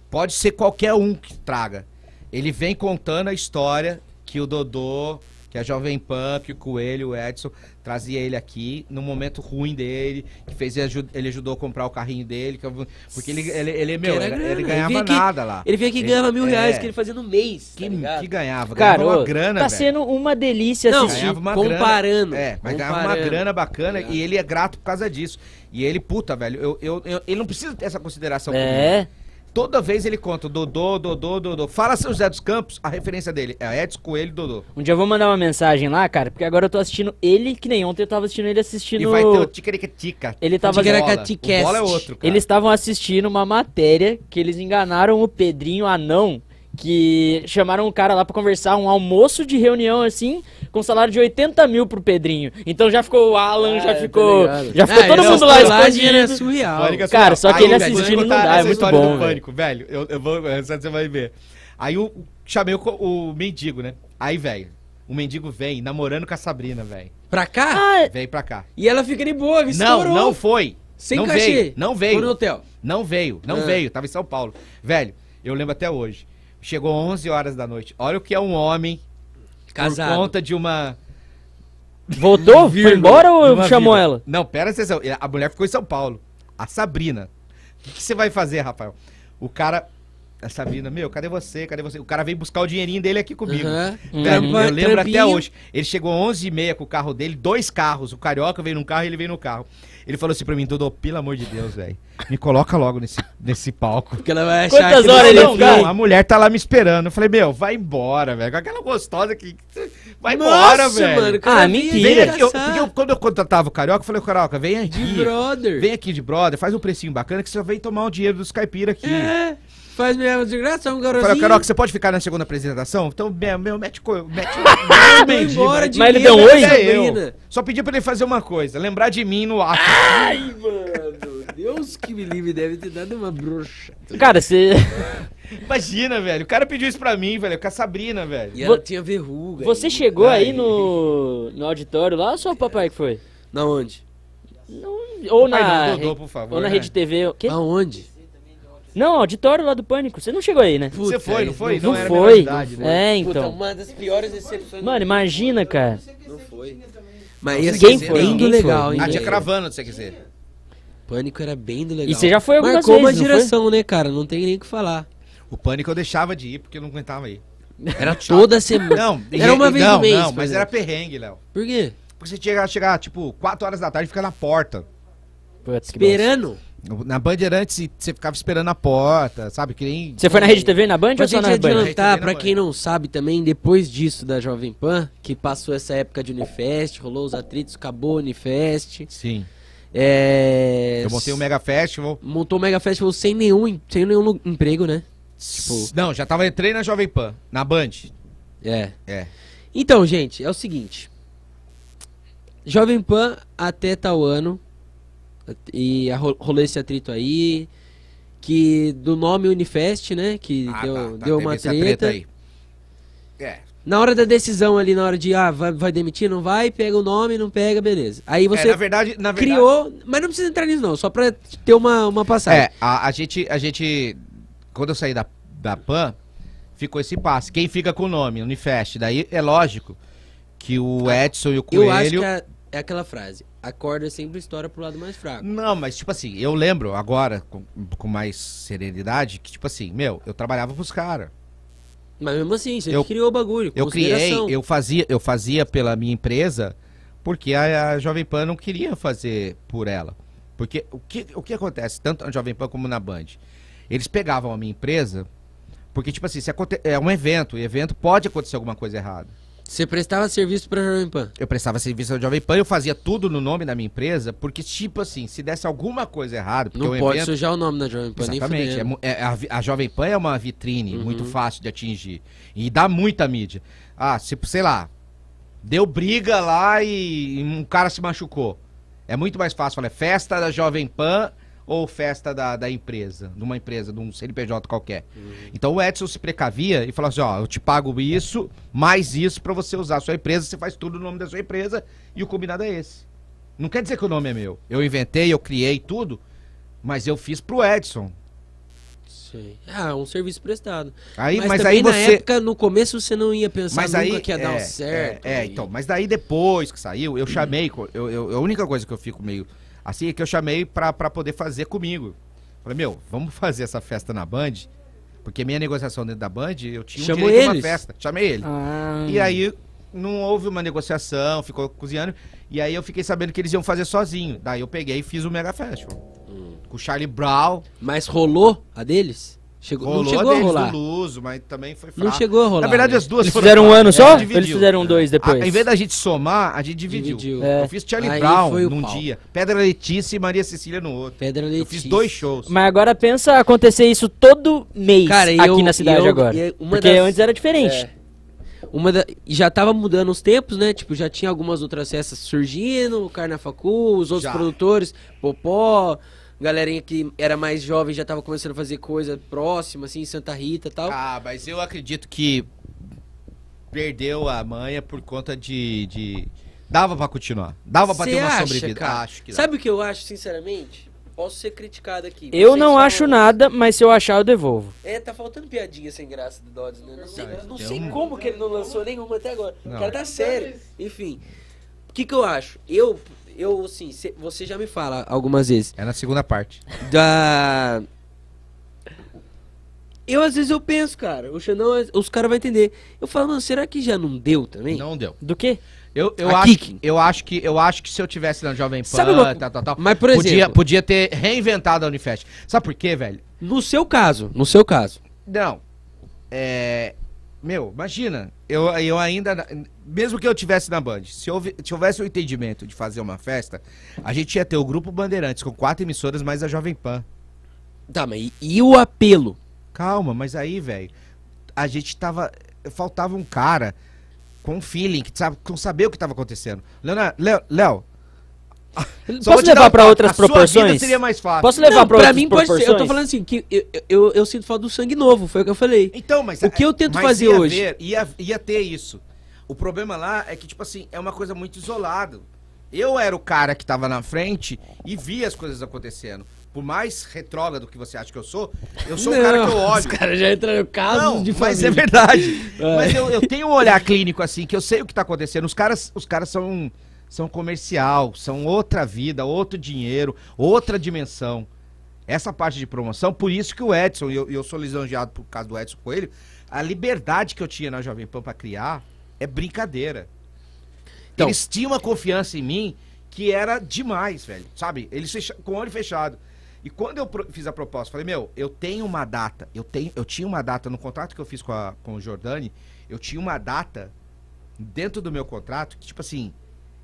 pode ser qualquer um que traga. Ele vem contando a história que o Dodô, que a Jovem Pan, que o Coelho, o Edson, trazia ele aqui no momento ruim dele, que fez ele aju- ele ajudou a comprar o carrinho dele, que eu- porque ele, ele, ele, meu, era ele- grana. ele Ele ganhava vinha aqui- nada lá. Ele vinha aqui e ganhava mil é. reais que ele fazia no mês. Que, tá ligado? que ganhava, Cara, ganhava ô, uma grana, tá velho. sendo uma delícia Não, assistir. ganhava uma comparando, grana. É, mas ganhava uma comparando. grana Tá bacana Obrigado. e ele é grato por causa disso. E ele, puta, velho, eu, eu, eu- ele não precisa ter essa consideração comigo. É. Toda vez ele conta, Dodô, Dodô, Dodô. Fala São José dos Campos, a referência dele é Edson Coelho e Dodô. Um dia eu vou mandar uma mensagem lá, cara, porque agora eu tô assistindo ele, que nem ontem eu tava assistindo ele assistindo. E vai ter o Ticaricatica. Ele tava. Tica- O Ticaracatecast. bola é outro, cara. Eles estavam assistindo uma matéria que eles enganaram o Pedrinho Anão, que chamaram o cara lá pra conversar, um almoço de reunião assim, com salário de 80 mil pro Pedrinho. Então já ficou o Alan, Ah, já tá ficou. ligado. Já ficou Ah, todo não, mundo lá colagem era escondido. surreal. Pânico é Cara, surreal. só que ele velho, assistindo deixa eu não dá, contar é essa muito história bom, do pânico, velho. Eu, eu vou, essa você vai ver. Aí eu chamei o, co- o mendigo, né? Aí, velho, o mendigo vem namorando com a Sabrina, velho. Pra cá? Ah, Vem pra cá. E ela fica de boa, Não, estourou. não foi. Sem não cachê. Veio, não veio. Foi no hotel. Não veio, não Ah. veio. Tava em São Paulo. Velho, eu lembro até hoje. Chegou 11 horas da noite. Olha o que é um homem por Casado. conta de uma... voltou? Foi vírgula, embora de ou uma chamou vírgula. ela? Não, pera atenção. A mulher ficou em São Paulo. A Sabrina. O que, que você vai fazer, Rafael? O cara... A Sabrina, meu, cadê você? Cadê você? O cara veio buscar o dinheirinho dele aqui comigo. Aham. Velho, Trampa- Uhum. eu lembro até trampinho. hoje. Ele chegou 11h30 com o carro dele, dois carros. O Carioca veio num carro e ele veio no carro. Ele falou assim pra mim, Dodô, pelo amor de Deus, velho. Me coloca logo nesse, nesse palco. Porque ela vai achar Quantas que não- horas ele não, fica? não, a mulher tá lá me esperando. Eu falei, meu, vai embora, velho. Com aquela gostosa que... Vai Nossa, embora, velho. mano, cara, Ah, vem mentira. Vem aqui, aqui, eu, engraçado. porque eu eu, quando eu contratava o Carioca, eu falei, Carioca, vem aqui. De brother. Vem aqui de brother, faz um precinho bacana que você vem tomar o dinheiro dos caipira aqui. É, faz mesmo de graça, um Eu garotinho. falei, Carioca, você pode ficar na segunda apresentação? Então, meu, meu mete... co- mete mete- Foi mete- embora de Mas ele mim, deu um essa oi? É Sabrina. eu. Só pedi pra ele fazer uma coisa, lembrar de mim no ato. Ai, mano, Deus que me livre, deve ter dado uma broxa. Cara, você. Imagina, velho. O cara pediu isso pra mim, velho. Com a Sabrina, velho. E ela Vo- tinha verruga. Você e- chegou Ai. aí no, no auditório lá ou só o papai que foi? Na onde? Ou Pai, na, não, Dodô, re- por favor, ou na né? Rede TV. o quê? Aonde? Não, auditório lá do Pânico. Você não chegou aí, né? Você foi, não isso foi? Não, era foi. menor de idade, né? É, é, Puta, então. uma das piores decepções. Mano, imagina, cara. Não foi. Mas ia Ninguém ser foi, bem do ninguém legal, foi. hein? Ah, tinha velho? cravando, se você quiser. Pânico era bem do legal. E você já foi algumas Marcou vezes, uma não direção, né, cara? Não tem nem o que falar. O pânico eu deixava de ir porque eu não aguentava ir. Era toda semana. Não, Era uma vez não, no mês, é. Não, por mas exemplo. era perrengue, Léo. Por quê? Porque você chegava, chegar, tipo, 4 horas da tarde e ficar na porta. Putz, que bosta. Esperando. Na Bandeirantes e você ficava esperando na porta, sabe? Que nem. Você foi na Rede TV na Band ou Pra só gente na né, Band? adiantar, Rede TV pra na quem Band. não sabe também, depois disso da Jovem Pan, que passou essa época de Unifest, rolou os atritos, acabou o Unifest. Sim. É... Eu montei o Mega Festival. Montou o Mega Festival sem nenhum, em- sem nenhum lu- emprego, né? Tipo- Não, já tava entrei na Jovem Pan, na Band. É. É. Então, gente, é o seguinte. Jovem Pan até tal ano. E a- rolou esse atrito aí. Que do nome Unifest, né? Que Ah, deu, tá, tá, deu teve uma essa treta. aí. É. Na hora da decisão ali, na hora de ah, vai, vai demitir, não vai, pega o nome, não pega, beleza. Aí É, você na verdade, na verdade, criou, mas não precisa entrar nisso não, só pra ter uma, uma passagem. É, a, a gente, a gente, quando eu saí da, da PAN, ficou esse passe. Quem fica com o nome, Unifest. Daí é lógico que o Edson Ah, e o Eu Coelho. acho que é, é aquela frase, a corda sempre estoura pro lado mais fraco. Não, mas tipo assim, eu lembro agora, com, com mais serenidade, que tipo assim, meu, eu trabalhava pros caras. Mas mesmo assim, você Eu- criou o bagulho, Eu criei, consideração. eu fazia, eu fazia pela minha empresa, porque a, a Jovem Pan não queria fazer por ela. Porque o que, o que acontece, tanto na Jovem Pan como na Band? Eles pegavam a minha empresa, porque, tipo assim, se aconte- é um evento, e evento pode acontecer alguma coisa errada. Você prestava serviço pra Jovem Pan. Eu prestava serviço à Jovem Pan, eu fazia tudo no nome da minha empresa, porque, tipo assim, se desse alguma coisa errada, porque Não um pode evento... sujar o nome da Jovem Pan, nem Exatamente. É fudendo. mu- é- a, vi- a Jovem Pan é uma vitrine muito fácil de atingir. E dá muita mídia. Ah, se, sei lá, deu briga lá e, e um cara se machucou. É muito mais fácil falar, é festa da Jovem Pan ou festa da, da empresa, de uma empresa, de um CNPJ qualquer. Então o Edson se precavia e falava assim, ó, eu te pago isso, mais isso pra você usar a sua empresa, você faz tudo no nome da sua empresa e o combinado é esse. Não quer dizer que o nome é meu. Eu inventei, eu criei tudo, mas eu fiz pro Edson. Sim. Ah, é um serviço prestado. Aí, mas, mas também aí na você. época, no começo, você não ia pensar Mas nunca aí. que ia dar um certo. É, é, e- então. Mas daí depois que saiu, eu chamei. co- Eu, eu- a única coisa que eu fico meio. Assim é que eu chamei pra, pra poder fazer comigo. Falei, meu, vamos fazer essa festa na Band? Porque minha negociação dentro da Band, eu tinha Chamou direito a eles? festa. Chamei ele. Ah, E aí não houve uma negociação, ficou cozinhando. E aí eu fiquei sabendo que eles iam fazer sozinho. Daí eu peguei e fiz o Mega Festival. Hum. Com o Charlie Brown, Mas rolou a deles? Chegou, rolou não a chegou a deles rolar. do Luso, mas também foi fraco. Não chegou a rolar. Na verdade, né? as duas É, Eles fizeram um ano só? Ou eles dividiu. fizeram dois depois? Ah, em vez da gente somar, a gente dividiu. Dividiu. É. Eu fiz Charlie Aí Brown foi o num pau. dia, Pedra Letícia e Maria Cecília no outro. Pedra Eu Letícia. fiz dois shows. Mas agora pensa acontecer isso todo mês Cara, e aqui eu- na cidade e eu- agora. e uma Porque das- É. antes era diferente. Uma da- e Já tava mudando os tempos, né? Tipo, já tinha algumas outras festas surgindo, o Carnafacu, os outros Já. produtores, Popó, galerinha que era mais jovem já tava começando a fazer coisa próxima, assim, Santa Rita e tal. Ah, mas eu acredito que perdeu a manha por conta de. de- Dava pra continuar. Dava pra Cê ter uma acha, sobrevida. cara? Acho que dá. Sabe o que eu acho, sinceramente? Posso ser criticado aqui. Eu vocês não são- acho nada, mas se eu achar, eu devolvo. É, tá faltando piadinha sem graça do Dodds, né? Não sei, não deu sei uma- como que ele não lançou nenhuma até agora. Não. O cara tá sério. Enfim, o que que eu acho? Eu, eu assim, cê- você já me fala algumas vezes. É na segunda parte. Da... Eu, às vezes, eu penso, cara. O Xandão, os caras vão entender. Eu falo, mano, será que já não deu também? Não deu. Do quê? Eu, eu, A acho, Kiki. eu acho que eu acho que se eu tivesse na Jovem Pan, Sabe uma- tal, tal, tal, Mas, por exemplo, podia, podia ter reinventado a Unifest. Sabe por quê, velho? no seu caso, no seu caso, Não. É, Meu, imagina, eu, eu ainda, mesmo que eu tivesse na Band, se, houve- se houvesse o entendimento de fazer uma festa, a gente ia ter o Grupo Bandeirantes com quatro emissoras mais a Jovem Pan. Tá, mas e, e o apelo? Calma, mas aí, velho, a gente tava, faltava um cara com feeling, que sabe, com saber o que tava acontecendo. Leonardo, Léo, Léo, só vou Posso te dar levar um- pra outras a sua vida proporções? seria mais fácil. Posso levar Não, pra pra outras mim pode proporções? ser. Eu tô falando assim, que eu, eu- eu, eu sinto falta do sangue novo, foi o que eu falei. Então, mas O que eu tento mas fazer ia hoje? ver, ia, ia ter isso. O problema lá é que, tipo assim, é uma coisa muito isolada. Eu era o cara que tava na frente e via as coisas acontecendo. Por mais retrógrado que você acha que eu sou, eu sou o cara que eu olho. caras já entraram casos Não, mas é verdade. Mas eu, eu tenho um olhar clínico, assim, que eu sei o que tá acontecendo. Os caras, os caras são, são comercial, são outra vida, outro dinheiro, outra dimensão. Essa parte de promoção, por isso que o Edson, e eu, e eu sou lisonjeado por causa do Edson Coelho, a liberdade que eu tinha na Jovem Pan pra criar é brincadeira. Então- Eles tinham uma confiança em mim que era demais, velho. Sabe? Eles fecha- com o olho fechado. E quando eu pro- fiz a proposta, falei, meu, eu tenho uma data, eu tenho, eu tinha uma data no contrato que eu fiz com, a, com o Jordani, eu tinha uma data dentro do meu contrato que, tipo assim,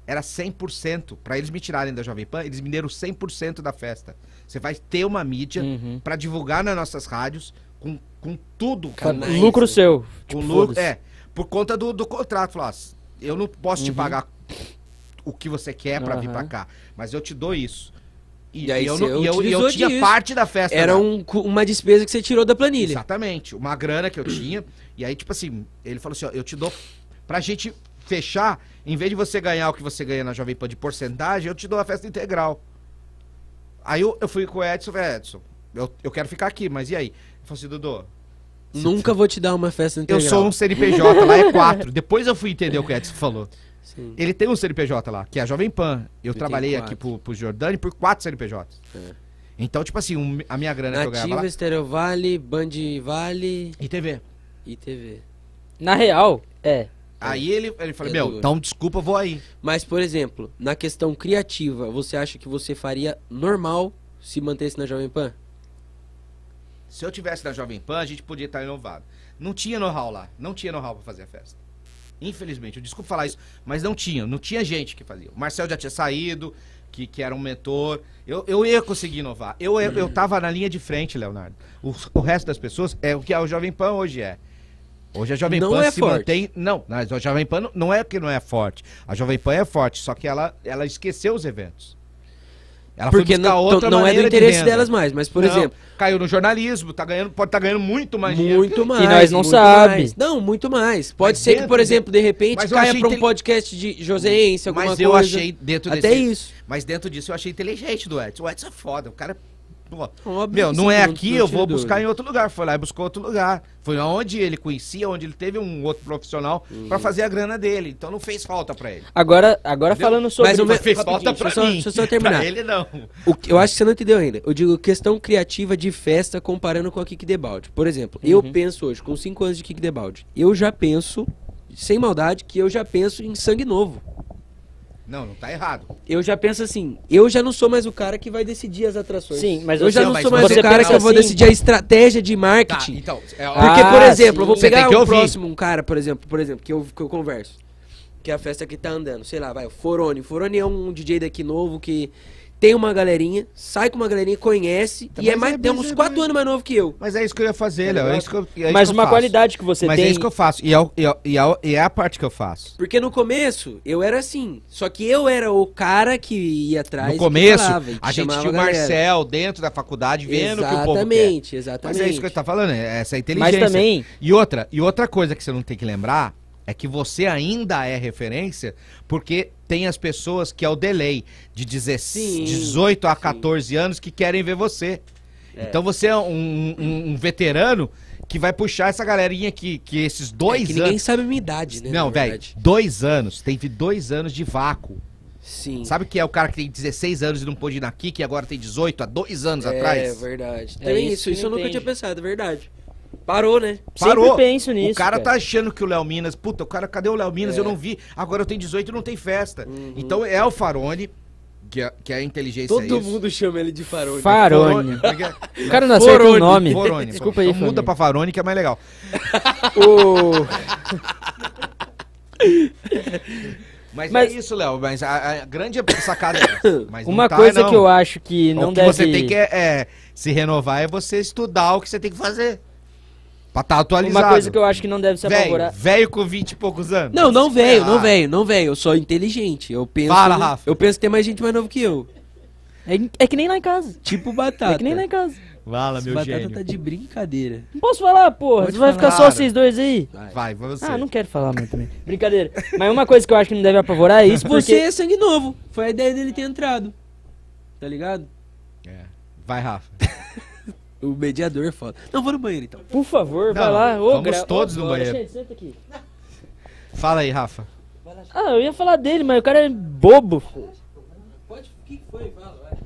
era 100%. Pra eles me tirarem da Jovem Pan, eles me deram 100% da festa. Você vai ter uma mídia Uhum. pra divulgar nas nossas rádios com, com tudo. Fa- com- Lucro seu. Tipo, com lucro. foda-se. É, por conta do, do contrato. Falar, "Ah, eu não posso Uhum. te pagar o que você quer pra vir Aham. pra cá, mas eu te dou isso. E, E aí e eu, você não- e eu, e eu utilizou tinha disso. parte da festa. Era lá. um cu- uma despesa que você tirou da planilha. Exatamente. Uma grana que eu tinha. E aí, tipo assim, ele falou assim: ó, eu te dou. Pra gente fechar, em vez de você ganhar o que você ganha na Jovem Pan de porcentagem, eu te dou a festa integral. Aí eu, eu fui com o Edson, falei, Edson, eu, eu quero ficar aqui, mas e aí? Ele falou assim, Dudu, Nunca vou te dar uma festa eu integral. sou um CNPJ, lá é quatro. Depois eu fui entender o que o Edson falou. Sim. Ele tem um CNPJ lá, que é a Jovem Pan. Eu tem trabalhei quatro. É. aqui pro, pro Jordani por quatro CNPJs. Então, tipo assim, um- a minha grana que eu ganhava Nativa, É. lá... Estereo Vale, Band Vale E TV. e TV. Na real, é. Aí ele, ele falou, É meu, duro. então desculpa, eu vou aí. Mas, por exemplo, na questão criativa, você acha que você faria normal se mantesse na Jovem Pan? Se eu tivesse na Jovem Pan, a gente podia estar inovado. Não tinha know-how lá. Não tinha know-how pra fazer a festa. Infelizmente, eu desculpo falar isso, mas não tinha. Não tinha gente que fazia. O Marcel já tinha saído, que, que era um mentor. Eu, eu ia conseguir inovar. Eu, eu, eu Uhum. tava na linha de frente, Leonardo. O, o resto das pessoas é o que a Jovem Pan hoje é. Hoje a Jovem Não Pan é se forte. mantém. Não, mas a Jovem Pan não, não é que não é forte. A Jovem Pan é forte, só que ela, ela esqueceu os eventos. Ela foi Porque buscar não, outra não é do maneira de interesse renda. delas mais, mas, por Não, exemplo, Caiu no jornalismo, tá ganhando, pode estar ganhando muito mais dinheiro. muito mais. nós não muito sabe. mais. Não, muito mais. Pode Mas ser que, dentro por de- exemplo, de repente Mas eu caia achei pra um inte- podcast de Joséense, alguma Mas coisa. eu achei dentro Até desse. isso. Mas dentro disso eu achei inteligente do Edson. O Edson é foda, o cara. pô, Óbvio Meu, que não sim, é aqui, não eu tiro vou dúvida. buscar em outro lugar. Foi lá e buscou outro lugar. Foi onde ele conhecia, onde ele teve um outro profissional pra Uhum. fazer a grana dele. Então não fez falta pra ele. Agora, agora Entendeu? falando sobre. Mas o Não me- fez rapidinho, falta deixa pra eu só- mim. deixa eu só terminar. Pra ele não. O que- eu acho que você não entendeu ainda. Eu digo questão criativa de festa comparando com a Kick Debalde. Por exemplo, eu penso hoje, com 5 anos de Kick Debalde, eu já penso, sem maldade, que eu já penso em sangue novo. Não, não tá errado. Eu já penso assim, eu já não sou mais o cara que vai decidir as atrações. Sim, mas eu já você- não mas sou mais você o cara pensa que eu vou assim- decidir a estratégia de Tá, marketing. então. É, Porque, por Ah, exemplo, eu vou sim. Você pegar tem que o ouvir. próximo, um cara, por exemplo, por exemplo, que eu, que eu converso. Que é a festa que tá andando, sei lá, vai, o Forone. O Forone é um DJ daqui novo que tem uma galerinha, sai com uma galerinha, conhece, Tá, e é mas mais, é- tem mas uns é- 4 anos mais novo que eu. Mas é isso que eu ia fazer, Léo. É isso que eu, é isso Mas que eu uma faço. qualidade que você Mas tem. é isso que eu faço. E é, o- e é o- e é o- e é a parte que eu faço. Porque no começo eu era assim. Só que eu era o cara que ia atrás. No e Ah, que começo, falava, e que a gente chamava tinha o galera. Marcel dentro da faculdade vendo o que o povo quer. Exatamente, exatamente. Mas é isso que eu tá falando, é essa Mas inteligência. também. E outra, e outra coisa que você não tem que lembrar é que você ainda é referência porque tem as pessoas que é o delay de 16 Sim, 18 a sim. 14 anos que querem ver você. Então você é um, um- um veterano que vai puxar essa galerinha aqui, que esses É dois que ninguém anos. sabe a minha idade, né? Não, na velho, verdade. dois anos. Teve dois anos de vácuo. Sim. Sabe o que é o cara que tem 16 anos e não pôde ir na Kik e agora tem 18 há dois anos É atrás? verdade. É Tem isso isso, que isso eu não nunca entende. tinha pensado, é verdade. Parou, né? Parou. Sempre penso nisso. o cara, tá achando que o Léo Minas, Uhum. puta, o cara, cadê o Léo Minas? Eu não vi. Agora eu tenho 18 e não tem festa. Então é o é Farone Que a, que a inteligência é Todo isso. mundo chama ele de tá- farol. Farone. Como é que é? O cara não acerta o Forone, nome. Forone. Desculpa aí, Então muda Farone. pra Farone que é mais legal. O- Mas, Mas- é isso, Léo. Mas a, a grande sacada é essa. Mas não Uma tá, coisa não. que eu acho que não o que deve... você tem que é, é, se renovar é você estudar o que você tem que fazer. Pra estar atualizado. Uma coisa que eu acho que não deve se Velho, apavorar. velho com 20 e poucos né? anos. Não, não veio, Ah. não veio, não veio. Eu sou inteligente. Eu penso. Fala, Rafa. Eu penso que tem mais gente mais nova que eu. É, é que nem lá em casa. Tipo batata. É que nem lá em casa. Ah, Fala, Esse meu batata gênio. tá de brincadeira. Não posso falar, porra. Pode vai ficar falar. só vocês dois aí. Vai, vai você. Ah, não quero falar mais também. Brincadeira. Mas uma coisa que eu acho que não deve apavorar é isso, porque... Você é sangue novo. Foi a ideia dele ter entrado. Tá ligado? É. Vai, Rafa. O mediador é foda. Não, vou no banheiro então. Por favor, vai Não, lá. Ô, vamos gra- todos ô, no Glória, banheiro. gente, senta aqui. Fala aí, Rafa. Ah, eu ia falar dele, mas o cara é bobo. Pode. O que foi? Fala, vai.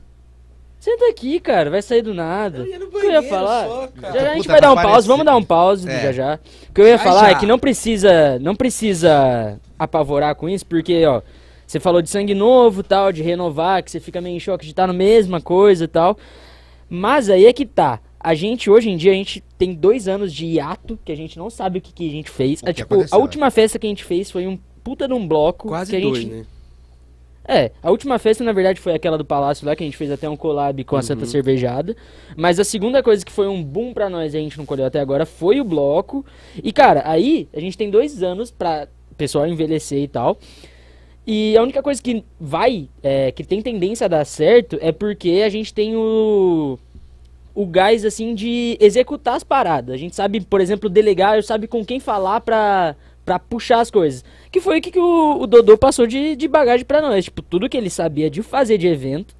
Senta aqui, cara, vai sair do nada. Eu ia no O que eu ia banheiro falar? só, cara. já, já a gente Puta, vai dar um tá pause, vamos parecido. dar um pause É. já já. O que eu ia Já, falar é já. que não precisa, não precisa apavorar com isso, porque, ó, você falou de sangue novo, tal, de renovar, que você fica meio em choque de estar tá na mesma coisa, e tal. Mas aí é que tá. A gente, hoje em dia, a gente tem dois anos de hiato, que a gente não sabe o que, que a gente fez. O É, que tipo, aconteceu, né? a última festa que a gente fez foi um puta de um bloco. Quase que a dois, gente né? é, a última festa, na verdade, foi aquela do Palácio lá, que a gente fez até um collab com a Santa Cervejada. Mas a segunda coisa que foi um boom pra nós e a gente não colheu até agora foi o bloco. E, cara, aí a gente tem dois anos pra pessoal envelhecer e tal. E a única coisa que vai, é, que tem tendência a dar certo, é porque a gente tem o. O gás, assim, de executar as paradas. A gente sabe, por exemplo, delegar, sabe com quem falar pra, pra puxar as coisas. Que foi o que, que o, o Dodô passou de, de bagagem pra nós. Tipo, tudo que ele sabia de fazer de evento,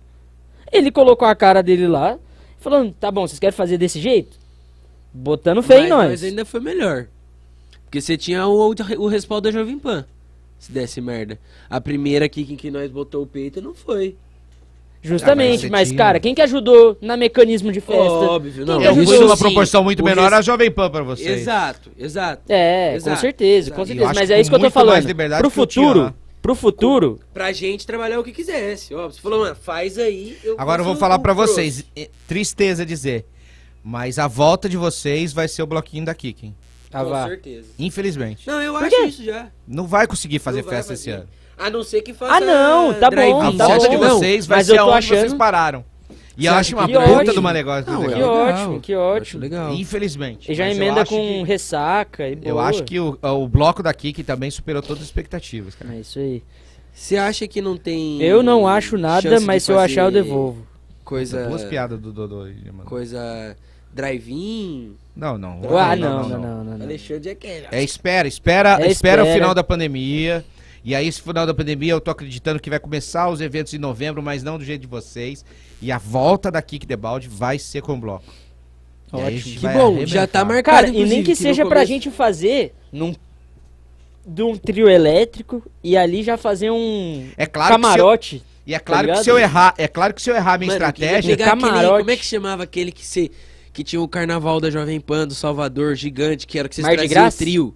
ele colocou a cara dele lá, falando: tá bom, vocês querem fazer desse jeito? Botando fé em mas, nós. mas ainda foi melhor. Porque você tinha o, o respaldo da Jovem Pan. Se desse merda. A primeira aqui em que nós botou o peito não foi. Justamente, Ah, mas mas, você tinha- cara, quem que ajudou na mecanismo de festa? Óbvio, não. Quem É que não isso foi ajudou? uma sozinho. proporção muito O menor res- a Jovem Pan pra vocês. Exato, exato. É, Exato, com certeza, exato. com Eu certeza. acho Mas que é isso que eu tô muito mais falando. liberdade Pro que eu tinha futuro, lá. pro futuro, Pra gente trabalhar o que quisesse. Ó, você falou, mano, faz aí. Eu Agora eu vou faço falar o pra grosso. vocês. é, Tristeza dizer. Mas a volta de vocês vai ser o bloquinho da Kikin. ah, Com vá. certeza. Infelizmente. Não, eu Por acho quê? isso já. Não vai conseguir fazer Não vai festa esse fazer. ano. A não ser que faça. Ah, não, tá drive-in. A bom, tá volta de bom. vocês vai Mas ser eu tô aonde vocês achando- pararam. E Você eu acha acho uma que é puta ótimo? de uma negócio. Não, Que legal. eu- ótimo, que Acho ótimo. legal. Infelizmente. E já Mas eu emenda acho com um que- ressaca e Eu boa. acho que o, é o bloco da Kiki também superou todas as expectativas, cara. É isso aí. Você acha que não tem. Eu não acho nada, chance de mas se eu achar eu fazer devolvo. Coisa. é, Duas piadas do Dodô. aí, mano. Coisa. Drive-in. Não, não. Ah, não, não, não, não. não. Alexandre é aquele. É espera, espera, É espera o espera. final da pandemia. E aí, esse final da pandemia, eu tô acreditando que vai começar os eventos em novembro, mas não do jeito de vocês. E a volta da Kick The Balde vai ser com bloco. E aí a Ótimo. gente Que vai bom, arrebentar. já tá marcado. Cara, e nem inclusive, que no seja pra começo- gente fazer num de um trio elétrico e ali já fazer um É claro, que se eu, camarote. e é claro tá que se eu ligado? errar, é claro que se eu errar a minha Mano, eu queria estratégia, pegar aquele- Camarote. como é que chamava aquele que se que tinha o carnaval da Jovem Pan do Salvador gigante, que era o que vocês Mar de traziam o Graça? trio.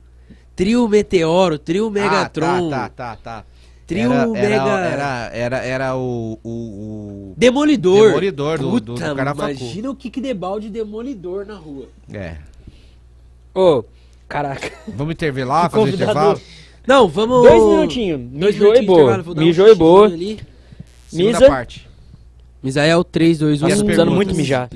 Trio Meteoro, trio Megatron, Ah, tá, tá, tá, tá. trio era, Mega era, era, era, era o, o, o- Demolidor. Demolidor do- do- do Puta, Carnafacu. Imagina o Kik Debalde Demolidor na rua. É. Ô, caraca. Vamos intervir lá, Que fazer o convidador. intervalo? Não, vamos Dois minutinhos. Mijou e boa. vou dar um Mijou e xixizinho boa. ali. Segunda Misa. parte. Misael um, 3 2 1. E Nossa, as tô precisando perguntas? muito mijar.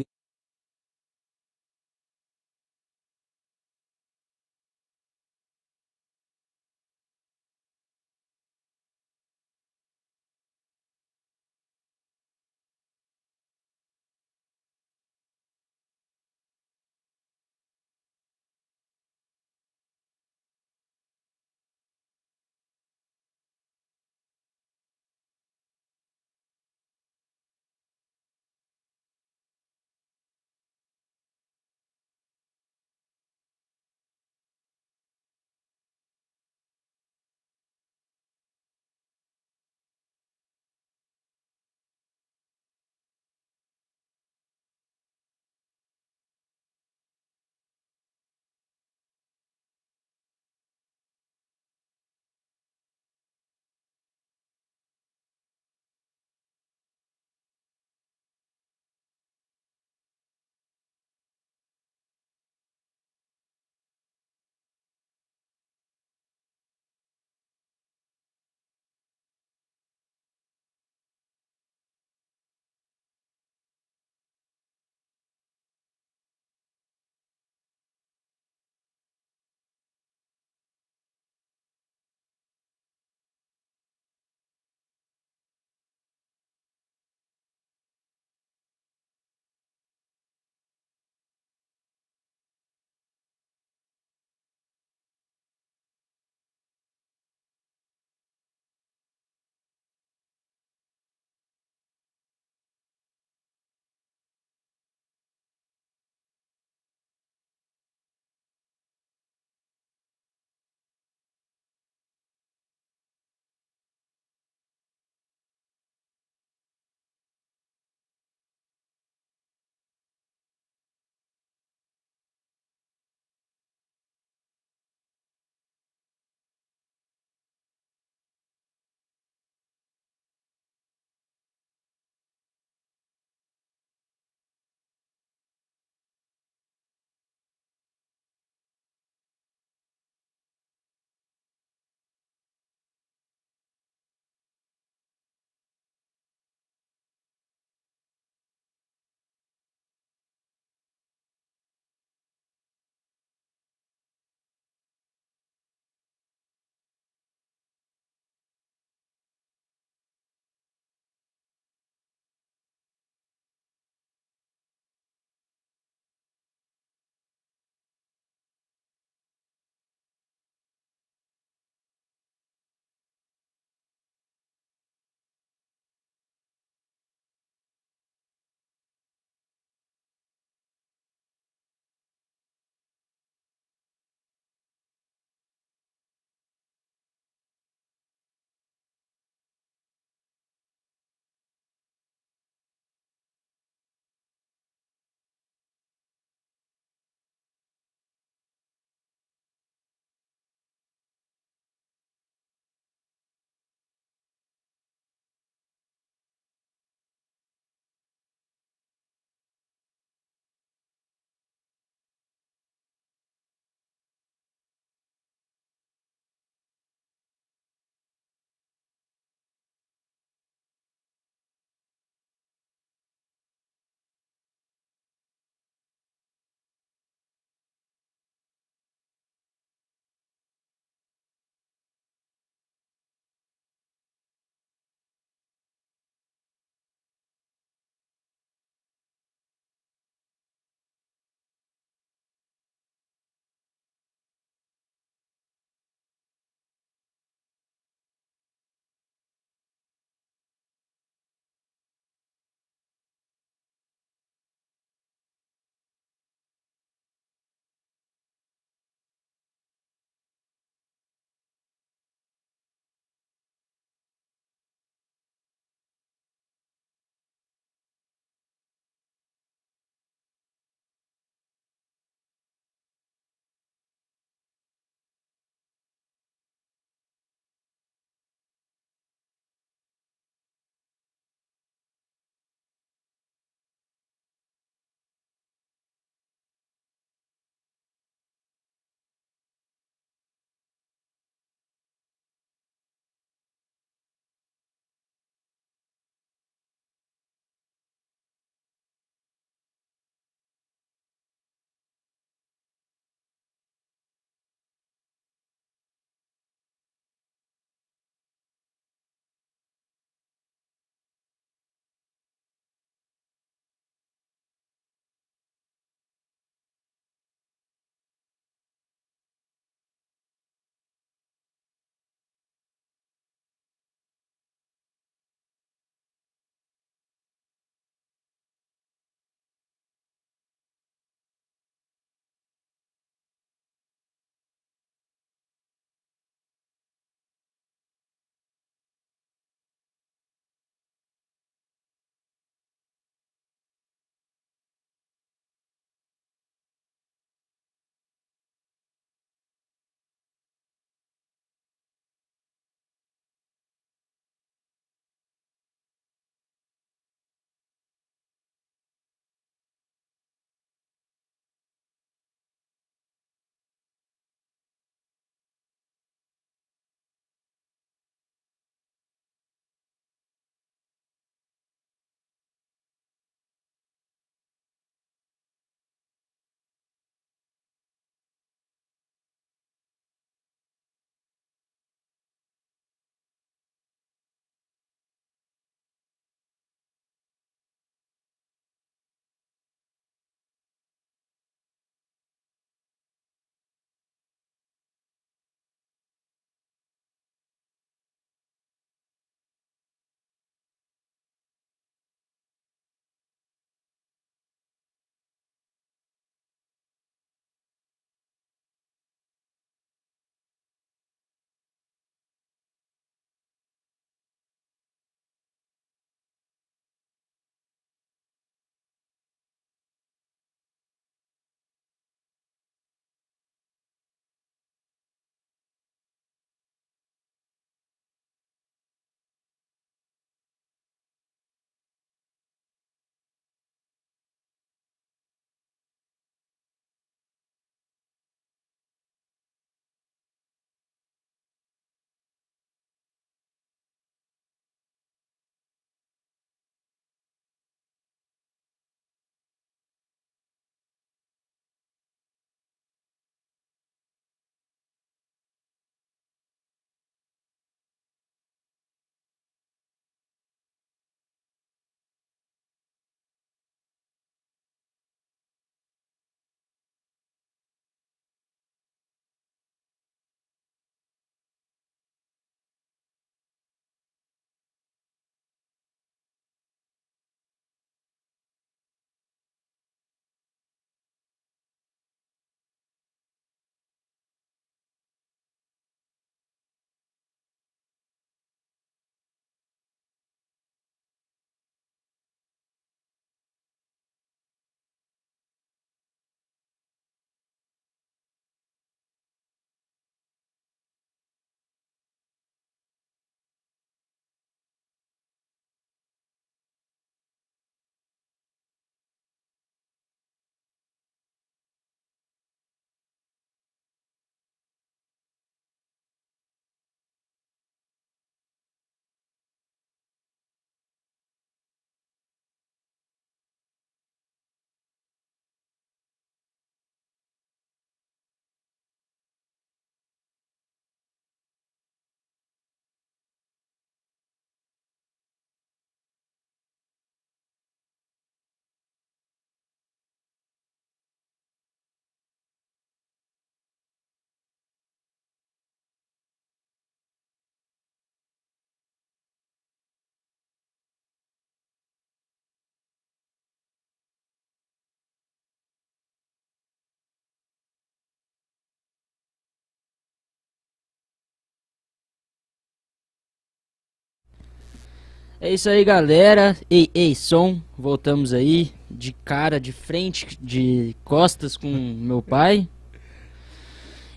É isso aí, galera. Ei, ei, som. Voltamos aí. De cara, de frente, de costas com meu pai.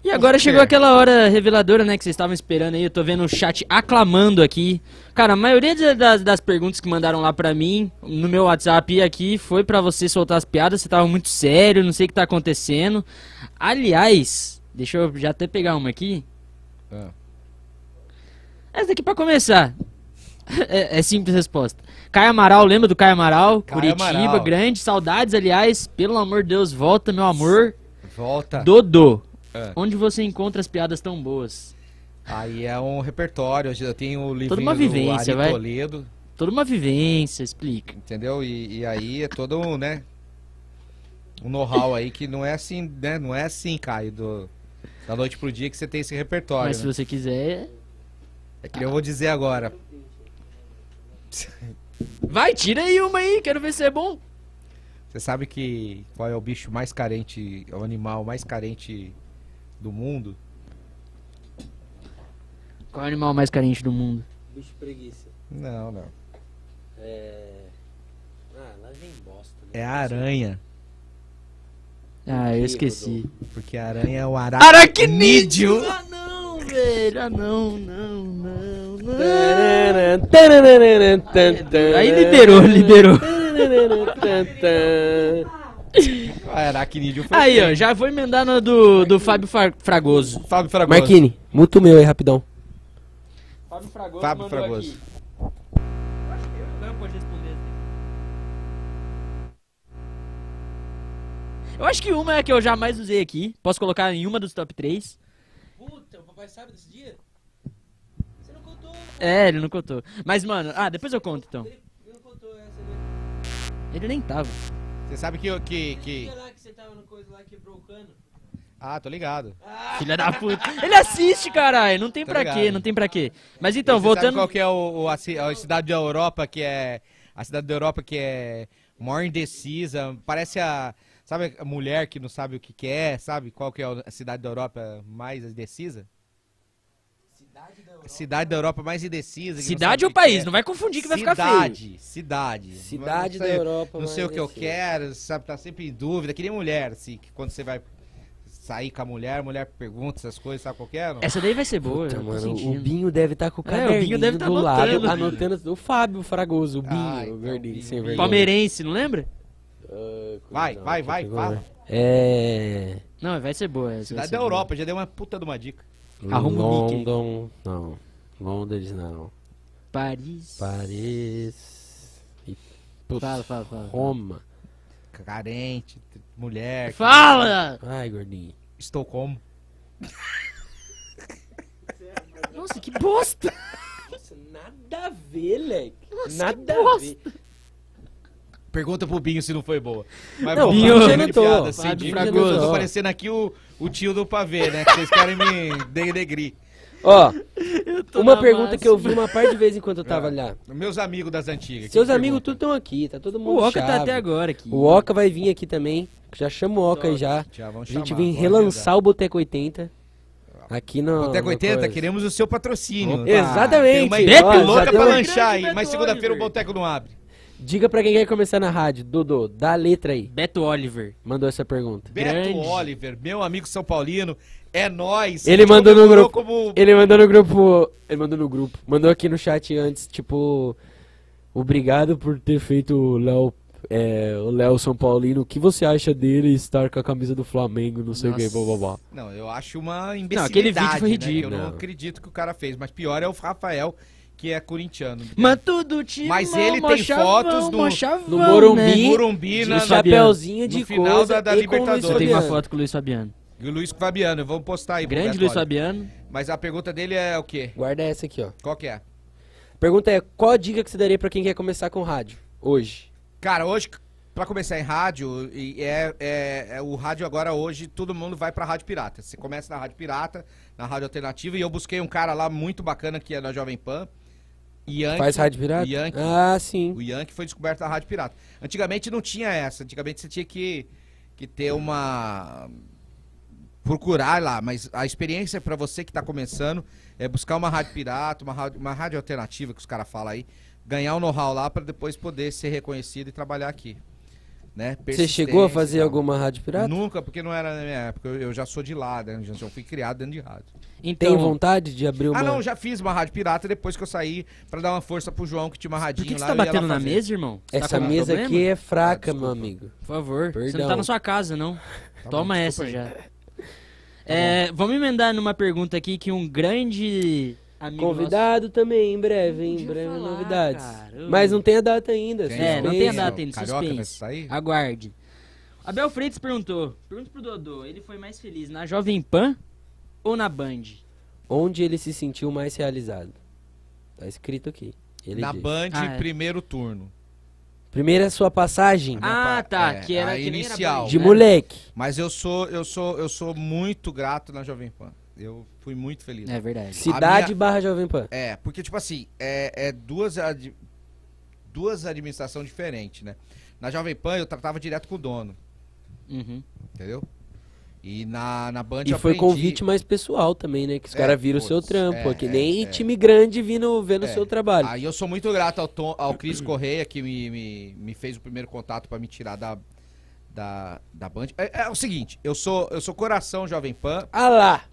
E agora chegou aquela hora reveladora, né? Que vocês estavam esperando aí. Eu tô vendo o chat aclamando aqui. Cara, a maioria da- das, das perguntas que mandaram lá pra mim, no meu WhatsApp e aqui, foi pra você soltar as piadas. Você tava muito sério, não sei o que tá acontecendo. Aliás, deixa eu já até pegar uma aqui. Ah. Essa daqui pra começar. É, é simples resposta. Caio Amaral, lembra do Caio Amaral? Caio Curitiba, Amaral. grande, saudades, aliás. Pelo amor de Deus, volta, meu amor. Volta. Dodô, Ah. onde você encontra as piadas tão boas? Aí é um repertório, eu tenho o livrinho uma vivência, do vai. Ari Toledo, Toda uma vivência, explica. entendeu? E, e aí é todo um, né, um know-how aí que não é assim, né, não é assim, Caio, do- da noite pro dia que você tem esse repertório, Mas né? se você quiser. É que eu vou dizer agora. Vai, tira aí uma aí, quero ver se é bom. Você sabe que qual é o bicho mais carente, é o animal mais carente do mundo? Qual é o animal mais carente do mundo? Bicho preguiça. Não, não. Ah, lá vem bosta. É a aranha, Ah, Ih, eu esqueci. porque a aranha é o ara... Aracnídeo! Ah, não, velho. Ah, não, não, não, não. Aí liberou, liberou. Aracnídeo foi Aí, ó, já vou emendar na do, do Fábio Fra- Fragoso. Fábio Fragoso. Marquini, muito meu aí, rapidão. Fábio Fragoso. Fábio mandou Fragoso. aqui. assim. Eu acho que uma é a que eu jamais usei aqui. Posso colocar em uma dos top 3. Puta, o papai sabe desse dia? Você não contou, É, ele não contou. Mas, mano, ah, depois eu conto então. não contou essa, né? Ele nem tava. Você sabe que, que, que... Sei lá que você tava no coisa lá, quebrou o cano. Ah, tô ligado. Filha da puta. Ele assiste, caralho. Não tem Tá pra ligado. quê, não tem pra quê. Mas então, E você voltando. Sabe qual que é o, o- a, ci- a cidade da Europa que é a cidade da Europa que é maior indecisa, parece a sabe a mulher que não sabe o que quer, sabe qual que é a cidade da Europa mais indecisa? Cidade da Europa mais indecisa. que não Cidade sabe ou o é que quer. país? Não vai confundir que vai ficar feio. cidade, Cidade. Cidade Não da sei- Europa Não sei o mais que assim, eu indecisa. quero, sabe? Tá sempre em dúvida. Que nem mulher, assim, que quando você vai sair com a mulher, a mulher pergunta essas coisas, sabe qual que é? não? Essa daí vai ser boa, eu tô mano, o Tá sentindo. Binho deve estar com o É, o Binho caderninho deve tá do anotando. lado, anotando tudo. o Fábio Fragoso, o Binho, Ah, então, o gordinho, Binho, sem Binho. vergonha. Palmeirense, não lembra? Vai, vai, vai, fala. É... Não, vai ser boa. Essa vai Cidade ser da boa. Europa, já deu uma puta de uma dica. Arruma o Mickey. London, não. Londres, não. Paris. Paris... E... Putz, Fala, fala, fala. Roma. carente, t- mulher, Fala! Ai, gordinho. Estocolmo. Nossa, que bosta! Nossa, nada a ver, leque. Nossa, que nada a bosta. ver. Pergunta pro Binho se não foi boa. Mas Não, bom, Binho falando de inventou. piada, assim, Fábio de- Fragoso. Eu tô parecendo aqui o, o tio do pavê, né? Que vocês querem me denegrir. Ó, tô uma na pergunta que eu vi máxima. uma par de vezes enquanto eu tava lá. Meus amigos das antigas. Seus que amigos tudo perguntam. estão aqui, tá todo mundo O Oca tá chave. até agora aqui. O Oca vai vir aqui também. Já chama o Oca aí já. Já A vamos gente chamar, vem bora relançar o Boteco 80. Aqui no. avisar. Boteco no 80, coisa. queremos o seu patrocínio. tá? Opa, Exatamente. Tem uma ideia Beto, Ó, louca já pra deu- lanchar aí, Grande mas Beto segunda-feira o Oliver. boteco não abre. Diga pra quem quer começar na rádio. Dodô, dá a letra aí. Beto Oliver. Mandou essa pergunta. Beto Grande. Oliver, meu amigo São Paulino, é nóis. Ele A gente mandou no comemorou grupo. como- Ele mandou no grupo. Ele mandou no grupo. Mandou aqui no chat antes, tipo. Obrigado por ter feito o Léo. é, o Léo São Paulino, o que você acha dele estar com a camisa do Flamengo, não sei o que, Nossa. blá blá blá. Não, eu acho uma imbecilidade. Não, aquele vídeo foi né, que ridículo. eu não acredito que o cara fez, mas pior é o Rafael, que é corintiano. Mas tudo time. Mas ele tem fotos no- no Morumbi. E Morumbi na, De na- Um chapéuzinho de no final coisa da- da e com o Libertadores. Luiz Eu tenho uma Fabiano. foto com o Luiz Fabiano. e o Luiz Fabiano, vamos postar aí. pro Grande Beto Luiz Oliver. Fabiano. Mas a pergunta dele é o quê? Guarda essa aqui, ó. Qual que é? Pergunta é: qual a dica que você daria pra quem quer começar com rádio hoje? Cara, hoje, pra começar em rádio, e é, é- é o rádio agora hoje, todo mundo vai pra rádio pirata. Você começa na rádio pirata, na rádio alternativa, e eu busquei um cara lá muito bacana que é da Jovem Pan. Yankee, Faz rádio pirata? Yankee. Ah, sim. O Yankee foi descoberto na Rádio Pirata. Antigamente não tinha essa. Antigamente você tinha que, que ter uma. procurar lá, mas a experiência para você que tá começando é buscar uma rádio pirata, uma rádio, uma rádio alternativa que os caras falam aí, ganhar o know-how lá para depois poder ser reconhecido e trabalhar aqui. Né? Você chegou a Persistência, fazer tal. alguma rádio pirata? Nunca, porque não era na minha época. Eu, eu já sou de lá, né? Eu já fui criado dentro de rádio. Tem Então, vontade de abrir uma? Ah, não, já fiz uma rádio pirata depois que eu saí pra dar uma força pro João que tinha uma por radinho que, que você tá lá. eu ia lá batendo na fazer. mesa, irmão? Você tá Essa com algum mesa problema? aqui é fraca, Ah, meu desculpa. amigo. Por favor, você não tá Perdão. na sua casa, não. bom, Toma essa desculpa já. É, vamos emendar numa pergunta aqui que um grande amigo nosso- Convidado também, em breve, hein? Em Podia breve falar, novidades. cara. Mas não tem a data ainda. Tem, É, não suspense. tem a data ainda, Carioca vai suspense. sair? Aguarde. Abel Freitas perguntou, pergunta pro Dodô, ele foi mais feliz na Jovem Pan ou na Band? Onde ele se sentiu mais realizado? Tá escrito aqui. Ele Na diz. Band, Ah, é. primeiro turno. Primeira sua passagem Ah, pa- tá, é, que era a que nem era inicial. Band, de né? moleque. Mas eu sou, eu sou, eu sou muito grato na Jovem Pan. Eu fui muito feliz. É verdade. Cidade minha- barra Jovem Pan. É, porque, tipo assim, é, é duas, ad- duas administrações diferentes, né? Na Jovem Pan eu tratava direto com o dono, Uhum. entendeu? E na, na Band E eu foi aprendi- convite mais pessoal também, né? Que os É, caras viram o putz, seu trampo. é, que é, nem é. time grande vindo vendo o É. seu trabalho. Aí eu sou muito grato ao, Tom, ao Cris Correia, que me, me, me fez o primeiro contato pra me tirar da, da, da Band. É, é o seguinte, eu sou, eu sou coração Jovem Pan. Ah lá!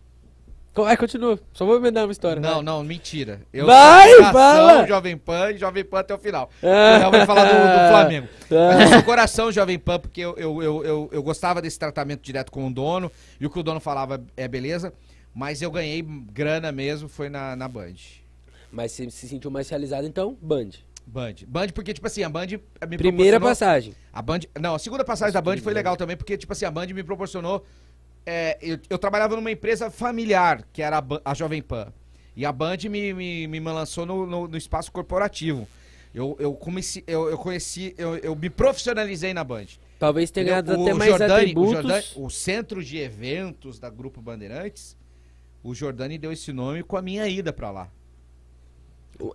Co- Vai, continua. Só vou emendar uma história. né? Não, vai. não, mentira. Eu Vai, sou fala! Jovem Pan e Jovem Pan até o final. Não vai falar do, do Flamengo. Ah. Mas eu sou coração Jovem Pan, porque eu, eu, eu, eu, eu gostava desse tratamento direto com o dono. E o que o dono falava é beleza. Mas eu ganhei grana mesmo, foi na, na Band. Mas você se sentiu mais realizado, então, Band. Band. Band, porque, tipo assim, a Band me Primeira proporcionou- passagem. A Band. Não, a segunda passagem da Band foi legal também, porque, tipo assim, a Band me proporcionou. é, eu, eu trabalhava numa empresa familiar, que era a, Ba- a Jovem Pan. E a Band me, me, me lançou no, no- no espaço corporativo. Eu, eu, comecei, eu, eu conheci, eu, eu me profissionalizei na Band. Talvez tenha Entendeu? ganhado até mais Jordani- atributos. O, Jordani- o centro de eventos da Grupo Bandeirantes, o Jordani deu esse nome com a minha ida pra lá.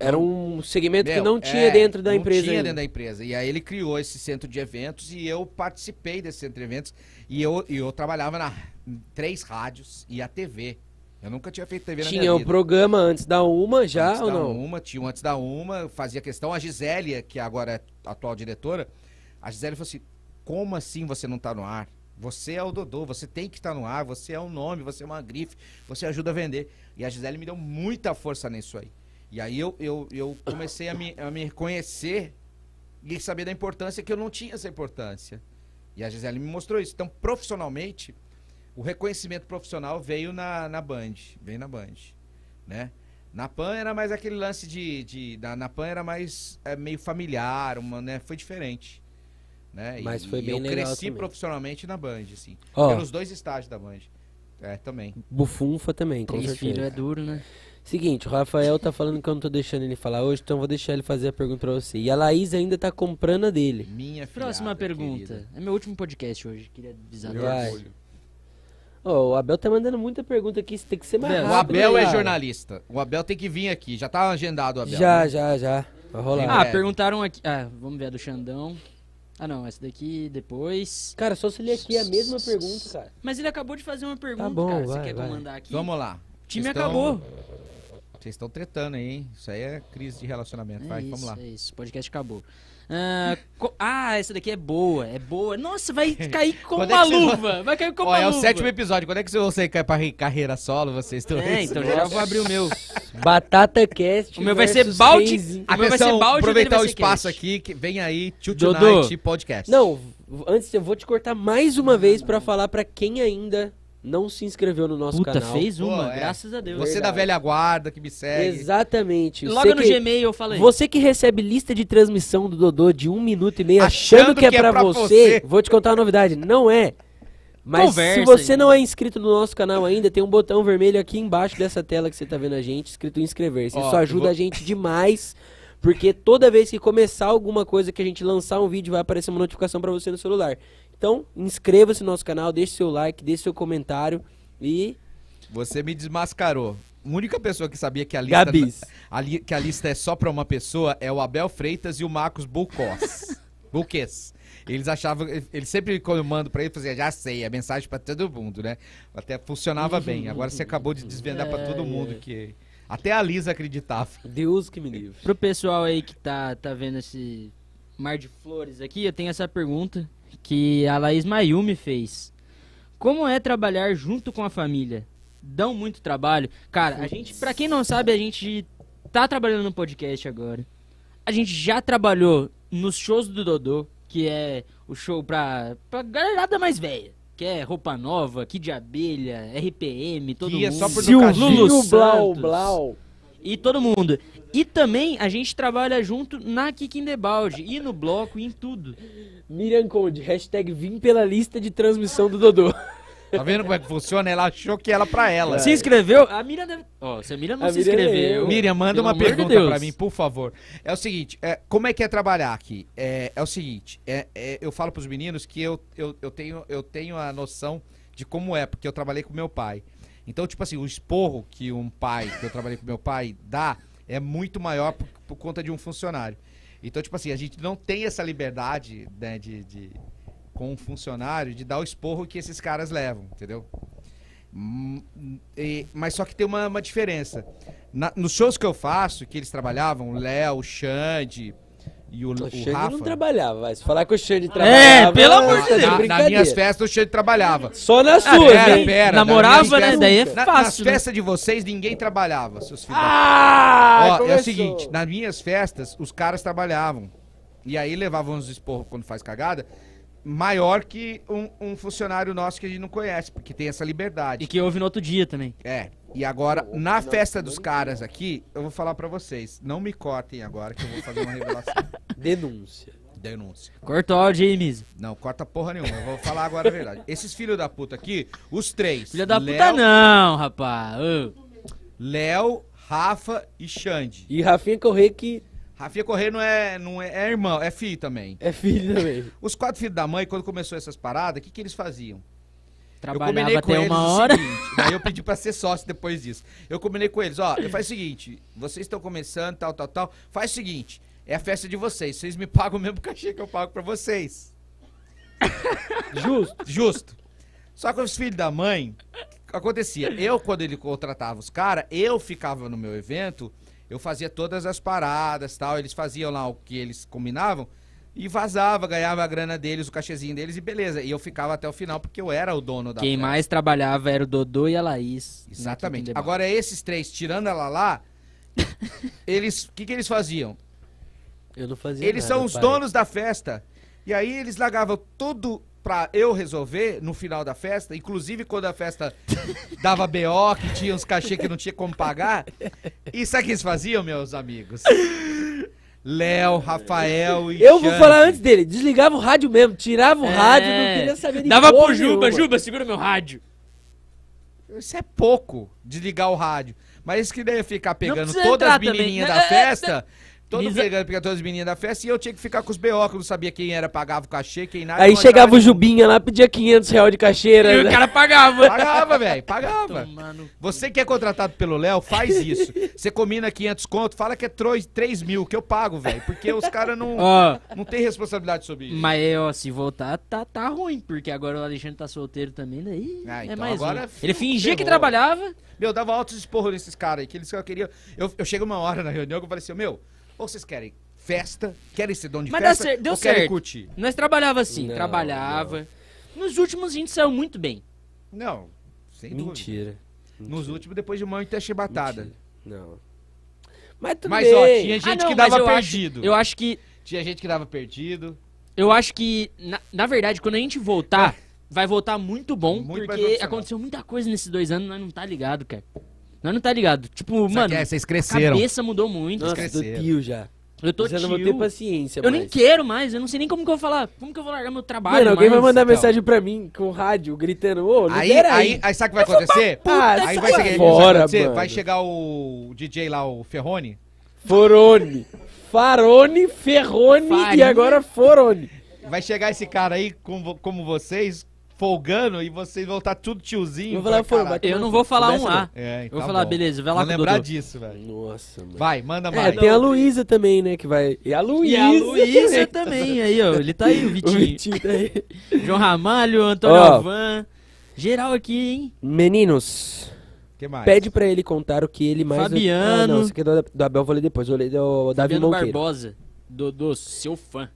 Era um segmento que Meu, não é, tinha dentro da empresa. Não tinha ainda. dentro da empresa. E aí ele criou esse centro de eventos e eu participei desse centro de eventos. E eu, e eu trabalhava na, em três rádios e a TV. Eu nunca tinha feito TV na Tinha minha o vida. programa antes da uma já Antes ou da não? Uma, tinha um antes da uma, eu fazia questão. A Gisélia, que agora é a atual diretora, a Gisélia falou assim: como assim você não tá no ar? Você é o Dodô, você tem que estar no ar, você é um nome, você é uma grife, você ajuda a vender. E a Gisele me deu muita força nisso aí. E aí eu, eu, eu comecei a me, a me reconhecer e saber da importância que eu não tinha essa importância. E a Gisele me mostrou isso. Então, profissionalmente, o reconhecimento profissional veio na, na Band. Veio na Band. Né? Na PAN era mais aquele lance de. de na, na PAN era mais é, meio familiar, uma, né? foi diferente. Né? E- Mas foi e bem eu legal cresci também. profissionalmente na Band, assim. Ó. Pelos dois estágios da Band. É, também. Bufunfa também, com Três filhos é certeza. duro, né? Seguinte, o Rafael tá falando que eu não tô deixando ele falar hoje, então eu vou deixar ele fazer a pergunta pra você. E a Laís ainda tá comprando a dele. Minha Próxima filhada, pergunta. querida. É meu último podcast hoje, queria avisar. Meu todos. orgulho. Ó, o Abel tá mandando muita pergunta aqui, você tem que ser mais Não, o rápido. né, O Abel é cara. jornalista. O Abel tem que vir aqui. Já tá agendado o Abel. Já, né? já, já. Vai rolar. Ah, É. perguntaram aqui. Ah, vamos ver a do Xandão. Ah, não, essa daqui depois. Cara, só se ler aqui é a mesma pergunta, cara. Mas ele acabou de fazer uma Tá pergunta, bom, cara. vai, Você quer que vai. eu mandar aqui? Vamos lá. O time Vocês tão- acabou. Vocês estão tretando aí, hein? Isso aí é crise de relacionamento. É Vai, isso, vamos lá. é isso. O podcast acabou. Ah, co- ah, essa daqui é boa, é boa. Nossa, vai cair como Quando é uma que vocês vão- luva. Vai cair como Ó, uma é o luva. sétimo episódio. Quando é que vocês vão sair ca- pra carreira solo, vocês dois? É, então já vou abrir o meu. Batata Cast. O meu vai ser versus balde. Casey. O meu vai Atenção, ser balde, o dele aproveitar vai o ser espaço cast. aqui, que vem aí, Tio Dodô. Tonight Podcast. Não, v- antes eu vou te cortar mais uma vez pra falar pra quem ainda não se inscreveu no nosso Puta, canal. fez uma, Pô, é. graças a Deus. Você da Verdade. velha guarda que me segue. Exatamente. É, Logo Você no que- Gmail eu falei. Você que recebe lista de transmissão do Dodô de um minuto e meio Achando achando, que é, que é pra, pra você, você. vou te contar uma novidade, não é. Mas Conversa se você aí. não é inscrito no nosso canal ainda, tem um botão vermelho aqui embaixo dessa tela que você tá vendo a gente, escrito inscrever-se. Ó, Isso eu ajuda vou- a gente demais, porque toda vez que começar alguma coisa que a gente lançar um vídeo, vai aparecer uma notificação pra você no celular. Então, inscreva-se no nosso canal, deixe seu like, deixe seu comentário e Você me desmascarou. A única pessoa que sabia que a lista, Gabis. a li- que a lista é só pra uma pessoa é o Abel Freitas e o Marcos Bulcós. Bulques. Eles achavam. Ele sempre, quando eu mando pra ele, fazia, já sei, é mensagem pra todo mundo, né? Até funcionava bem. Agora você acabou de desvendar pra todo mundo que. Até a Lisa acreditava. Deus que me livre. Pro pessoal aí que tá, tá vendo esse mar de flores aqui, eu tenho essa pergunta que a Laís Mayumi fez. Como é trabalhar junto com a família? Dão muito trabalho? Cara, a gente, pra quem não sabe, a gente tá trabalhando no podcast agora. A gente já trabalhou nos shows do Dodô, que é o show pra, pra galerada mais velha. Que é Roupa Nova, Kid de Abelha, RPM, todo Que é mundo. só por Sil- educação. Lulu Gil Blau, Santos Blau. e todo mundo. E também a gente trabalha junto na Kick in the Balde, e no bloco, e em tudo. Miriam Conde, hashtag vim pela lista de transmissão do Dodô. Tá vendo como é que funciona? Ela achou que era pra ela. Se inscreveu? A Miriam deve... Ó, se a Miriam não É. A se Miriam é inscreveu... eu. Miriam, manda Pelo uma amor de pergunta Deus. pra mim, por favor. É o seguinte, é, como é que é trabalhar aqui? É, é o seguinte, é, é, eu falo pros meninos que eu, eu, eu, tenho, eu tenho a noção de como é, porque eu trabalhei com meu pai. Então, tipo assim, o esporro que um pai, que eu trabalhei com meu pai, dá é muito maior por, por conta de um funcionário. Então, tipo assim, a gente não tem essa liberdade né, de, de- com um funcionário de dar o esporro que esses caras levam, entendeu? Hum, e- mas só que tem uma, uma diferença. Na- nos shows que eu faço, que eles trabalhavam, o Léo, o Xande e o, O o Xande Rafa. não trabalhava, vai. Se falar que o É, Xande trabalhava... pelo amor tá de Deus. na, nas brincadeira. minhas é, festas o Xande trabalhava. Só nas Ah, suas, pera, hein? pera. Era, namorava, da minha né? Daí é infância. Na- nas fácil, né? festas de vocês, ninguém trabalhava, seus filhos. Ah, Ó, é o começou. seguinte, nas minhas festas, os caras trabalhavam. E aí levavam uns esporros quando faz cagada, maior que um, um funcionário nosso que a gente não conhece, porque tem essa liberdade. E que houve no outro dia também. É. E agora, na festa dos caras aqui, eu vou falar pra vocês. Não me cortem agora, que eu vou fazer uma revelação. Denúncia. Denúncia. Corta o áudio aí, Misa. Não, corta porra nenhuma. Eu vou falar agora a verdade. Esses filhos da puta aqui, os três. Filha da Léo- puta não, rapaz. Ô. Léo, Rafa e Xande. E Rafinha Corrêa que Rafinha Corrêa não é, não é, é irmão, é filho também. é filho também. Os quatro filhos da mãe, quando começou essas paradas, o que, que eles faziam? Trabalhava até uma hora. o seguinte, daí eu pedi pra ser sócio depois disso. Eu combinei com eles, ó, eu faz o seguinte, vocês estão começando, tal, tal, tal, faz o seguinte, é a festa de vocês, vocês me pagam o mesmo cachê que eu pago pra vocês. Justo. Justo. Só que os filhos da mãe, acontecia, eu quando ele contratava os caras, eu ficava no meu evento, eu fazia todas as paradas, tal, eles faziam lá o que eles combinavam, e vazava, ganhava a grana deles, o cachezinho deles e beleza. E eu ficava até o final porque eu era o dono da Quem festa. mais trabalhava era o Dodô e a Laís. na Kick Exatamente. in the Balde. Agora, esses três, tirando ela lá, eles. O que, que eles faziam? Eu não fazia Eles nada, são os pai. donos da festa. E aí eles largavam tudo pra eu resolver no final da festa, inclusive quando a festa dava BO, que tinha uns cachê que não tinha como pagar. E sabe o que eles faziam, meus amigos? Léo, Rafael e. Eu vou Xande. falar antes dele. Desligava o rádio mesmo. Tirava o É. rádio, não queria saber de É. Dava porra pro Juba, nenhuma. Juba, segura meu rádio. Isso é pouco de ligar o rádio. Mas isso que deve ficar pegando precisa todas as entrar também. menininhas É, da é, festa. Todo mundo Lisa- pegando, pegando todas as menininhas da festa e eu tinha que ficar com os BO, que eu não sabia quem era, pagava o cachê, quem nada. Aí não chegava o adiantava Jubinha lá, pedia 500 reais de E o caixeira. né? cara pagava. nenhum. Pagava, velho, pagava. Mano, Você que é contratado pelo Léo, faz isso. Você combina 500 conto, fala que é 3, mil, que eu pago, velho. Porque os caras não, ó, não têm responsabilidade sobre isso. Mas, é, ó, se voltar, tá, tá ruim, porque agora o Alexandre tá solteiro também, daí Ah, é então mais agora ruim. ferrou. Ele fingia que trabalhava. Meu, eu dava altos esporros nesses caras aí, que eles só queriam. Eu, eu chego uma hora na reunião que eu falei assim: meu, ou vocês querem festa, querem ser dono de Mas dá festa, cer- deu ou querem certo. curtir? Nós trabalhava assim, Não, trabalhava. Nos últimos a gente saiu muito bem. Não, sem dúvida. Mentira. Nos últimos, depois de uma batada. Mentira. Não. Mas tudo Mas, bem. ó, tinha gente Ah, não, que mas dava eu acho- perdido. eu acho que. Tinha gente que dava perdido. Eu acho que, na, na verdade, quando a gente voltar, vai voltar muito bom, Ah. Muito mais porque profissional. aconteceu muita coisa nesses dois anos, nós não tá ligado, cara. Nós não tá ligado. Tipo, mano, é, vocês a cabeça mudou muito. Nossa, tô cresceram. tio já. Eu tô já tio. não vou ter paciência eu mais. nem quero mais, eu não sei nem como que eu vou falar. Como que eu vou largar meu trabalho? Mano, alguém vai mais? mandar então. mensagem pra mim com o rádio, gritando, ô, Aí, libera aí. aí, aí, sabe o que vai acontecer? Ah, Aí sai vai, chegar, fora, vai, acontecer? mano. vai chegar o DJ lá, o Ferrone. Forone. Farone, Ferrone Farinha. e agora Forone. Vai chegar esse cara aí, como, vo- como vocês, folgando e vocês vão estar tudo tiozinho. Eu vou lá, pra foi, caralho. bate- Eu não vou falar um Começa A. É, Eu vou tá falar, bom. beleza, vai Vou lá com o lembrar Dodô. disso, velho. Nossa, mano. Vai, manda É, mais. tem a Luísa também, né? Que vai. E a Luísa. E a Luísa também, aí, ó. Ele tá aí, o O Vitinho. Vitinho tá aí. João Ramalho, Antônio Ó. Alvan. Geral aqui, hein? Meninos, que mais? pede pra ele contar o que ele mais. Fabiano. Ah, não, isso aqui é do, do Abel, eu vou ler depois. Vou ler do Davi Fabiano Monteiro. Barbosa. Dodô, seu fã.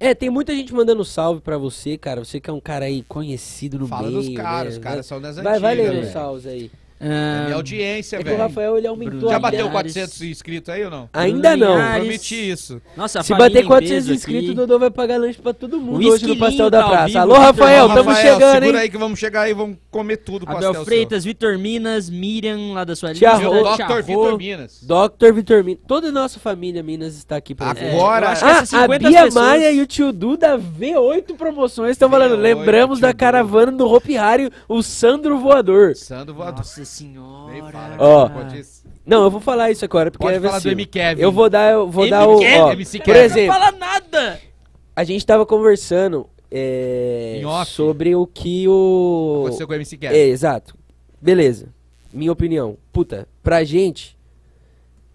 É, tem muita gente mandando salve pra você, cara. Você que é um cara aí conhecido no Fala meio. dos caras, né? os caras são das Vai, antigas. vai ler velho. os salves aí. Ah, Minha audiência, É que o velho. Rafael, Ah, ele aumentou Já a bateu Linhares. 400 inscritos aí ou não? Ainda não. Linhares. Prometi isso. nossa, a Se família bater em 400 peso inscritos, aqui. o Dodô vai pagar lanche pra todo mundo Um hoje no esquilinho Pastel da tá ao Praça. vivo, Alô, Vitor Rafael, Ô, tamo chegando, segura hein? aí que vamos chegar aí e vamos comer tudo. pastel Abel seu. Freitas, Vitor Minas, Miriam, lá da sua Tia lista. Rô. Meu Arro- Dr. Vitor Minas. Dr. Vitor Minas. Toda a nossa família Minas está aqui presente. Agora- eu acho que Ah, essas a 50 Bia pessoas- Maia e o tio Du da V8 Promoções estão falando. V8, Lembramos tio da Du. caravana do Ropiário, o Sandro Voador. Sandro Voador. Nossa senhora. Nem fala. Ó. cara, pode isso. Não, eu vou falar isso agora, porque Pode é falar do vacilo. M. Kevin. Eu vou dar, eu vou M. dar o. Kevin, ó, MC por Kevin. Não exemplo, fala nada. a gente tava conversando é, Em off. sobre o que o. Aconteceu com o MC Kevin. É, exato. Beleza. Minha opinião. Puta, pra gente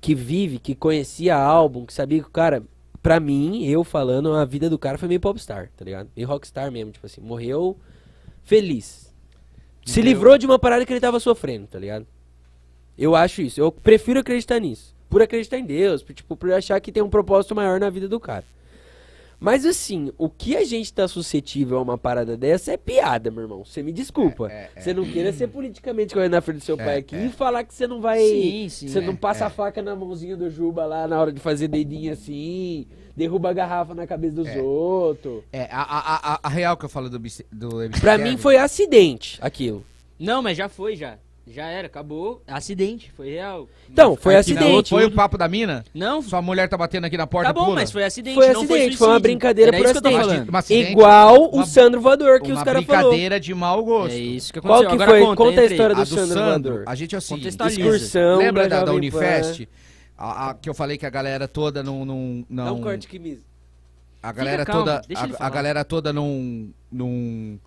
que vive, que conhecia álbum, que sabia que o cara. Pra mim, eu falando, a vida do cara foi meio popstar, tá ligado? Meio rockstar mesmo. Tipo assim, morreu feliz. Se Entendeu? livrou de uma parada que ele tava sofrendo, tá ligado? Eu acho isso. Eu prefiro acreditar nisso. Por acreditar em Deus, por, tipo, por achar que tem um propósito maior na vida do cara. Mas assim, o que a gente tá suscetível a uma parada dessa é piada, meu irmão. Você me É, desculpa. Você não queira ser politicamente correndo na frente do seu pai aqui e falar que você não vai. Sim, sim. Você não é, passa a faca na mãozinha do Juba lá na hora de fazer dedinho assim, derruba a garrafa na cabeça dos outros. É, a, a, a, a real que eu falo do, MC do MC Pra Kevin. mim foi acidente aquilo. Não, mas já foi, já. Já era, acabou. Acidente, foi real. Então, foi Aqui na acidente. Foi o papo da mina? Não, Sua mulher tá batendo aqui na porta tá e bom, pula? mas foi acidente. Foi não acidente, foi, foi uma suicídio. brincadeira Era por isso que eu tô Um acidente. falando. É acidente, um acidente, Igual o uma- Sandro Voador que os uma caras falaram. brincadeira de mau gosto. É isso que Qual aconteceu. que Agora foi? conta, Conta a entra aí. história A do do Sandro Sandro, Voador. a gente é o seguinte, Contextualiza. Excursão né, lembra da, da Jovem Pan. Unifest? A, a- que eu falei que a galera toda não... não, não Dá um corte que me... A galera calmo, toda, deixa ele a, a falar. galera toda não, não,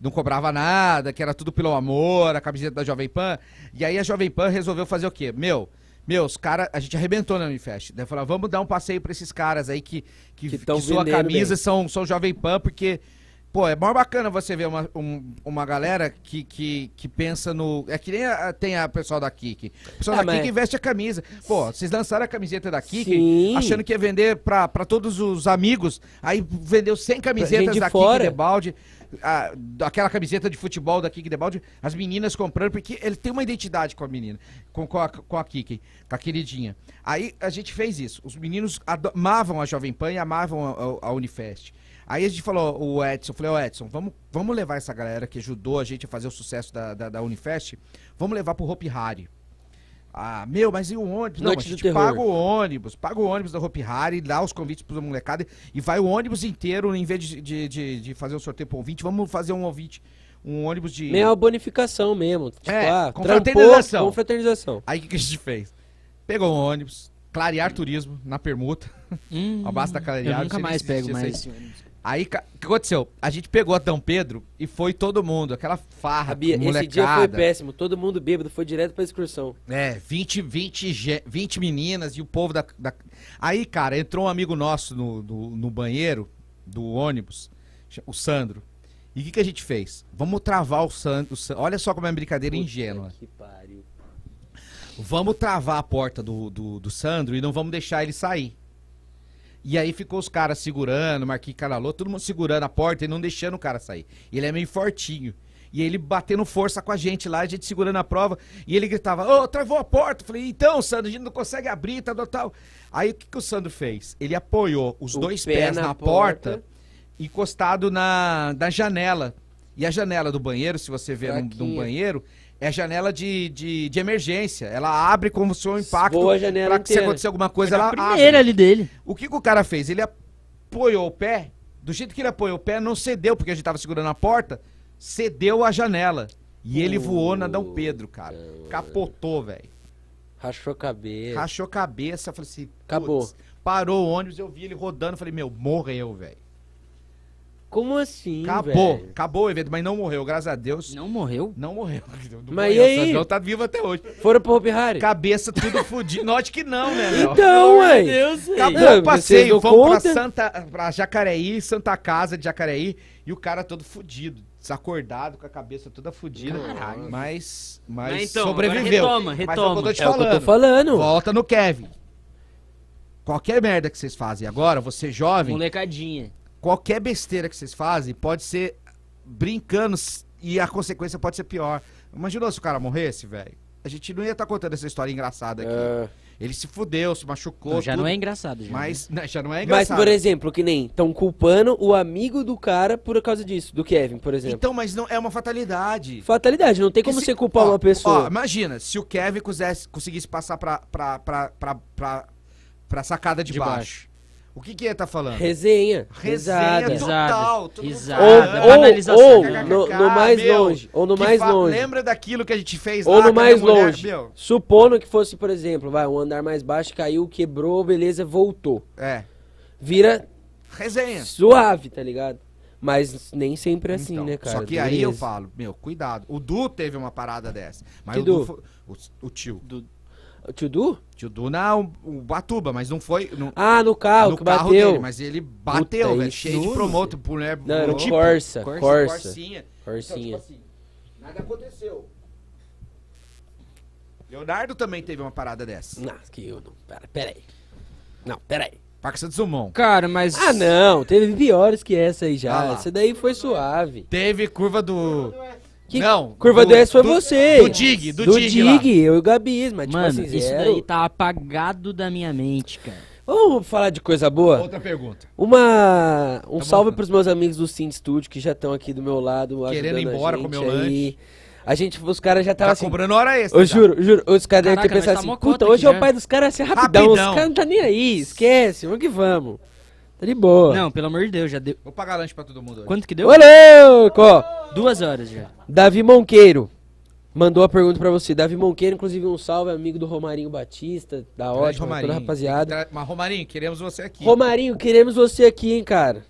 não cobrava nada, que era tudo pelo amor, a camiseta da Jovem Pan. E aí a Jovem Pan resolveu fazer o quê? Meu, meus caras, a gente arrebentou na Unifest. Daí falar, vamos dar um passeio pra esses caras aí que que, Que que, tão sua vendendo camisa bem. são são Jovem Pan porque Pô, é mó bacana você ver uma, um- uma galera que, que, que pensa no. É que nem a- tem a pessoal da Kik. O pessoal Ah, da mas- Kik veste a camisa. Pô, vocês lançaram a camiseta da Kik Sim. achando que ia vender pra, pra todos os amigos. Aí vendeu 100 Gente camisetas de da Kik fora. Debalde. a- aquela camiseta de futebol da Kik Debalde. As meninas comprando, porque ele tem uma identidade com a menina. Com, com a, com a Kik, com a queridinha. Aí a gente fez isso. Os meninos ado- amavam a Jovem Pan e amavam a, a- a Unifest. Aí a gente falou, o Edson, eu falei, ô Edson, vamos, vamos levar essa galera que ajudou a gente a fazer o sucesso da, da, da Unifest, vamos levar pro Hopi Hari. Ah, meu, mas e o ônibus? Não, a Noite do gente terror. paga o ônibus, paga o ônibus da Hopi Hari, dá os convites pros molecada e vai o ônibus inteiro, em vez de, de, de, de fazer um sorteio pro ouvinte, vamos fazer um ouvinte, um ônibus de... Nem uma bonificação mesmo. Tipo, É, ah, confraternização. trampou, confraternização. Aí o que, que a gente fez? Pegou um ônibus, clarear turismo, na permuta, Hum, abaixo da clarear. eu nunca mais pego mais. Aí, ca- o que aconteceu? A gente pegou a Dom Pedro e foi todo mundo, aquela farra, Sabia, molecada. esse dia foi péssimo. Todo mundo bêbado, foi direto pra excursão. É, 20, 20, ge- 20 meninas e o povo da, da- Aí, cara, entrou um amigo nosso no, no, no banheiro do ônibus, cha- o Sandro. E o que, que a gente fez? Vamos travar o Sandro. Olha só como é uma brincadeira ingênua. Que pariu. Vamos travar a porta do, do, do Sandro e não vamos deixar ele sair. E aí ficou os caras segurando, Marquinhos Canalô, todo mundo segurando a porta e não deixando o cara sair. Ele é meio fortinho. E ele batendo força com a gente lá, a gente segurando a prova. E ele gritava, ô, travou a porta. Eu falei, então, Sandro, a gente não consegue abrir, tá, tal, tal. Aí o que, que o Sandro fez? Ele apoiou os O dois pé pés na na, porta, porta. encostado na, na janela. E a janela do banheiro, se você vê num, num Fraquinha. banheiro, é janela de, de, de emergência. Ela abre como se fosse um impacto. Boa a janela pra que se inteira. É acontecer alguma coisa, ela é Primeira abre. ali dele. O que, que o cara fez? Ele apoiou o pé, do jeito que ele apoiou o pé, não cedeu, porque a gente tava segurando a porta, cedeu a janela. E ele voou na Dom Pedro, cara. Capotou, velho. Rachou a cabeça. Rachou a cabeça, falei assim, putz, é. Acabou. Parou o ônibus, eu vi ele rodando, falei, meu, morreu, velho. Como assim, Acabou, velho? acabou o evento, mas não morreu, graças a Deus. Não morreu? Não morreu. Não Mas e morreu, aí? Sandrão tá vivo até hoje. Foram pro Hopi Hari? Cabeça tudo fodido. Note que não, né, Léo? Então, Meu ué. Deus, velho. Acabou Não, o passeio, vocês não vamos pra, conta? Santa, pra Jacareí, Santa Casa de Jacareí, e o cara todo fudido, desacordado, com a cabeça toda fudida. Mas, mas Mas então, sobreviveu. agora retoma, Mas é o que eu tô retoma. te É o que eu tô falando. falando. Volta no Kevin. Qualquer merda que vocês fazem agora, você jovem, Molecadinha. qualquer besteira que vocês fazem pode ser brincando s- e a consequência pode ser pior. Imaginou se o cara morresse, velho? A gente não ia estar contando essa história engraçada aqui. É. Ele se fudeu, se machucou. Não, já não tudo, é engraçado. Já, Mas né, já não é Mas, engraçado. por exemplo, que nem estão culpando o amigo do cara por causa disso, do Kevin, por exemplo. Então, mas não é uma fatalidade. Fatalidade, não tem Que como se- você culpar Então, ó, uma ó, pessoa. imagina, se o Kevin quisesse- conseguisse passar pra, pra, pra, pra, pra, pra sacada de, De baixo. O que que ele tá falando? Resenha. Resenha risada. Risada, total. todo mundo risada. Ou, falando. Ah, banalização. ou, ou KKKK, no, no mais meu, longe, ou no que mais fa- longe, Lembra daquilo que a gente fez ou lá no com a mais mulher, longe. meu? Supondo que fosse, por exemplo, vai um andar mais baixo, caiu, quebrou, beleza, voltou. É. Vira Resenha. suave, tá ligado? Mas nem sempre é assim, É. Então, né, cara? Só que aí eu Beleza. falo, meu, cuidado. O Du teve uma parada dessa. Mas Que o Du, Du? foi- o, o tio. O Tio Du? O tio Du não, o Batuba, mas não foi. Não, Ah, no carro, que bateu. dele, mas ele bateu, Puta, velho. isso. Cheio de promoto, mulher. Não, era um tipo, Corsa, Corsa. Corsinha. Corsinha. Então, tipo assim, nada aconteceu. Leonardo também teve uma parada dessa. Não, que eu não. Pera, pera aí. Não, pera aí. Parque Santos Dumont. Cara, mas... Ah, não. Teve piores que essa aí já. Ah lá. essa daí foi suave. Teve curva do. Que não, Curva do- 10 foi do- você. do Dig, do Dig lá. Dig, eu e o Gabiz, mas Mano, tipo assim, isso zero. daí tá apagado da minha mente, cara. Vamos falar de coisa boa? Outra pergunta. Uma... Tá Um salve pros meus amigos do Sim Studio que já estão aqui do meu lado Querendo ajudando ir embora a gente comer o aí. A gente, os caras já Tá estavam assim... cobrando hora extra. Eu já. juro, juro, os caras devem ter Caraca, pensado nós tá assim, mó cota puta, hoje é aqui o já. pai dos caras assim, rapidão, né?" Rapidão. os caras não tá nem aí, esquece, vamos que vamos. Tá de boa. Não, pelo amor de Deus, já deu... Vou pagar lanche pra todo mundo hoje. Quanto que deu? Ô louco! Duas horas já. Davi Monqueiro mandou a pergunta pra você. Davi Monqueiro, inclusive, um salve, amigo do Romarinho Batista, da Grande ótima, tá toda a rapaziada. Tem que tra- Mas Romarinho, queremos você aqui. Romarinho, queremos você aqui, hein, cara.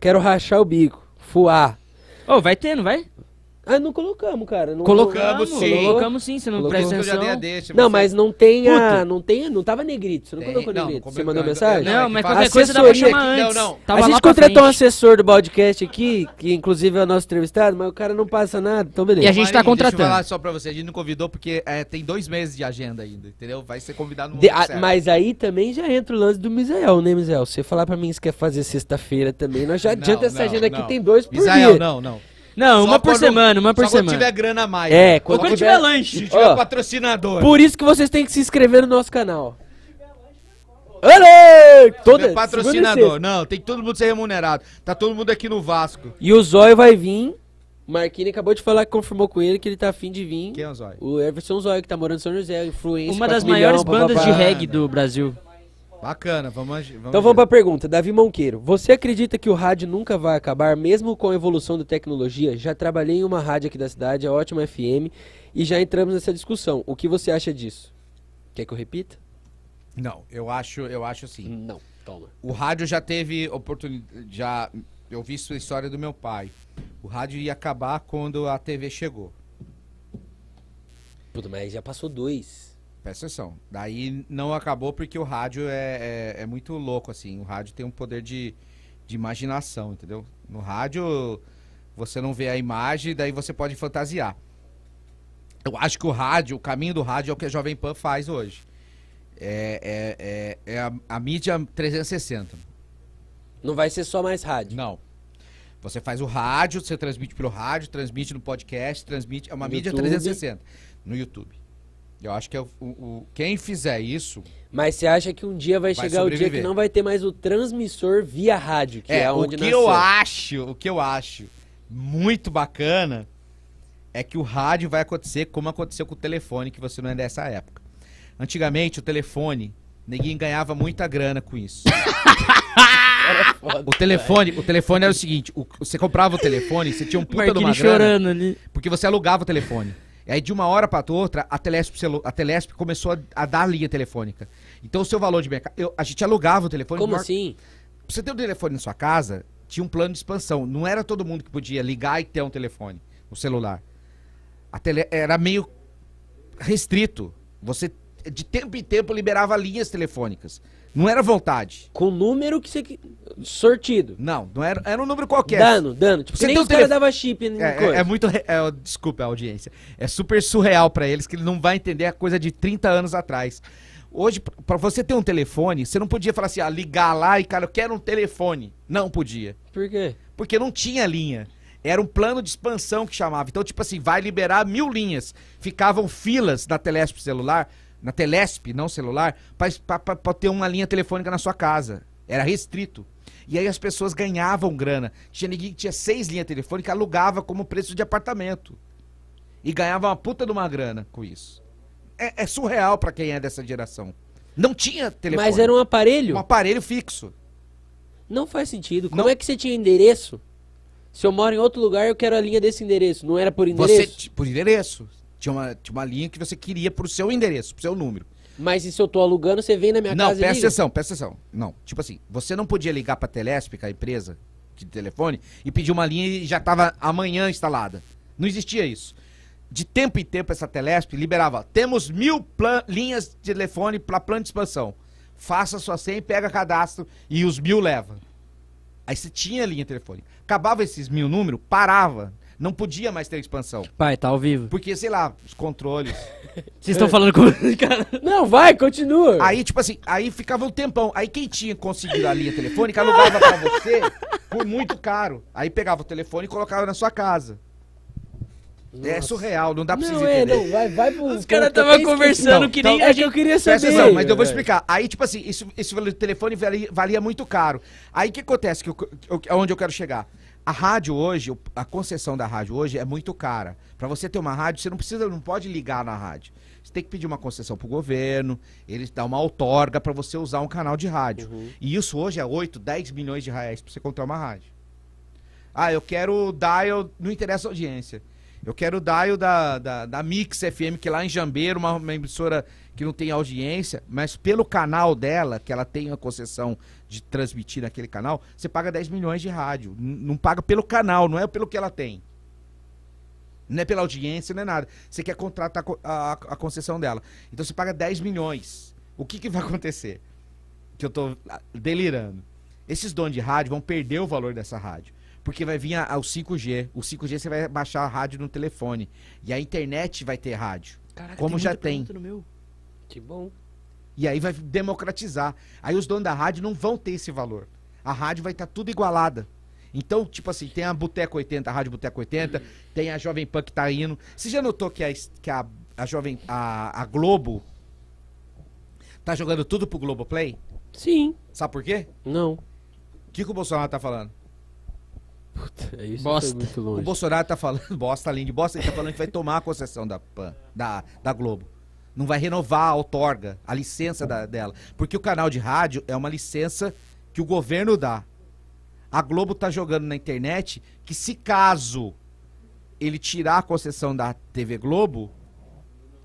Quero rachar o bico, fuar. Ô, vai ter, não vai? Ah, não colocamos, cara. Não, Colocamos, não- sim. Colocamos sim, você não Colocou. presta Eu já atenção. dei a deixa, Não, você- mas não tem Puta. a... Não, tem, não tava negrito, você não Tem- colocou não, negrito. como Você eu- mandou eu- eu- mensagem? Não, é Não, que mas fala- qualquer coisa dá pra assessoria chamar aqui. Não, antes. não. Tava a lá gente pra contratou um frente. assessor do podcast aqui, que inclusive é o nosso entrevistado, mas o cara não passa nada, então beleza. E a gente tá Marinho, Deixa eu contratando. falar só pra você, a gente não convidou porque é, tem dois meses de agenda ainda, entendeu? Vai ser convidado no De- momento a- certo. mas aí também já entra o lance do Misael, né, Misael? Você falar pra mim que você quer fazer sexta-feira também, nós já Não, adianta essa não, agenda não. aqui, tem dois por Israel, dia. não, não. Não, Só uma por quando- semana, uma por Só quando semana. tiver grana a mais. né? É, quando quando, Quando tiver... tiver lanche. se tiver Ó. patrocinador. Por isso que vocês têm que se inscrever no nosso canal. Olê! Toda Meu segunda patrocinador. e sexta. Não, tem que todo mundo ser remunerado. Tá todo mundo aqui no Vasco. E o Zóio vai vir. O Marquinhos acabou de falar que confirmou com ele que ele tá afim de vir. Quem é o Zóio? O Everson Zóio, que tá morando em São José, influência. Uma das 4 milhão, maiores bandas de papapá. reggae do Brasil. Bacana, vamos... agi- Então vamos pra pergunta, Davi Monqueiro. Você acredita que o rádio nunca vai acabar, mesmo com a evolução da tecnologia? Já trabalhei em uma rádio aqui da cidade, a Ótima FM, e já entramos nessa discussão. O que você acha disso? Quer que eu repita? Não, eu acho, eu acho assim. Não, toma. O rádio já teve oportunidade. Já. Eu vi isso a história do meu pai. O rádio ia acabar quando a TV chegou. Puta, mas já passou dois. Presta atenção. Daí não acabou porque o rádio é, é, é muito louco, assim. O rádio tem um poder de, de imaginação, entendeu? No rádio você não vê a imagem, daí você pode fantasiar. Eu acho que o rádio, o caminho do rádio é o que a Jovem Pan faz hoje. É, é, é, é a, a mídia 360. Não vai ser só mais rádio. Não. Você faz o rádio, você transmite pelo rádio, transmite no podcast, transmite. É uma No mídia YouTube. 360 no YouTube. Eu acho que é o, o- o- quem fizer isso. Mas você acha que um dia vai, Vai chegar o dia sobreviver. que não vai ter mais o transmissor via rádio, que é, é, o onde que nasceu. eu acho, o que eu acho muito bacana é que o rádio vai acontecer como aconteceu com o telefone, que você não é dessa época. Antigamente, o telefone, ninguém ganhava muita grana com isso. o telefone, o telefone era o seguinte, o- você comprava o telefone, você tinha um puta de uma Marquinhos grana. chorando ali. Porque você alugava o telefone. E aí, de uma hora pra outra, a Telesp, celu- a Telesp começou a, a dar linha telefônica. Então, o seu valor de mercado. eu- A gente alugava o telefone. Como maior- assim? Pra você ter um telefone na sua casa, tinha um plano de expansão. Não era todo mundo que podia ligar e ter um telefone, um celular. A tele era meio restrito. Você, de tempo em tempo, liberava linhas telefônicas. Não era vontade. Com o número que você. que- Sortido. Não, não era, era um número qualquer. Dano, dano. Tipo, Você você nem tem os um caras telefone- davam chip nem É, coisa. é- é muito. re- é, ó, desculpa a audiência. É super surreal pra eles que ele não vai entender a coisa de 30 anos atrás. Hoje, pra- pra você ter um telefone, você não podia falar assim, ah, ligar lá e, cara, eu quero um telefone. Não podia. Por quê? Porque não tinha linha. Era um plano de expansão que chamava. Então, tipo assim, vai liberar mil linhas. Ficavam filas na Telesp celular, na Telesp, não celular, pra- pra pra- pra ter uma linha telefônica na sua casa. Era restrito. E aí as pessoas ganhavam grana. Tinha ninguém que tinha seis linhas telefônicas, alugava como preço de apartamento. E ganhava uma puta de uma grana com isso. É, é surreal pra quem é dessa geração. Não tinha telefone. Mas era um aparelho? um aparelho fixo. Não faz sentido. Como Não. é que você tinha endereço? Se eu moro em outro lugar, eu quero a linha desse endereço. Não era por Você, endereço? ti- por endereço. Tinha uma, tinha uma linha que você queria pro seu endereço, pro seu número. Mas e se eu tô alugando, você vem na minha não, casa e presta liga? atenção, presta atenção. Não, tipo assim, você não podia ligar pra Telesp, que é a empresa de telefone, e pedir uma linha e já tava amanhã instalada. Não existia isso. De tempo em tempo, essa Telesp liberava, temos mil plan- linhas de telefone pra plano de expansão. Faça sua senha e pega cadastro e os mil leva. Aí você tinha linha telefônica. Acabava esses mil números, parava. Não podia mais ter expansão. Pai, tá ao vivo. Porque, sei lá, os controles. Vocês É. estão falando com. Cara, Não, vai, continua. Aí, tipo assim, aí ficava um tempão. Aí quem tinha conseguido a linha telefônica alugava pra você por muito caro. Aí pegava o telefone e colocava na sua casa. É surreal, não dá pra vocês Não, é, entenderem. não, vai, vai pro... Os caras estavam Então, conversando que nem. É que eu queria Presta saber. atenção, mas eu vou velho. explicar. Aí, tipo assim, isso, esse valor do telefone valia, valia muito caro. Aí, o que acontece? Que eu, eu, é onde eu quero chegar? A rádio hoje, o- a concessão da rádio hoje é muito cara. Pra você ter uma rádio, você não precisa, não pode ligar na rádio. Você tem que pedir uma concessão pro governo, eles dão uma outorga pra você usar um canal de rádio. Uhum. E isso hoje é 8, 10 milhões de reais pra você comprar uma rádio. Ah, eu quero o dial, não interessa a audiência. Eu quero o dial da, da, da Mix FM, que é lá em Jambeiro, uma, uma emissora que não tem audiência, mas pelo canal dela, que ela tem a concessão de transmitir naquele canal, você paga 10 milhões de rádio. N- não paga pelo canal, não é pelo que ela tem. Não é pela audiência, não é nada. Você quer contratar co- a, a concessão dela. Então você paga 10 milhões. O que, que vai acontecer? Que eu tô ah, delirando. Esses donos de rádio vão perder o valor dessa rádio. Porque vai vir a, a- o 5G. O 5G você vai baixar a rádio no telefone. E a internet vai ter rádio. como já tem. Que bom. E aí vai democratizar. Aí os donos da rádio não vão ter esse valor. A rádio vai estar tudo igualada. Então, tipo assim, tem a Boteco 80, a Rádio Boteco 80, tem a Jovem Pan que tá indo. Você já notou que a, es- que a, a Jovem a, a Globo tá jogando tudo pro Globoplay? Sim. Sabe por quê? Não. O que, que o Bolsonaro tá falando? É isso Bosta. foi muito O longe. Bolsonaro tá falando, bosta, além de bosta, ele tá falando que vai tomar a concessão da PAN, da, da Globo. Não vai renovar a outorga, a licença da- dela. Porque o canal de rádio é uma licença que o governo dá. A Globo tá jogando na internet que se caso ele tirar a concessão da TV Globo,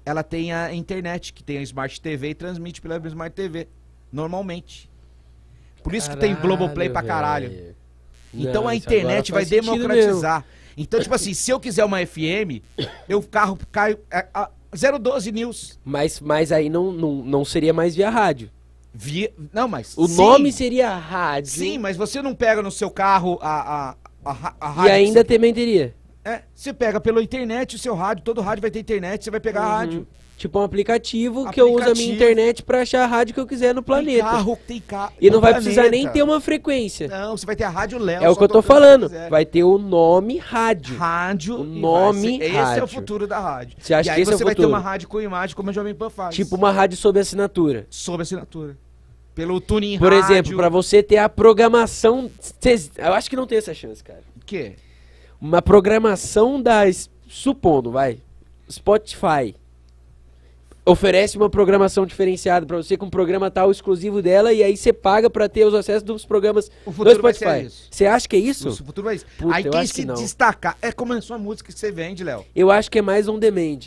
ela tem a internet, que tem a Smart TV e transmite pela Smart TV, normalmente. Por isso que tem Globoplay pra caralho. velho. Então Não, a isso agora internet vai faz sentido democratizar. Então, tipo assim, se eu quiser uma FM, eu carro caio. é, a- 012 News. Mas, mas aí não, não, não seria mais via rádio. Via, não, mas. O sim, nome seria rádio. Sim, mas você não pega no seu carro a, a, a, ra- a E rádio. ainda que também teria. Você, é, você pega pela internet o seu rádio, todo rádio vai ter internet, você vai pegar a rádio. Tipo um aplicativo, que eu uso a minha Aplicativo. internet pra achar a rádio que eu quiser no planeta. Tem carro, tem carro. E não no vai precisar nem planeta. ter uma frequência. Não, você vai ter a rádio Léo. é o só que eu tô tocando falando. quando quiser. Vai ter o nome rádio. Rádio. O e vai nome ser- Esse é rádio. o futuro da rádio. Você acha e que aí esse é o você vai ter futuro? uma rádio com imagem como a Jovem Pan faz. Tipo uma rádio sob assinatura. sob assinatura. Pelo tuning Por rádio. exemplo, pra você ter a programação. cês- Eu acho que não tem essa chance, cara. O quê? Uma programação das. Supondo, vai. Spotify. Oferece uma programação diferenciada pra você com um programa tal exclusivo dela e aí você paga pra ter os acessos dos programas O do futuro vai ser Spotify. isso. Você acha que é isso? O futuro vai ser. Puta, Aí eu quem acho que se não. destacar é como a sua música que você vende, Léo. Eu acho que é mais on demand.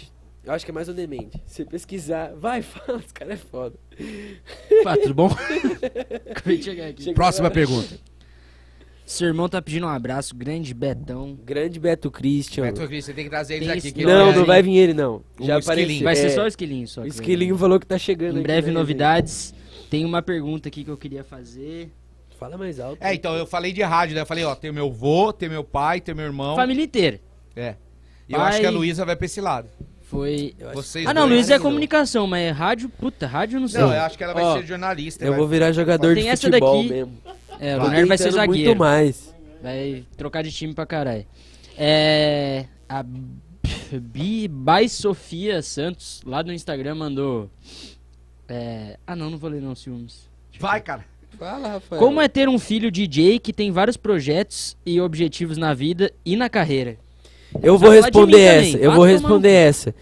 Eu acho que é mais on demand. Se pesquisar, vai, fala, os caras é foda. Pá, tudo bom? Acabei de chegar aqui. Chega- Próxima pergunta. Seu irmão tá pedindo um abraço, grande Betão. Grande Beto Christian. Beto Cris, É, você tem que trazer eles Tem aqui. esse- Que Não, ele- não vai vir ele, não. O Já Esquilinho. apareceu. Vai ser É, só o esquilinho, só. O que Esquilinho falou que tá chegando Em aqui, breve né, novidades. Tem uma pergunta aqui que eu queria fazer. gente? Fala mais alto. É, então, eu falei de rádio, né? Eu falei, ó, tem meu vô, tem meu pai, tem meu irmão. Família inteira. É. E eu acho Pai- que a Luísa vai pra esse lado. Foi. Vocês Ah, não, dois. Luiz é Não, comunicação, mas é rádio, puta, rádio eu não sei. Não, eu acho que ela vai Ó, ser jornalista. né? Eu vai- vou virar jogador Tem de essa futebol daqui. mesmo. É, o Tô Leonardo vai ser Tá tentando zagueiro. Muito mais. Vai trocar de time pra caralho. É. A Bi by Sofia Santos, lá no Instagram, mandou. É. Ah, não, não vou ler não, ciúmes. Vai, cara. Fala, Rafael. Como é ter um filho DJ que tem vários projetos e objetivos na vida e na carreira? Eu vou Vai falar de mim responder também, essa. Eu vou vai tomar no responder essa.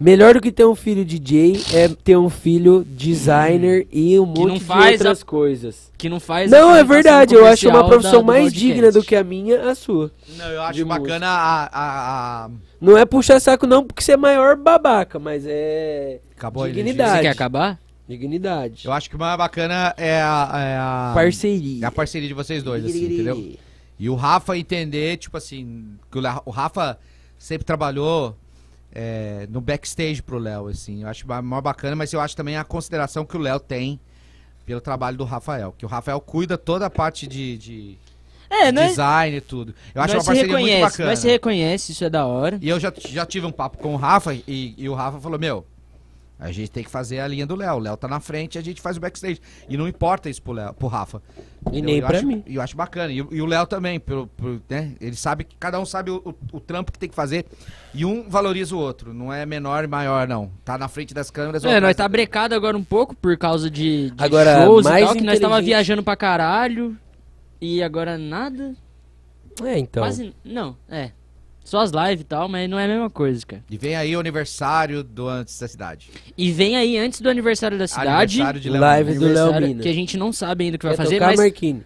Melhor do que ter um filho DJ é ter um filho designer e um Hum. Que não monte de faz outras coisas. Que não faz. Não, é apresentação verdade. Eu acho uma comercial profissão da- do mais podcast. digna do que a minha, a sua. Não, eu acho De bacana a, a, a- Não é puxar saco, não, porque você é maior babaca, mas é. Acabou a Dignidade. Você verdade. quer acabar? Dignidade. Eu acho que o mais bacana é a, é a, é Parceria. a parceria de vocês dois, assim, entendeu? E o Rafa entender, tipo assim, que o La- o Rafa sempre trabalhou é, no backstage pro Léo, assim. Eu acho ba- mó bacana, mas eu acho também a consideração que o Léo tem pelo trabalho do Rafael. Que o Rafael cuida toda a parte de, de né? É, nós, design e tudo. Eu acho nós uma se parceria muito reconhece, bacana. nós se reconhece, isso é da hora. E eu já, já tive um papo com o Rafa e, e o Rafa falou, meu, a gente tem que fazer a linha do Léo. O Léo tá na frente e a gente faz o backstage. E não importa isso pro, Léo, pro Rafa. E Eu- nem eu pra acho- mim. E eu acho bacana. E, e o Léo também, pelo, pelo- né? Ele sabe que cada um sabe o, o- o trampo que tem que fazer. E um valoriza o outro. Não é menor e maior, não. Tá na frente das câmeras. É, outro nós mais- tá brecado agora um pouco por causa de, de Agora, shows e mais tal, que nós tava inteligente. viajando pra caralho. E agora nada. É, então. Quase. Não, é. Só as lives e tal, mas não é a mesma coisa, cara. E vem aí o aniversário do Antes da Cidade. E vem aí antes do aniversário da cidade. Aniversário de Léo. Live do aniversário Léo Mina. que a gente não sabe ainda o que vai Quer fazer, É, tocar, mas, Marquinhos?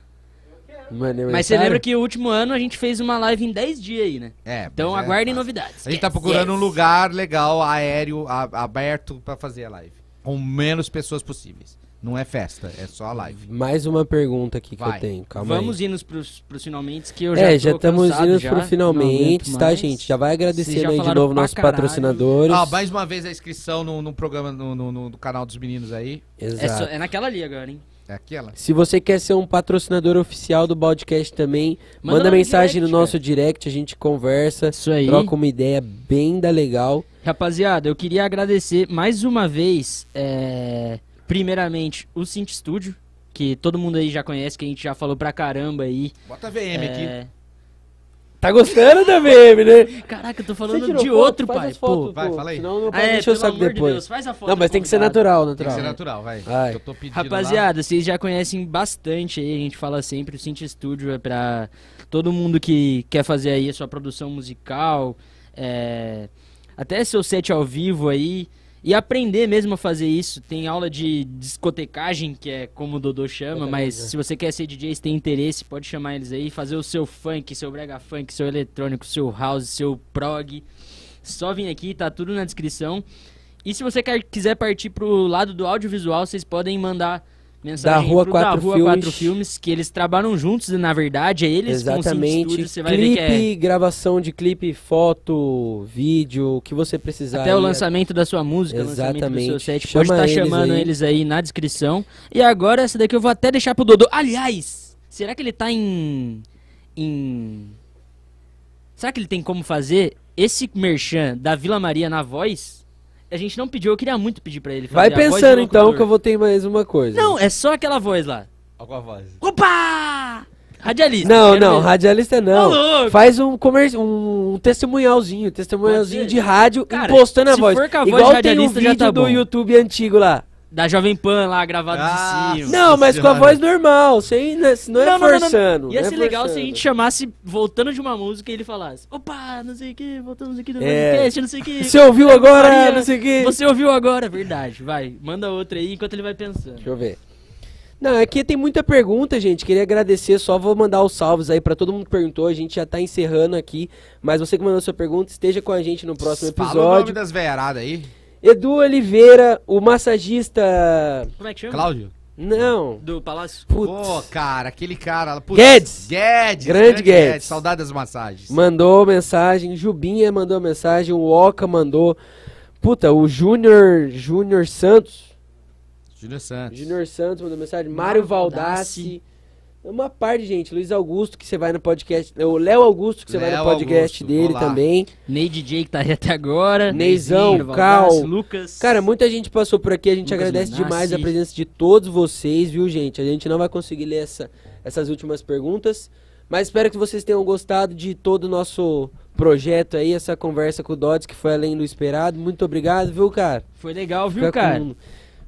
Mano, mas você lembra que o último ano a gente fez uma live em 10 dias aí, né? É, Então mas é- aguardem novidades. A gente tá procurando um lugar legal, aéreo, a- aberto pra fazer a live. Com menos pessoas possíveis. Não é festa, é só a live. Mais uma pergunta aqui que Vai. eu tenho. Calma aí. Vamos indo pros, pros finalmente, que eu já É, tô já estamos cansado indo já, pro não finalmente, aguento tá, mais. gente? Já vai Vocês agradecendo já aí de falaram novo pra nossos caralho. patrocinadores. Ah, mais uma vez a inscrição no, no programa, no, no- no- no canal dos meninos aí. É, só- Exato. é naquela ali agora, hein? É aquela. Se você quer ser um patrocinador oficial do podcast também, Manda manda, lá no mensagem direct, no nosso direct, a gente conversa, Isso aí. troca uma ideia bem da legal. Rapaziada, eu queria agradecer mais uma vez, é, primeiramente, o Cint Studio, que todo mundo aí já conhece, que a gente já falou pra caramba aí. Bota VM aqui. É... Tá gostando da meme, né? Caraca, eu tô falando de outro, pai. pô. Vai, fala aí. Senão não Ah, pode é, encher o pelo saco amor de depois. Deus, faz a foto. não, mas do tem que ser convidado. natural, Tem que natural. né? ser natural, vai. Vai. Que Eu tô pedindo lá. Rapaziada, vocês já conhecem bastante aí, a gente fala sempre, o Cinti Studio é pra todo mundo que quer fazer aí a sua produção musical, é, até seu set ao vivo aí, e aprender mesmo a fazer isso. Tem aula de discotecagem, que é como o Dodô chama, mas se você quer ser DJ, se tem interesse, pode chamar eles aí, fazer o seu funk, seu brega funk, seu eletrônico, seu house, seu prog. Só vim aqui, tá tudo na descrição. E se você quer- quiser partir pro lado do audiovisual, vocês podem mandar mensagem Rua pro da Quatro Rua Filmes. 4 Filmes, que eles trabalham juntos, na verdade, é eles com o Cine Exatamente. Studio, você vai clipe, ver que é gravação de clipe, foto, vídeo, o que você precisar. Até o aí, lançamento da sua música, o lançamento do Exatamente. seu set. Chama Pode estar eles chamando aí. eles aí na descrição. E agora essa daqui eu vou até deixar pro Dodô. Aliás, será que ele tá em. em. Será que ele tem como fazer esse merchan da Vila Maria na voz? A gente não pediu, eu queria muito pedir pra ele. Vai fazer a voz do pensando então locutor. que eu vou ter mais uma coisa. Não, é só aquela voz lá. Alguma voz. Opa! Radialista. Não, quero não, ver. radialista não. Ô, é Tá louco! Faz um, comer... um testemunhalzinho, testemunhalzinho Pode ser? de rádio Cara, impostando a se voz. for com a voz de Igual tem um radialista, já vídeo tá do bom. YouTube antigo lá. Da Jovem Pan lá, gravado Ah, de cima. Não, mas com a Senhora. voz normal, sem, né, se não é forçando. Ia não é ser legal se a forçando. gente chamasse, voltando de uma música, e ele falasse: opa, não sei o que, voltamos aqui do É. podcast, não sei o que. Você ouviu agora, Maria, não sei o quê. Você ouviu agora, verdade. Vai, manda outra aí enquanto ele vai pensando. Deixa eu ver. Não, é que tem muita pergunta, gente. Queria agradecer, só vou mandar os salves aí pra todo mundo que perguntou. A gente já tá encerrando aqui, mas você que mandou sua pergunta, esteja com a gente no próximo Fala o nome episódio. das veiaradas aí. Edu Oliveira, o massagista Como é que chama? Cláudio. Não. Do Palácio? Putz. Pô, cara, aquele cara. Putz, Guedes! Guedes! Grande Guedes. Saudade das massagens. Mandou mensagem, Jubinha mandou mensagem, o Oca mandou. Puta, o Júnior Júnior Santos. Júnior Santos. Júnior Santos mandou mensagem. Mário Valdassi. Uma parte, gente. Luiz Augusto, que você vai no podcast. O Léo Augusto, que você vai Léo no podcast Augusto, dele olá. também. Ney DJ que tá aí até agora. Neizão, Neizinho, Valdassi, Cal. Lucas. Cara, é muita gente passou por aqui. A gente Lucas agradece Menassi. demais a presença de todos vocês, viu, gente? A gente não vai conseguir ler essa- essas últimas perguntas. Mas espero que vocês tenham gostado de todo o nosso projeto aí, essa conversa com o Dodds, que foi além do esperado. Muito obrigado, viu, cara? Foi legal, viu, Fica cara? com- um-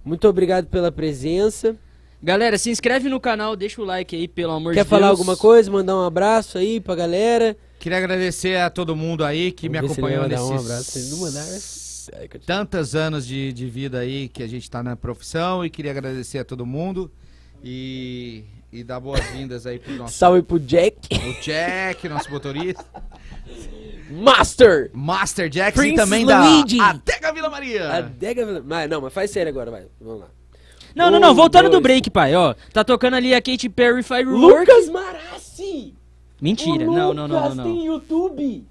Muito obrigado pela presença. Galera, se inscreve no canal, deixa o like aí, pelo amor Quer de Deus. falar alguma coisa? Mandar um abraço aí pra galera. Queria agradecer a todo mundo aí que Vamos me ver se ele acompanhou vai mandar nesses um abraço, se ele não mandar, é- Aí, continua. tantas anos de, de vida aí que a gente tá na profissão e queria agradecer a todo mundo e, e dar boas-vindas aí pro nosso Salve pro Jack o Jack, nosso motorista, Master! Master Jack e Prince também Luigi. da Adega Vila É. Maria. Adega Vila- Mas, não, mas faz sério agora, vai. Vamos lá. Não, não, não, Um, voltando do dois. break, pai, ó. Tá tocando ali a Katy Perry Firework. Lucas Marassi! Mentira, O não, não, não, não, Lucas não. tem YouTube!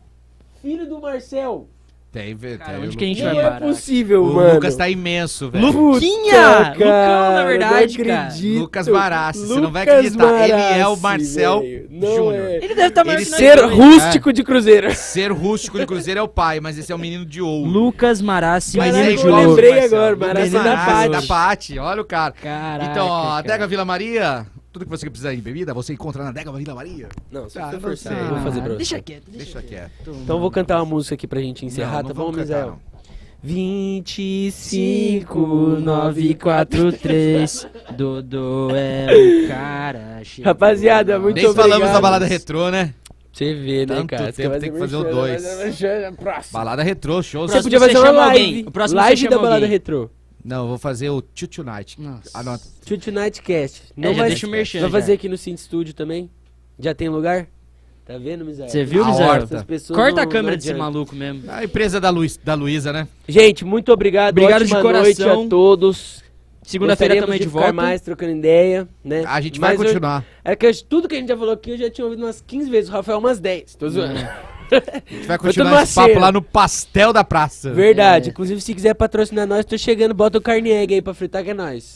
Filho do Marcel! Tem, vê, Cara, tem onde o que a gente Lu- vai Não é parar? possível, O mano. Lucas tá imenso, velho. Luquinha! Lucão, cara, na verdade, não cara. acredito. Lucas Marassi, você não vai acreditar, ele é o Marcel velho. Não Júnior. é. Ele deve estar tá maior Ele que nós Ser dois. rústico de cruzeiro. Ser rústico de cruzeiro é o pai, mas esse é o menino de ouro. Lucas Marassi, Mas menino é Caralho, de igual, eu ouro. lembrei Marcelo. agora, Menino Marassi da Marassi, da Patti. Pati, olha o cara. Caraca, então, ó, cara. Adega Vila Maria, tudo que você precisar de bebida, você encontra na Adega Vila Maria. Não, se Ah, você não forçar, sei. Tá. eu vou fazer pra você. Deixa quieto, deixa, Deixa quieto. Então vou cantar uma música aqui pra gente encerrar, tá Não, não bom, vamos cantar, Misael? não. 25943 Dodô é um cara cheio. Rapaziada, muito Nem obrigado. falamos da balada retrô, né? Você vê, né, Tanto cara? Você tempo, vai tem que fazer o merchan, dois. vai fazer merchan, próximo. Balada retrô, show. Você Próximo podia você fazer uma chama live. alguém. O próximo você live chama da balada alguém. retrô. Não, eu vou fazer o Tio Tonight. Nossa. Anota. Tio Tonightcast. Não É, já vai, deixa o merchan, Vai já. fazer aqui no Cinto Studio também? Já tem lugar? Tá vendo, Misael? Você viu, A Misael? horta. Corta a câmera desse desse maluco mesmo. A empresa da, Luiz, da Luísa, né? Gente, muito obrigado. Obrigado de Ótima coração. noite a todos. Segunda-feira Gostaríamos também de de volta. ficar mais trocando ideia, né? A gente vai Mas hoje- continuar. É que eu- tudo que a gente já falou aqui eu já tinha ouvido umas 15 vezes, o Rafael umas 10. Tô zoando. Uhum. A gente vai Vai tomar continuar esse papo cera. lá no Pastel da Praça. Verdade. É. Inclusive, se quiser patrocinar nós, tô chegando. Bota o carne egg aí pra fritar que é nós.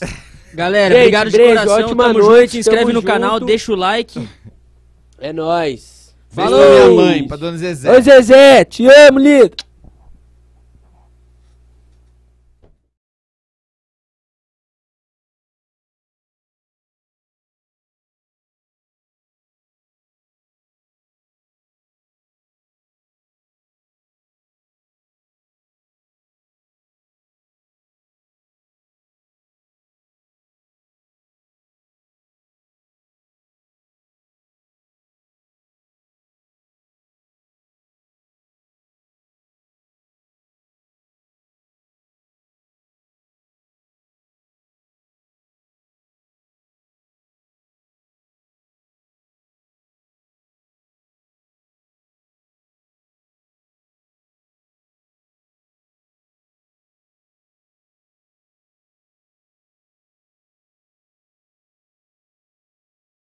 Galera, Gente, obrigado de beijo, coração. ótima tamo noite, junto. Se inscreve tamo no canal, junto. deixa o like. É nós. Beijo pra minha mãe, pra dona Zezé. Ô Zezé, te amo, lindo.